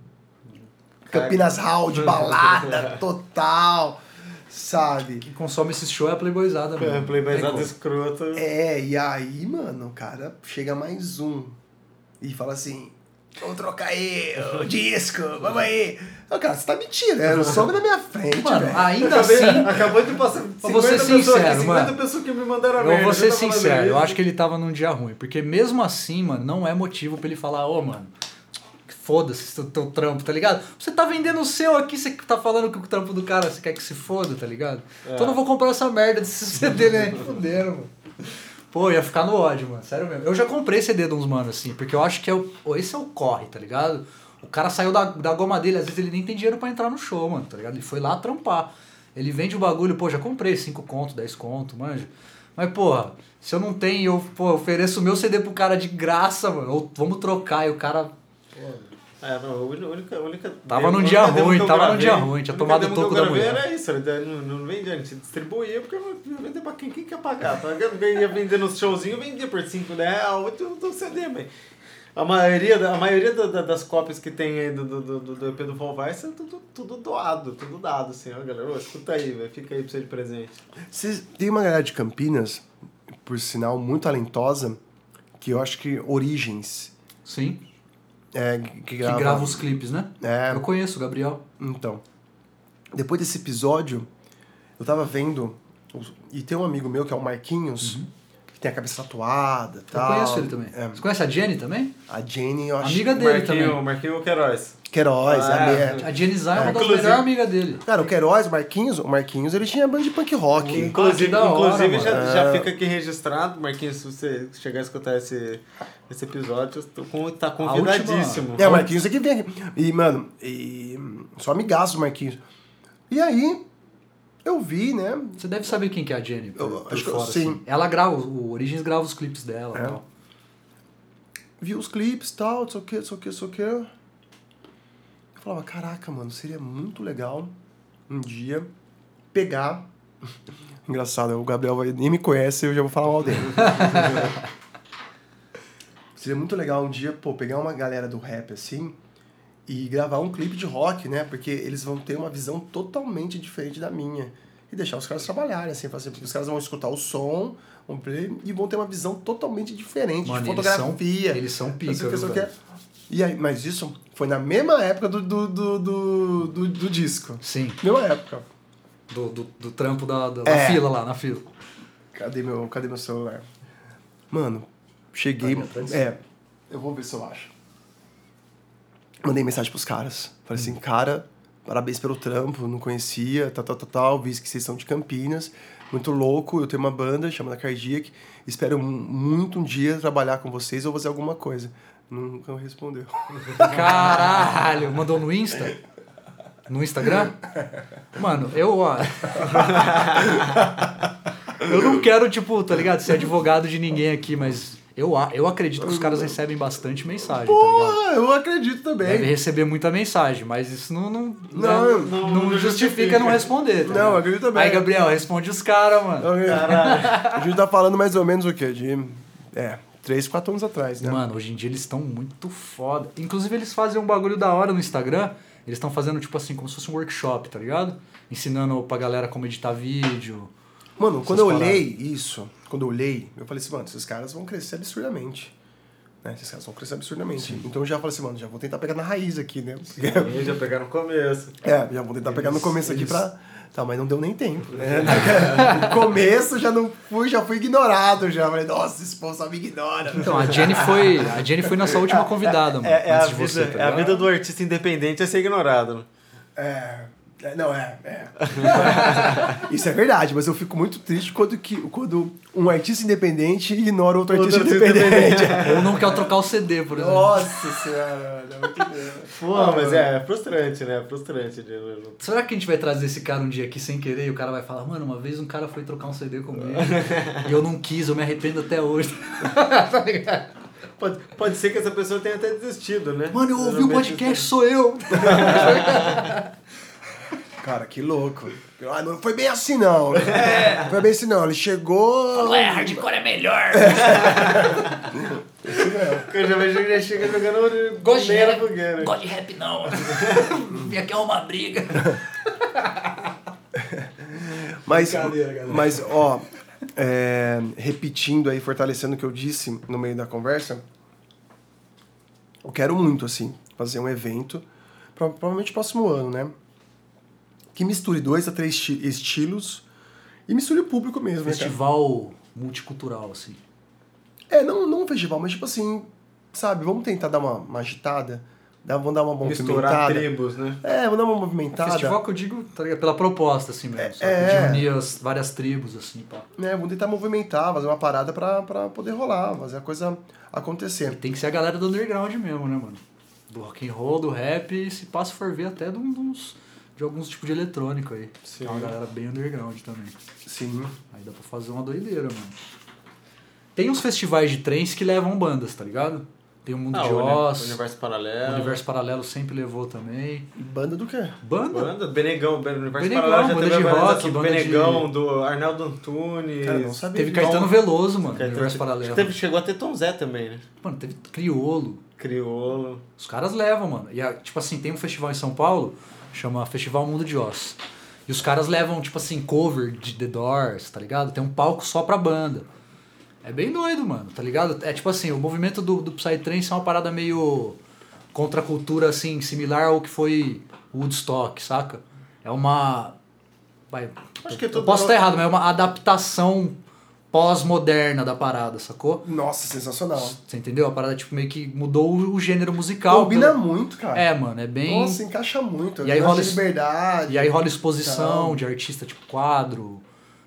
S3: Campinas Hall de balada total, sabe?
S2: Quem consome esse show é a Playboyzada,
S1: É,
S2: mano.
S1: Playboyzada
S2: Tem
S1: escroto.
S3: É, e aí, mano, o cara chega mais um e fala assim: Vou trocar aí o disco, vamos aí. Ô, cara, você tá mentindo, né? Não sobe na minha frente,
S2: como. Mano,
S3: velho.
S2: ainda
S1: Acabei-
S2: assim,
S1: Acabou de passar 50
S2: vou ser
S1: pessoas
S2: sincero,
S1: aqui, 50
S2: mano.
S1: pessoas que me mandaram a
S2: Eu
S1: merda.
S2: vou ser
S1: já tá falando
S2: sincero, eu
S1: isso.
S2: acho que ele tava num dia ruim. Porque mesmo assim, mano, não é motivo pra ele falar, ô, mano, foda-se teu, teu trampo, tá ligado? Você tá vendendo o seu aqui, você tá falando que o trampo do cara, você quer que se foda, tá ligado? Então eu não vou comprar essa merda desse CD, né? Fuderam, mano. Pô, eu ia ficar no ódio, mano. Sério mesmo. Eu já comprei CD de uns mano, assim, porque eu acho que é o, ô, esse é o corre, tá ligado? O cara saiu da, da goma dele, às vezes ele nem tem dinheiro pra entrar no show, mano, tá ligado? Ele foi lá trampar. Ele vende o bagulho, pô, já comprei 5 conto, 10 conto, manja. Mas, porra, se eu não tenho, eu pô, ofereço o meu CD pro cara de graça, mano. Ou vamos trocar, e o cara.
S1: É, não, a única, a única- a única
S2: Tava num
S1: a única
S2: dia
S1: demo
S2: ruim,
S1: que eu
S2: tava num
S1: gravei-
S2: dia ruim, tinha
S1: a única
S2: tomado
S1: demo
S2: o toco
S1: que eu
S2: da
S1: gravei
S2: mulher.
S1: Era isso, ele não, não vendia, a gente distribuía porque eu ia vender pra quem, quem quer pagar. Tá? Eu ia vender nos showzinhos, eu vendia por 5 reais, hoje eu tô CD, mas. A maioria, da- a maioria da- da- das cópias que tem aí do, do, do, do- do EP do Fall Vice é tudo, tudo doado, tudo dado, assim, ó, galera. Ô, escuta aí, velho, fica aí pra você de presente.
S3: Vocês- tem uma galera de Campinas, por sinal, muito talentosa, que eu acho que Origens.
S2: Sim.
S3: É, que
S2: Que
S3: grava.
S2: grava os clipes, né?
S3: É.
S2: Eu conheço o Gabriel.
S3: Então. Depois desse episódio, eu tava vendo. os- E tem um amigo meu que é o Marquinhos, que tem a cabeça tatuada e tal.
S2: Uhum. Eu conheço ele também.
S3: É,
S2: Você conhece a Jenny também?
S3: a Jenny, eu acho.
S2: Amiga dele
S1: Marquinho,
S2: também.
S1: Marquinho Queiroz.
S3: Queiroz,
S1: Ah,
S3: a minha-
S2: A Jenny Zay é uma das
S1: Inclusive-
S2: melhores amigas dele.
S3: Cara, o Queiroz, o Marquinhos, o Marquinhos, ele tinha banda de punk rock.
S2: que
S1: Inclusive,
S2: da hora,
S1: inclusive
S2: mano.
S1: já, já fica aqui registrado, Marquinhos, se você chegar a escutar esse, esse episódio, eu tô com- tá convidadíssimo.
S3: É, o Marquinhos é que vem aqui. E, mano, e, hum, sou amigaço do Marquinhos. E aí, Eu vi, né?
S2: Você deve saber quem que é a Jenny. Por,
S3: Eu-
S2: por
S3: acho que eu-
S2: fora,
S3: sim.
S2: assim. Ela grava, o Origins grava os clipes dela.
S3: É.
S2: e tal.
S3: Vi os clipes e tal, não sei o que, não sei o que, não sei o que. Eu falava, caraca, mano, seria muito legal um dia pegar. Engraçado, o Gabriel vai- nem me conhece, eu já vou falar mal dele. seria muito legal um dia, pô, pegar uma galera do rap assim e gravar um clipe de rock, né? Porque eles vão ter uma visão totalmente diferente da minha. E deixar os caras trabalharem, assim, fazer, porque os caras vão escutar o som, vão play, e vão ter uma visão totalmente diferente
S2: Mano,
S3: de
S2: eles são-
S3: fotografia.
S2: eles são pica,
S3: Essa pessoa
S2: viu,
S3: que é- E aí, mas isso foi na mesma época do, do, do, do, do- do disco.
S2: Sim,
S3: Mesma época.
S2: do, do, do trampo da, da,
S3: É.
S2: da fila lá, na fila.
S3: Cadê meu, cadê meu celular? Mano, cheguei.
S2: Tá ali atrás?
S3: é, eu vou ver se eu acho. Mandei mensagem pros caras. Falei assim, cara, parabéns pelo trampo, não conhecia, tal, tal, tal, tal. Vi que vocês são de Campinas, muito louco. Eu tenho uma banda chamada Cardiac. Espero mu- muito um dia trabalhar com vocês ou fazer alguma coisa. Nunca respondeu.
S2: Caralho! Mandou no Insta? No Instagram? Mano, eu, ó. eu não quero, tipo, tá ligado? Ser advogado de ninguém aqui, mas eu, a- eu acredito que os caras recebem bastante mensagem, tá ligado?
S3: Porra, eu acredito
S2: Deve
S3: também.
S2: receber muita mensagem, mas isso não. Não,
S3: Não,
S2: né,
S1: não-
S2: não
S1: não
S2: justifica,
S1: justifica.
S2: não responder. tá
S3: Não,
S2: ligado?
S3: eu acredito também.
S2: Aí, Gabriel, responde os caras, mano.
S3: A gente tá falando mais ou menos o quê? De. É, 3, 4 anos atrás,
S1: É.
S3: né?
S2: Mano, hoje em dia eles estão muito foda. Inclusive, eles fazem um bagulho da hora no Instagram. Eles estão fazendo, tipo assim, como se fosse um workshop, tá ligado? Ensinando pra galera como editar vídeo.
S3: Mano,
S2: Essas
S3: quando eu
S2: paradas.
S3: olhei isso, quando eu olhei, eu falei assim, mano, esses caras vão crescer absurdamente. Né? Esses caras vão crescer absurdamente. Então eu já falei assim, mano, já vou tentar pegar na raiz aqui, né?
S1: Eles já pegaram no começo.
S3: É, já vou tentar pegar no começo aqui
S2: eles-
S3: pra. Tá, mas não deu nem tempo, né? no começo já não fui, já fui ignorado já. Falei, nossa, esse povo só me ignora.
S2: Então, a Jenny foi, a Jenny foi nossa última convidada, mano.
S1: É, é a,
S2: antes de
S1: vida,
S2: você, tá
S1: é a
S2: ligado?
S1: vida do artista independente é ser ignorado. né?
S3: É. é, Não, é, é. Isso é verdade, mas eu fico muito triste quando, que, quando um artista independente ignora outro
S1: Outro
S3: artista
S1: artista
S3: independente.
S2: Ou não quer trocar o CD, por exemplo.
S3: Nossa senhora, mano, é muito
S1: Pô, mas é, é frustrante, né? É frustrante. de- de-
S2: Será que a gente vai trazer esse cara um dia aqui sem querer e o cara vai falar, mano, uma vez um cara foi trocar um CD comigo e eu não quis, eu me arrependo até hoje. Tá ligado?
S1: Pode, pode ser que essa pessoa tenha até desistido, né?
S2: Mano, eu ouvi o
S1: Geralmente
S2: podcast, sou eu.
S3: Cara, que louco. Ah, não foi bem assim, não. Não Foi bem assim, não. Ele chegou...
S2: hardcore é melhor.
S1: Porque eu já vejo que já chega jogando meia na fogueira.
S2: de rap não. Vim aqui é uma briga.
S3: Mas,
S1: Brincadeira, galera.
S3: mas ó, é, repetindo aí, fortalecendo o que eu disse no meio da conversa, eu quero muito, assim, fazer um evento, pro- provavelmente próximo ano, né? Que misture dois a três esti- estilos e misture o público mesmo, né, cara?
S2: Festival multicultural, assim.
S3: É, não, não um festival, mas tipo assim, sabe, vamos tentar dar uma, uma agitada, dá, vamos dar uma
S1: Misturar
S3: movimentada.
S1: tribos, né?
S3: É, vamos dar uma movimentada.
S2: Festival que eu digo, tá ligado? Pela proposta, assim mesmo. sabe?
S3: é.
S2: De unir as, várias tribos, assim, pá.
S3: Né, vamos tentar movimentar, fazer uma parada pra, pra poder rolar, fazer a coisa
S2: E
S3: acontecer.
S2: tem que ser a galera do underground mesmo, né, mano? Do rock and roll, do rap e se passa for ver até de, um- de uns. De alguns tipos de eletrônico aí.
S1: Sim.
S2: É uma galera bem underground também.
S3: Sim.
S2: Aí dá pra fazer uma doideira, mano. Tem uns festivais de trens que levam bandas, tá ligado? Tem o Mundo de
S1: uni-
S2: Oz.
S1: Ah, Universo Paralelo.
S2: O Universo Paralelo sempre levou também.
S3: Banda do quê?
S2: Banda?
S1: Banda, Benegão, Ben- Universo
S2: Benegão,
S1: Paralelo já
S2: banda
S1: teve
S2: de
S1: a organização
S2: rock,
S1: do
S2: banda de-
S1: Benegão, do Arnaldo Antunes.
S3: Cara, não sabia.
S2: Teve Caetano Veloso, mano.
S1: Caetano-
S2: Universo Paralelo.
S1: Teve, chegou a ter Tom Zé também, né?
S2: Mano, teve Criolo.
S1: Criolo.
S2: Os caras levam, mano. E, ah, tipo assim, tem um festival em São Paulo, chama Festival Mundo de Oz. E os caras levam, tipo assim, cover de The Doors, tá ligado? Tem um palco só pra banda. É bem doido, mano, tá ligado? É tipo assim, o movimento do, do Psytrance é uma parada meio contra a cultura, assim, similar ao que foi o Woodstock, saca? É uma... Vai,
S1: Acho que
S2: eu
S1: tudo-
S2: posso estar errado, mas é uma adaptação pós-moderna da parada, sacou?
S3: Nossa, sensacional.
S2: Você entendeu? A parada, tipo, meio que mudou o gênero musical.
S3: Combina
S2: pelo-
S3: muito, cara.
S2: é, mano, é bem.
S3: Nossa, encaixa muito.
S2: E aí
S3: Lance
S2: rola
S3: de
S2: esse-
S3: liberdade.
S2: e aí rola exposição
S3: Então.
S2: de artista, tipo quadro,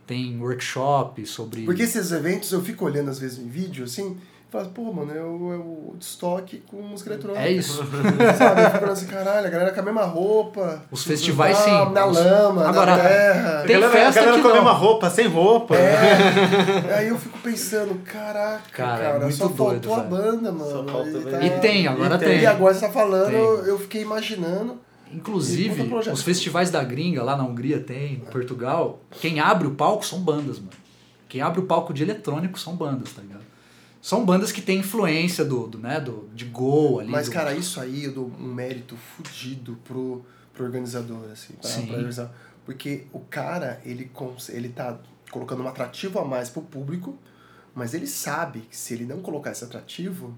S2: tem workshop sobre.
S3: Porque esses eventos eu fico olhando às vezes em vídeo, assim, Fala, pô, mano, é o, é o Woodstock com música eletrônica.
S2: É isso.
S3: Sabe? Eu fico falando assim, caralho, a galera com a mesma roupa.
S2: Os festivais,
S3: na-
S2: sim.
S3: Na
S2: Os-
S3: lama,
S2: Agora,
S3: na terra.
S2: Tem
S1: a galera,
S2: festa
S1: a galera
S2: que
S1: com a
S2: não.
S1: mesma roupa, sem roupa.
S3: É, aí eu fico pensando, caraca,
S2: Cara,
S3: cara,
S2: é muito
S3: só faltou
S2: doido,
S3: a
S2: velho.
S3: banda, mano.
S1: Só falta
S3: e, tá
S1: ver.
S2: E tem, agora
S1: E tem.
S2: tem.
S3: E agora você tá falando,
S2: Tem.
S3: eu- eu fiquei imaginando. E
S2: Inclusive,
S3: puta projeto.
S2: os festivais da gringa, lá na Hungria tem, em Portugal, quem abre o palco são bandas, mano. Quem abre o palco de eletrônico são bandas, tá ligado? São bandas que têm influência do, do né, do, de Go ali.
S3: Mas,
S2: do-
S3: cara, isso aí eu dou um mérito fudido pro, pro organizador, assim, pra,
S2: Sim.
S3: pra organizar. Porque o cara, ele, cons- ele tá colocando um atrativo a mais pro público, mas ele sabe que se ele não colocar esse atrativo,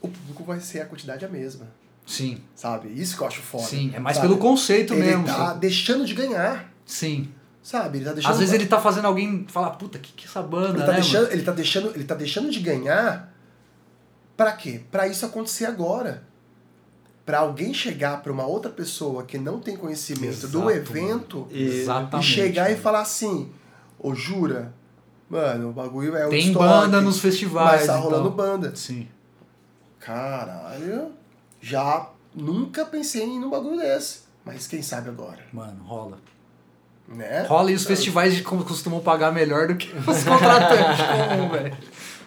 S3: o público vai ser a quantidade a mesma,
S2: Sim,
S3: sabe? Isso que eu acho foda.
S2: sim. É mais
S3: sabe?
S2: pelo conceito
S3: Ele
S2: mesmo.
S3: tá
S2: sabe?
S3: deixando de ganhar,
S2: Sim.
S3: sabe? Ele tá deixando
S2: Às vezes ele tá fazendo alguém falar, puta, que que é essa banda,
S3: Ele
S2: né?
S3: tá,
S2: mano?"
S3: deixando, ele, tá deixando, ele tá deixando de ganhar pra quê? Pra isso acontecer agora. Pra alguém chegar pra uma outra pessoa que não tem conhecimento
S2: Exato,
S3: do evento
S1: mano. E-
S3: e
S2: Exatamente.
S3: chegar e
S2: mano.
S3: falar assim: Ô, jura? Mano, o bagulho é o
S2: Tem
S3: estoque,
S2: banda nos festivais. então.
S3: Mas tá
S2: e tal."
S3: rolando banda.
S2: Sim.
S3: Caralho, já nunca pensei em ir num bagulho desse. Mas quem sabe agora,
S2: Mano, rola.
S3: né?
S2: Rola e os festivais de como costumam pagar melhor do que os contratantes comum, velho.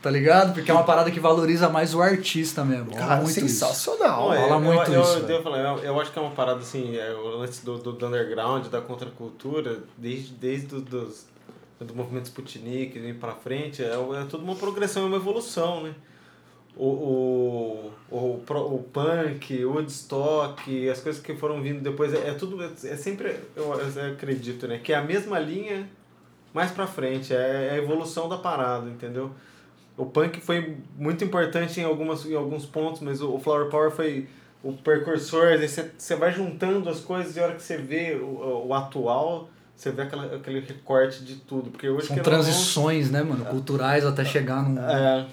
S2: Tá ligado? Porque é uma parada que valoriza mais o artista mesmo. Rola
S3: Cara,
S2: muito isso.
S3: sensacional.
S1: Não, é,
S2: rola
S1: eu,
S2: muito
S1: eu,
S2: isso,
S1: Eu,
S2: velho.
S1: devo falar, eu, eu acho que é uma parada assim, é, o lance do, do, do underground, da contracultura, desde, desde do, dos, do movimento Sputnik e pra frente, é, é toda uma progressão, é uma evolução, né? O, o, o, pro- o punk, o Woodstock, as coisas que foram vindo depois, é, é tudo, é, é sempre, eu, eu acredito, né? Que é a mesma linha mais pra frente, é, é a evolução da parada, entendeu? O punk foi muito importante em, algumas, em alguns pontos, mas o, o Flower Power foi o precursor. aí Você você vai juntando as coisas e a hora que você vê o, o atual, você vê aquela, aquele recorte de tudo. Porque hoje
S2: São
S1: querendo ou não,
S2: transições, né, mano? Culturais até chegar num.
S1: É,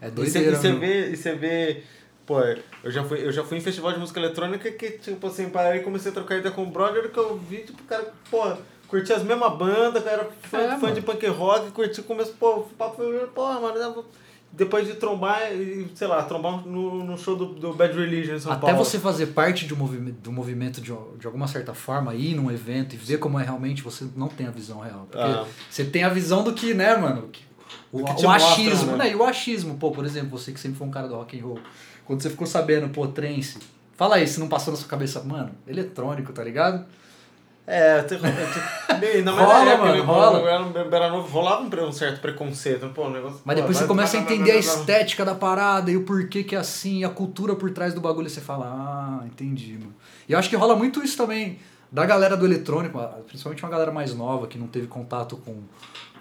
S2: É
S1: e você- e
S2: doideira.
S1: você
S2: mano.
S1: vê, e você vê, pô, eu já fui, eu já fui em festival de música eletrônica que tipo assim, parei e comecei a trocar ideia com o brother que eu vi, tipo, o cara, pô, curtia as mesmas bandas, cara, fã,
S2: É,
S1: fã
S2: mano.
S1: de punk rock, curti, começou, pô, o papo foi, pô, mano, dá pra- depois de trombar e, sei lá, trombar um, no, no show do, do Bad Religion em São
S2: Até
S1: Paulo.
S2: você fazer parte de um movimento, do movimento de, de alguma certa forma, ir num evento e ver como é realmente, você não tem a visão real. Porque
S1: Ah.
S2: você tem a visão do que, né, mano? que- o,
S1: Do que
S2: o
S1: te mostram,
S2: achismo,
S1: né?
S2: né? E o achismo, pô, por exemplo, você que sempre foi um cara do rock and roll. Quando você ficou sabendo, pô, trance, fala aí, se não passou na sua cabeça, mano, eletrônico, tá ligado?
S1: É, tem- tem- na
S2: Rola,
S1: verdade,
S2: mano,
S1: eu
S2: rola.
S1: era um beberá novo, rolava um pre- um certo preconceito, pô, o negócio.
S2: Mas
S1: pô,
S2: depois você
S1: vai-
S2: começa a
S1: vai- vai-
S2: entender a
S1: vai- vai-
S2: estética da parada e o porquê que é assim, e a cultura por trás do bagulho. e Você fala, ah, entendi, mano. E eu acho que rola muito isso também da galera do eletrônico, a- principalmente uma galera mais nova que não teve contato com,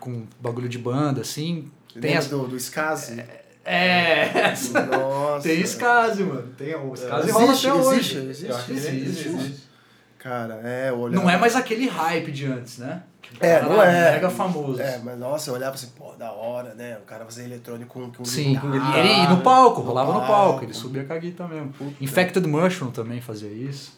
S2: com bagulho de banda, assim. Tem
S3: Lembra
S2: as...
S3: do, do Skazi?
S2: É,
S3: Nossa.
S2: tem escase, mano. Tem o escase
S3: Existe,
S2: rola até
S3: existe,
S2: hoje.
S3: existe,
S1: Eu acho que
S2: Existe,
S1: existe.
S3: Cara, é, eu olhava-
S2: Não é mais aquele hype de antes, né? Que o
S3: É,
S2: cara
S3: não é.
S2: Mega famoso.
S3: É, mas nossa, eu olhava assim, pô, da hora, né? O cara fazer eletrônico com, com
S2: Sim,
S3: guitarra.
S2: e ele e no palco,
S3: Ah, No
S2: rolava no
S3: palco.
S2: palco, ele subia com a guitarra mesmo.
S3: Puta.
S2: Infected Mushroom também fazia isso.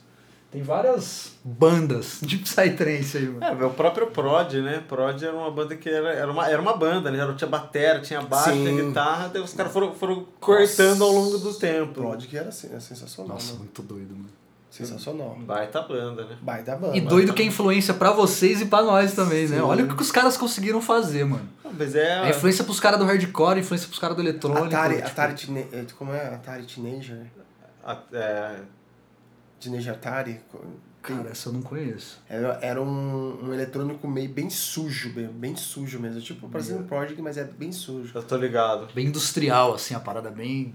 S2: Tem várias bandas de Psytrance aí, mano.
S1: É, o próprio Prod, né? Prod era uma banda que era, era, uma, era uma banda, né? Era, tinha batera, tinha baixo,
S3: Sim.
S1: tinha guitarra, daí os caras foram, foram cortando ao longo do tempo.
S3: Prod que era sen- é sensacional,
S2: Nossa,
S3: né?
S2: muito doido, mano.
S3: Sensacional.
S1: Baita banda, né?
S3: Baita banda.
S2: E doido que é influência pra vocês e pra nós também, né? Olha o que os caras conseguiram fazer, mano.
S1: Não, Mas é.
S2: É influência pros caras do hardcore, influência pros caras do eletrônico.
S3: Atari,
S2: tipo,
S3: Atari Tine- eh, como é? Atari Teenager?
S1: a- é,
S3: Teenager Atari?
S2: Cara, essa eu não conheço.
S3: Era, era um, um eletrônico meio bem sujo, bem, bem sujo mesmo. Tipo, parecendo um Prodigy, mas é bem sujo.
S1: eu tô ligado.
S2: Bem industrial, assim, a parada bem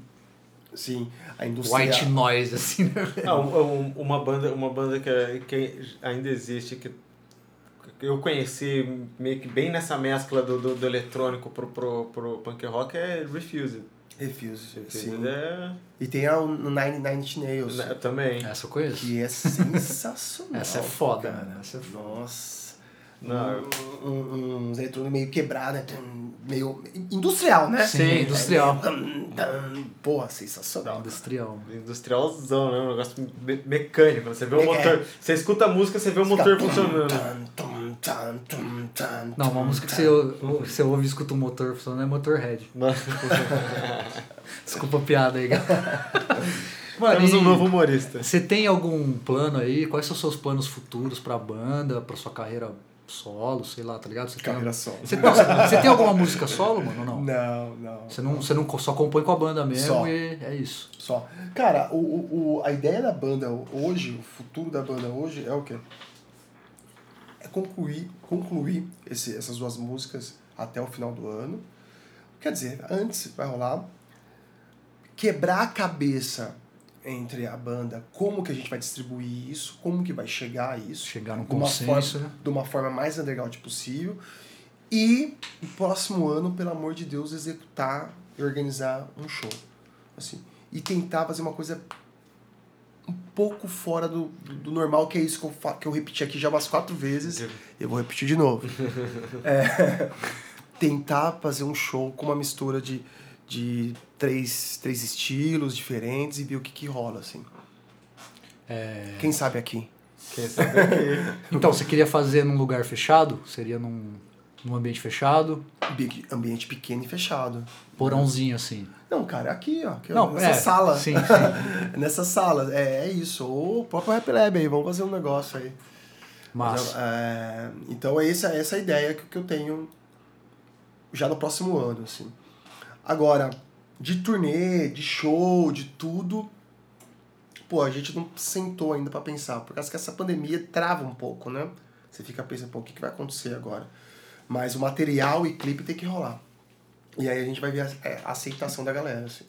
S3: Sim, a indústria...
S2: white noise, assim, né? velho?
S1: Ah, um- um- uma banda, uma banda que, é- que ainda existe, que que eu conheci meio que bem nessa mescla do, do, do eletrônico pro, pro, pro punk rock é Refused.
S3: Refuse, sim.
S1: Refused é.
S3: E tem a o Nine Nine Nails,
S1: né, também.
S2: Essa eu conheço.
S3: que é sensacional.
S2: Essa é foda,
S3: cara.
S2: mano. Essa é foda.
S3: Nossa.
S1: Não, eu-
S3: Um, um, uns eletrônicos meio quebrado, né? Tum, Meio industrial, né?
S2: Sim, industrial.
S3: Tum, tum. Porra, sensacional.
S2: Industrial, mano.
S1: Industrialzão, né? Um negócio me- mecânico. né? Você vê o
S3: Meca-
S1: motor. Você escuta a música, você vê o motor
S3: Fica tum,
S1: funcionando.
S3: tum, tum, tan, tum, tan,
S2: Não, uma
S3: tum,
S2: música que
S3: tan.
S2: você, ou- você ouve e escuta um motor falando é Motorhead. Desculpa a piada aí, galera. Mano,
S1: Temos
S2: e
S1: um novo humorista.
S2: Você tem algum plano aí? Quais são os seus planos futuros pra banda, pra sua carreira solo, sei lá, tá ligado? Você
S3: Carreira
S2: tem...
S3: solo.
S2: Você, não, você tem alguma música solo, mano? ou Não.
S3: Não, não.
S2: Você não, você não co- só compõe com a banda mesmo
S3: Só.
S2: e é isso.
S3: Só. Cara, o, o, o- a ideia da banda hoje, o futuro da banda hoje é o quê? É concluir, concluir esse, essas duas músicas até o final do ano. Quer dizer, antes vai rolar. Quebrar a cabeça entre a banda, como que a gente vai distribuir isso, como que vai chegar a isso.
S2: Chegar num
S3: de uma
S2: consenso,
S3: forma-
S2: né?
S3: de uma forma mais underground possível. E no próximo ano, pelo amor de Deus, executar e organizar um show. Assim, e tentar fazer uma coisa um pouco fora do, do normal, que é isso que eu, fa- que eu repeti aqui já umas quatro vezes. Eu vou repetir de novo. É, tentar fazer um show com uma mistura de, de três, três estilos diferentes e ver o que, que rola, assim.
S2: É.
S3: Quem sabe aqui?
S1: Quem sabe aqui.
S2: Então, você queria fazer num lugar fechado? Seria num, num ambiente fechado?
S3: Big- ambiente pequeno e fechado.
S2: Porãozinho assim.
S3: Não, cara, aqui, ó. Aqui, ó,
S2: Não,
S3: nessa
S2: é,
S3: sala.
S2: sim, sim.
S3: Nessa sala, é, é isso. Ou o próprio Rap Lab aí, vamos fazer um negócio aí.
S2: Mas.
S3: Então, é, então é essa, essa é a ideia que, que eu tenho já no próximo ano, assim. Agora, de turnê, de show, de tudo, pô, a gente não sentou ainda pra pensar, por causa que essa pandemia trava um pouco, né? Você fica pensando, pô, o que, que vai acontecer agora? Mas o material e clipe tem que rolar. E aí a gente vai ver a, é, a aceitação da galera, assim.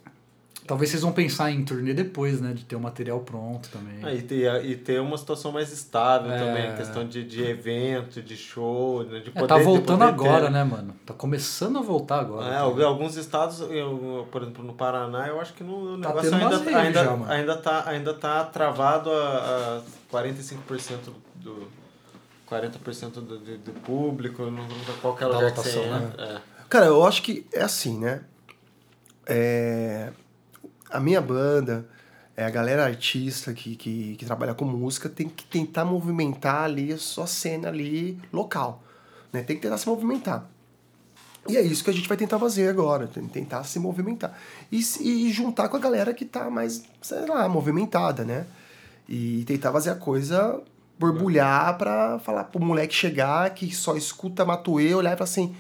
S2: Talvez vocês vão pensar em turnê depois, né? De ter o material pronto também.
S1: Ah, e, ter, e ter uma situação mais estável
S2: É.
S1: também, questão de, de evento, de show, né, de
S2: É,
S1: poder...
S2: tá
S1: de
S2: voltando
S1: poder
S2: agora,
S1: ter-
S2: né, mano? Tá começando a voltar agora.
S1: É,
S2: tá
S1: algu-
S2: ligado?
S1: alguns estados, eu, por exemplo, no Paraná, eu acho que não, o
S2: Tá
S1: negócio
S2: tendo umas
S1: ainda,
S2: raves
S1: ainda,
S2: já, mano.
S1: ainda, tá, ainda tá travado a, a 45% do... 40% do, do, do público, não, não- qualquer
S2: Da
S1: lugar que você
S2: lotação, né?
S1: entra, é.
S3: Cara, eu acho que é assim, né? É... A minha banda, é a galera artista que, que, que trabalha com música, tem que tentar movimentar ali a sua cena ali local. Né? Tem que tentar se movimentar. E é isso que a gente vai tentar fazer agora, tem- tentar se movimentar. E, se- e juntar com a galera que tá mais, sei lá, movimentada, né? E tentar fazer a coisa borbulhar pra falar pro moleque chegar que só escuta Matuê, olhar e falar assim: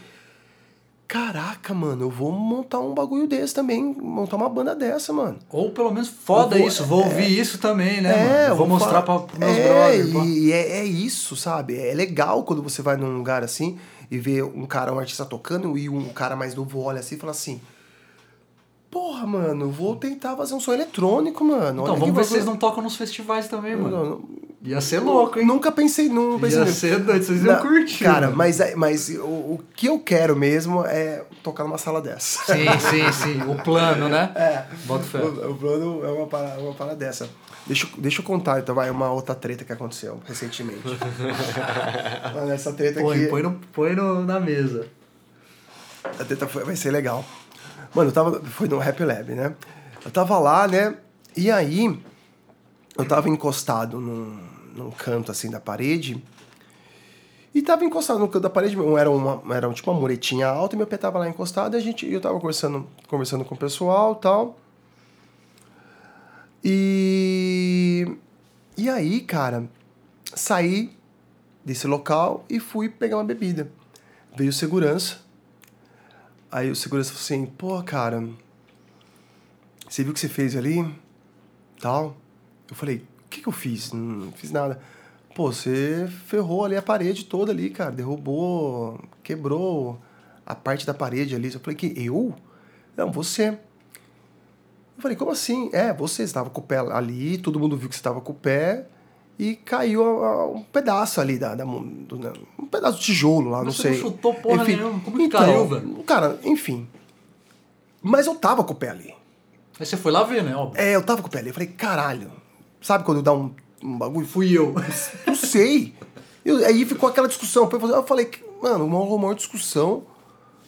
S3: Caraca, mano, eu vou montar um bagulho desse também, montar uma banda dessa, mano.
S2: Ou pelo menos foda
S3: Eu vou- é.
S2: isso, vou ouvir isso também, né? mano?
S3: eu
S2: Eu vou mostrar pra,
S3: falar-
S2: pros meus
S3: é,
S2: brothers. pá.
S3: E é, é isso, sabe? É legal quando você vai num lugar assim e vê um cara, um artista tocando e um cara mais novo olha assim e fala assim. Porra, mano, eu vou tentar fazer um som eletrônico, mano.
S2: Então,
S3: Olha
S2: vamos
S3: que
S2: ver se vocês
S3: bagulho-
S2: não tocam nos festivais também, mano.
S3: Não, não-
S2: Ia ser louco, hein?
S3: Nunca pensei, não pensei
S2: Ia
S3: nisso.
S2: ser doido, vocês iam
S3: Não,
S2: curtir.
S3: Cara,
S2: mano.
S3: mas, é- mas o, o que eu quero mesmo é tocar numa sala dessa.
S2: Sim, sim, sim. O plano, né?
S3: É.
S2: Bota fé.
S3: O, o plano é uma parada, uma parada dessa. Deixa, eu- deixa eu contar, então, vai, uma outra treta que aconteceu recentemente. Mano, essa treta
S2: Põe,
S3: aqui.
S2: põe, no, põe no, na mesa.
S3: A treta foi- vai ser legal. Mano, eu tava. Foi no Rap Lab, né? Eu tava lá, né? E aí, eu tava encostado num, num canto assim da parede. E tava encostado no canto da parede, meu, era, uma, era tipo uma muretinha alta e meu pé tava lá encostado e a gente, eu tava conversando, conversando com o pessoal e tal. E. E aí, cara, saí desse local e fui pegar uma bebida. Veio o segurança. Aí o segurança falou assim: pô, cara, você viu o que você fez ali? Tal. Eu falei: o que, que eu fiz? Não fiz nada. Pô, você ferrou ali a parede toda ali, cara. Derrubou, quebrou a parte da parede ali. Eu falei: que eu? Não, você. Eu falei, como assim? É, você estava com o pé ali, todo mundo viu que você estava com o pé e caiu a- a- um pedaço ali da, da mon- do- da- um pedaço de tijolo lá, não
S2: você não
S3: sei.
S2: chutou porra nenhuma, como que
S3: então,
S2: caiu, velho?
S3: Cara, enfim. Mas eu tava com o pé ali.
S2: Aí você foi lá ver, né? Óbvio.
S3: É, eu tava com o pé ali. Eu falei, caralho. Sabe quando dá um, um bagulho? Fui
S2: Fui eu.
S3: não sei. Eu- aí ficou aquela discussão. Eu falei, mano, uma maior discussão.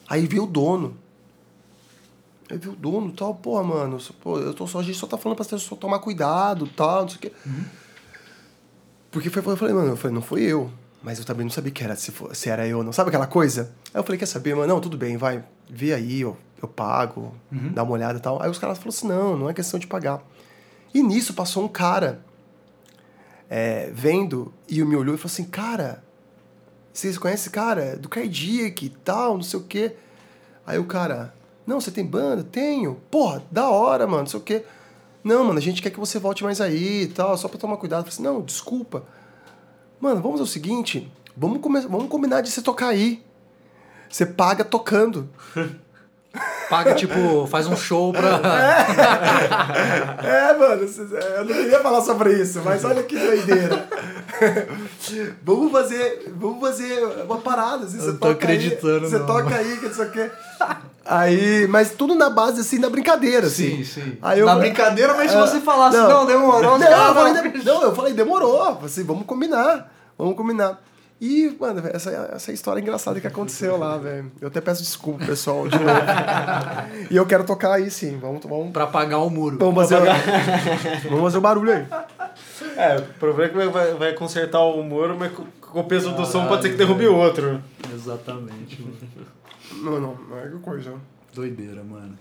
S3: Aí veio o dono. Aí veio o dono e tal, porra, mano, só- pô, eu tô só, a gente só tá falando pra pessoas tomar cuidado e tal, não sei o quê. Porque foi, eu falei, mano, eu falei, não fui eu. Mas eu também não sabia que era, se, for- se era eu ou não. Sabe aquela coisa? Aí eu falei, quer saber, mano? Não, tudo bem, vai. Vê aí, eu, eu pago, dá uma olhada e tal. Aí os caras falaram assim, não, não é questão de pagar. E nisso passou um cara é, vendo e me olhou e falou assim, cara, vocês conhecem esse cara? Do Cardiac e tal, não sei o quê. Aí o cara, não, você tem banda? Tenho. Porra, da hora, mano, não sei o quê. Não, mano, a gente quer que você volte mais aí e tal, só pra tomar cuidado. Eu falei assim, não, desculpa. Mano, vamos ao seguinte, vamos, come- vamos combinar de você tocar aí. Você paga tocando.
S2: Paga, tipo, faz um show pra.
S3: É, mano, cês- é, eu não queria falar sobre isso, mas olha que doideira. vamos fazer, vamos fazer uma parada, assim, você
S2: não tô
S3: toca
S2: acreditando,
S3: aí, você
S2: não.
S3: toca aí, que não sei o quê. Aí, mas tudo na base, assim, da brincadeira, assim.
S2: Sim, sim.
S3: Aí eu-
S2: Na brincadeira, mas se
S3: Ah,
S2: você falasse, não, demorou, os
S3: não,
S2: caras
S3: eu
S2: vão
S3: falei, de- não, eu falei, demorou, assim, vamos combinar, vamos combinar. E, mano, essa, essa história é engraçada que aconteceu lá, velho. Eu até peço desculpa, pessoal, de novo. e eu quero tocar aí, sim, vamos, vamos
S2: pra pagar o muro.
S3: Vamos fazer,
S1: tá
S3: vamos fazer o barulho aí.
S1: É, o problema é que vai- vai, vai consertar o muro, mas com, com o peso do som
S2: Caralho,
S1: pode ser que derrube o outro.
S2: Exatamente, mano.
S3: Não, não, não é que coisa.
S2: Doideira, mano.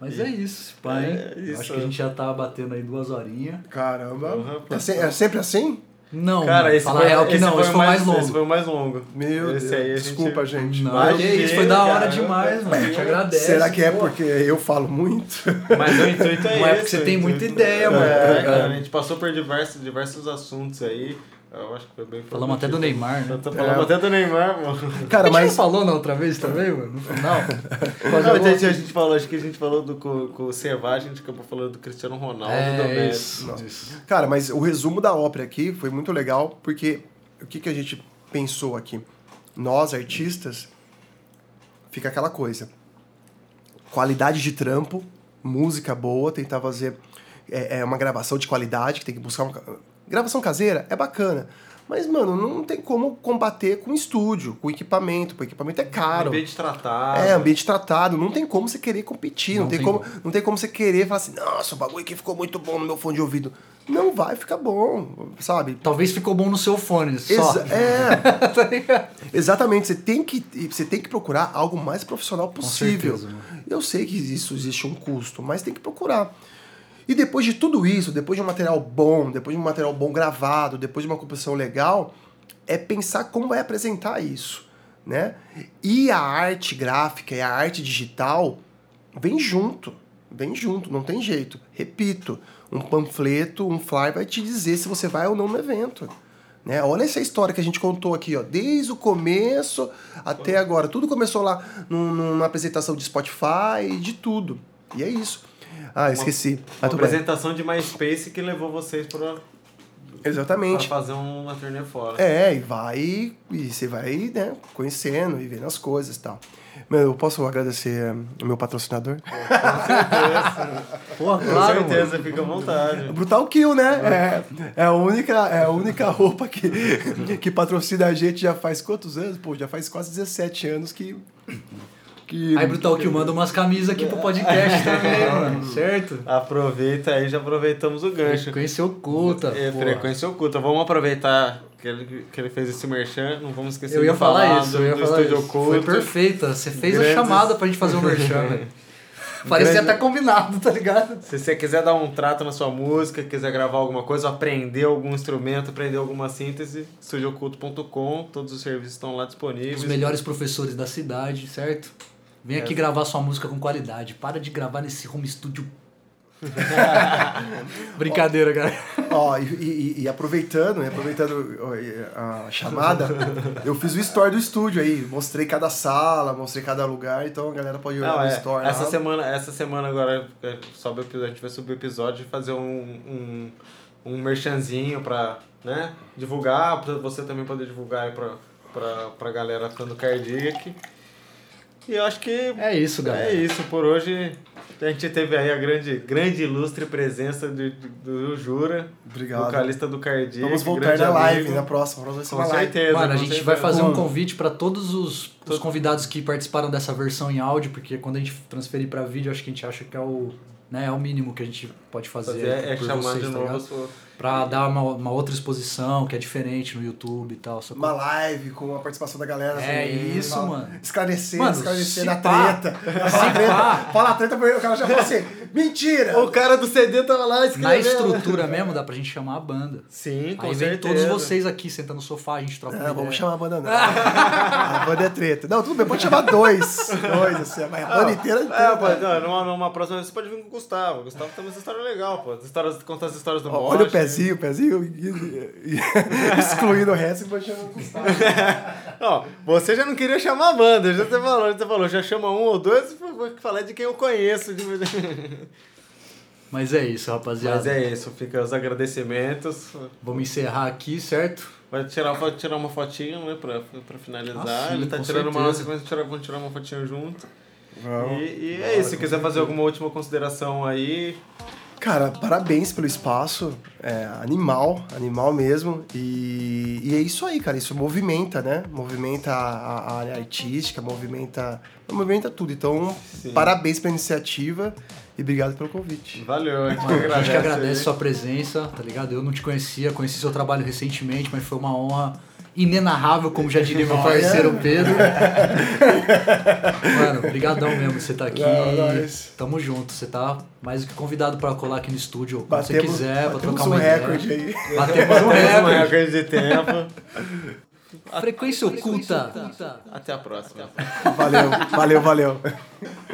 S2: Mas é isso, pai.
S1: É isso.
S2: Acho que a gente já tá batendo aí duas horinhas.
S3: Caramba.
S1: Uhum,
S3: É, se- é sempre assim?
S2: Não,
S1: Cara,
S2: mano,
S1: esse
S2: fala
S1: foi,
S2: real que
S1: esse
S2: não,
S1: foi
S2: esse
S1: o
S2: foi mais,
S1: Esse
S2: longo.
S1: foi o mais longo.
S3: Meu
S1: Esse aí a
S3: Deus.
S1: gente-
S3: Desculpa, gente.
S2: Não,
S1: Mas
S2: que
S1: o
S2: isso,
S1: quê,
S2: foi da hora
S1: cara?
S2: demais, mano. A gente agradece.
S3: Será que é
S2: pô.
S3: porque eu falo muito?
S1: Mas o intuito é
S2: Não é porque
S1: esse,
S2: você
S1: o
S2: tem
S1: intuito-
S2: muita ideia,
S1: É,
S2: mano, tá
S1: cara,
S2: ligado?
S1: a gente passou por diversos, diversos assuntos aí. Eu acho que foi bem
S2: Falamos até do
S1: produtivo.
S2: Neymar, né?
S1: Eu tô falando
S3: É.
S1: até do Neymar, mano.
S3: Cara,
S2: a gente não
S3: mas.
S2: falou na outra vez também, mano? No final?
S1: Não,
S2: Quase eu
S1: a, gente,
S2: vou-
S1: a gente falou, acho que a gente falou do, com, com o Servar, a gente acabou falando do Cristiano Ronaldo, do
S2: É,
S1: Messi.
S2: isso, isso.
S3: Cara, mas o resumo da ópera aqui foi muito legal, porque o que, que a gente pensou aqui? Nós, artistas, fica aquela coisa. Qualidade de trampo, música boa, tentar fazer é, é, uma gravação de qualidade, que tem que buscar uma. ca- Gravação caseira é bacana. Mas, mano, não tem como combater com estúdio, com equipamento, porque equipamento é caro.
S1: Ambiente tratado.
S3: É, ambiente tratado, não tem como você querer competir, não,
S2: Não
S3: tem,
S2: tem
S3: como, não tem como você querer falar assim, nossa, o bagulho aqui ficou muito bom no meu fone de ouvido. Não vai ficar bom, sabe?
S2: Talvez ficou bom no seu fone, só.
S3: Exa- é,
S2: tá ligado?
S3: exatamente, você tem, que, você tem que procurar algo mais profissional possível.
S2: certeza, mano.
S3: Eu sei que isso existe um custo, mas tem que procurar. E depois de tudo isso, depois de um material bom, depois de um material bom gravado, depois de uma composição legal, é pensar como vai apresentar isso, né? E a arte gráfica e a arte digital vem junto, vem junto, não tem jeito. Repito, um panfleto, um flyer vai te dizer se você vai ou não no evento. Né? Olha essa história que a gente contou aqui, ó, desde o começo até agora. Tudo começou lá num- numa apresentação de Spotify, de tudo. E é isso. Ah, esqueci.
S1: Uma
S3: Mas tudo bem.
S1: apresentação de MySpace que levou vocês pra, pra
S3: Exatamente.
S1: fazer um- uma turnê fora.
S3: É, e vai. E você vai, né, conhecendo e vendo as coisas e tal. Meu, eu posso agradecer hum, o meu patrocinador?
S1: É.
S2: é. Pô,
S1: Com
S2: claro, mano.
S1: certeza, fica à vontade.
S3: Brutal Kill, né? É, é, a única, é a única roupa que, que patrocina a gente já faz quantos anos? Pô, já faz quase 17 anos que. que
S2: Aí Brutal que manda umas camisas aqui pro podcast também, mano. Certo?
S1: Aproveita aí, já aproveitamos o gancho.
S2: Frequência oculta.
S1: É,
S2: pô.
S1: frequência oculta. Vamos aproveitar que ele, que ele fez esse merchan, não vamos esquecer
S2: Eu ia
S1: de
S2: falar,
S1: falar,
S2: isso,
S1: do,
S2: eu ia
S1: do
S2: falar
S1: Estúdio
S2: isso. Foi
S1: Oculto.
S2: perfeita. Você fez
S1: Grandes-
S2: a chamada pra gente fazer o merchan, velho. Parecia
S3: Grande-
S2: até combinado, tá ligado?
S1: Se você quiser dar um trato na sua música, quiser gravar alguma coisa, aprender algum instrumento, aprender alguma síntese, estudioculto.com, todos os serviços estão lá disponíveis.
S2: Os melhores professores da cidade, certo? Vem aqui
S1: É.
S2: gravar sua música com qualidade. Para de gravar nesse home studio. Brincadeira, cara.
S3: Ó, e, e- e aproveitando, e aproveitando ó, e a chamada, eu fiz o story do estúdio aí. Mostrei cada sala, mostrei cada lugar, então a galera pode olhar
S1: Não,
S3: o
S1: é,
S3: story.
S1: essa,
S3: lá.
S1: semana, essa semana agora é, sobe o episódio, a gente vai subir o episódio e fazer um, um, um merchanzinho pra né, divulgar, pra você também poder divulgar aí pra, pra, pra galera ficando cardíaca. E eu acho que
S2: É isso, galera.
S1: é isso, por hoje a gente teve aí a grande, grande ilustre presença de, de- do Jura,
S3: Obrigado.
S1: vocalista do Cardíaca.
S3: Vamos voltar
S1: grande
S3: na live,
S1: amigo.
S3: na próxima. próxima vai ser
S1: Com
S3: uma live.
S1: certeza.
S2: Mano, a
S1: com
S2: gente
S1: certeza.
S2: vai fazer um
S3: Bom.
S2: convite pra todos os, os convidados que participaram dessa versão em áudio, porque quando a gente transferir pra vídeo, acho que a gente acha que é o, né, é o mínimo que a gente pode fazer,
S1: fazer é
S2: por
S1: chamar
S2: vocês,
S1: de
S2: tá
S1: novo a
S2: ligado?
S1: sua.
S2: Pra dar uma, uma outra exposição que é diferente no YouTube e tal. sacou?
S3: Uma live com a participação da galera.
S2: É
S3: também,
S2: isso,
S3: fala-
S2: mano.
S3: Esclarecendo,
S2: Mano,
S3: esclarecendo
S2: se
S3: a
S2: pá.
S3: treta.
S2: Se
S3: Fala a treta,
S2: pá.
S3: fala a treta, o cara já fala assim, mentira!
S1: O cara do CD tava lá escrevendo. né?
S2: Na estrutura mesmo, dá pra gente chamar a banda.
S1: Sim, com
S2: Aí vem
S1: certeza. É,
S2: todos vocês aqui, senta no sofá, a gente troca uma
S3: Não, Ah, vamos
S2: ideia.
S3: chamar a banda não. a banda é treta. Não, tudo bem, pode chamar dois. Dois, assim, mas a banda inteira...
S1: É, pô,
S3: inteira.
S1: não, numa, numa próxima vez você pode vir com o Gustavo. O Gustavo tem uma história legal, pô. As histórias, contar as histórias do
S3: Ó,
S1: Mosh.
S3: Olha o pezinho, o pezinho, e- e- excluindo o resto e pode chamar o Gustavo.
S1: Ó, você já não queria chamar a banda, já você falou, já você falou, já chama um ou dois, vou falar de quem eu conheço. de-
S2: Mas é isso, rapaziada.
S1: Mas é isso, fica os agradecimentos.
S2: Vamos encerrar aqui, certo?
S1: Vai tirar, vai tirar uma fotinha, né, pra, pra finalizar.
S2: Ah, sim,
S1: Ele tá
S2: com
S1: tirando uma nossa,
S2: certeza.
S1: vamos tirar, vamos tirar uma fotinha junto.
S3: Vamos.
S1: E, e é isso, se quiser fazer alguma última consideração aí,
S3: Cara, parabéns pelo espaço, é, animal, animal mesmo, e, e é isso aí, cara, isso movimenta, né? Movimenta a, a área artística, movimenta, movimenta tudo, então
S1: Sim.
S3: parabéns pela iniciativa e obrigado pelo convite.
S1: valeu, a gente que
S2: A gente
S1: agradece.
S2: que agradece
S1: aí.
S2: sua presença, tá ligado? Eu não te conhecia, conheci seu trabalho recentemente, mas foi uma honra inenarrável, como já diria meu parceiro Pedro. Mano, brigadão mesmo que você tá aqui.
S3: Não, é nós.
S2: Tamo junto, você tá mais do que convidado pra colar aqui no estúdio quando você
S3: Batemos,
S2: quiser, pra
S3: batemos
S2: trocar
S3: um
S2: uma
S3: recorde
S2: ideia.
S3: aí.
S2: Batemos um
S1: Mais um
S2: recorde.
S1: recorde de tempo.
S2: Frequência oculta.
S1: Até a próxima.
S3: Valeu, valeu, valeu.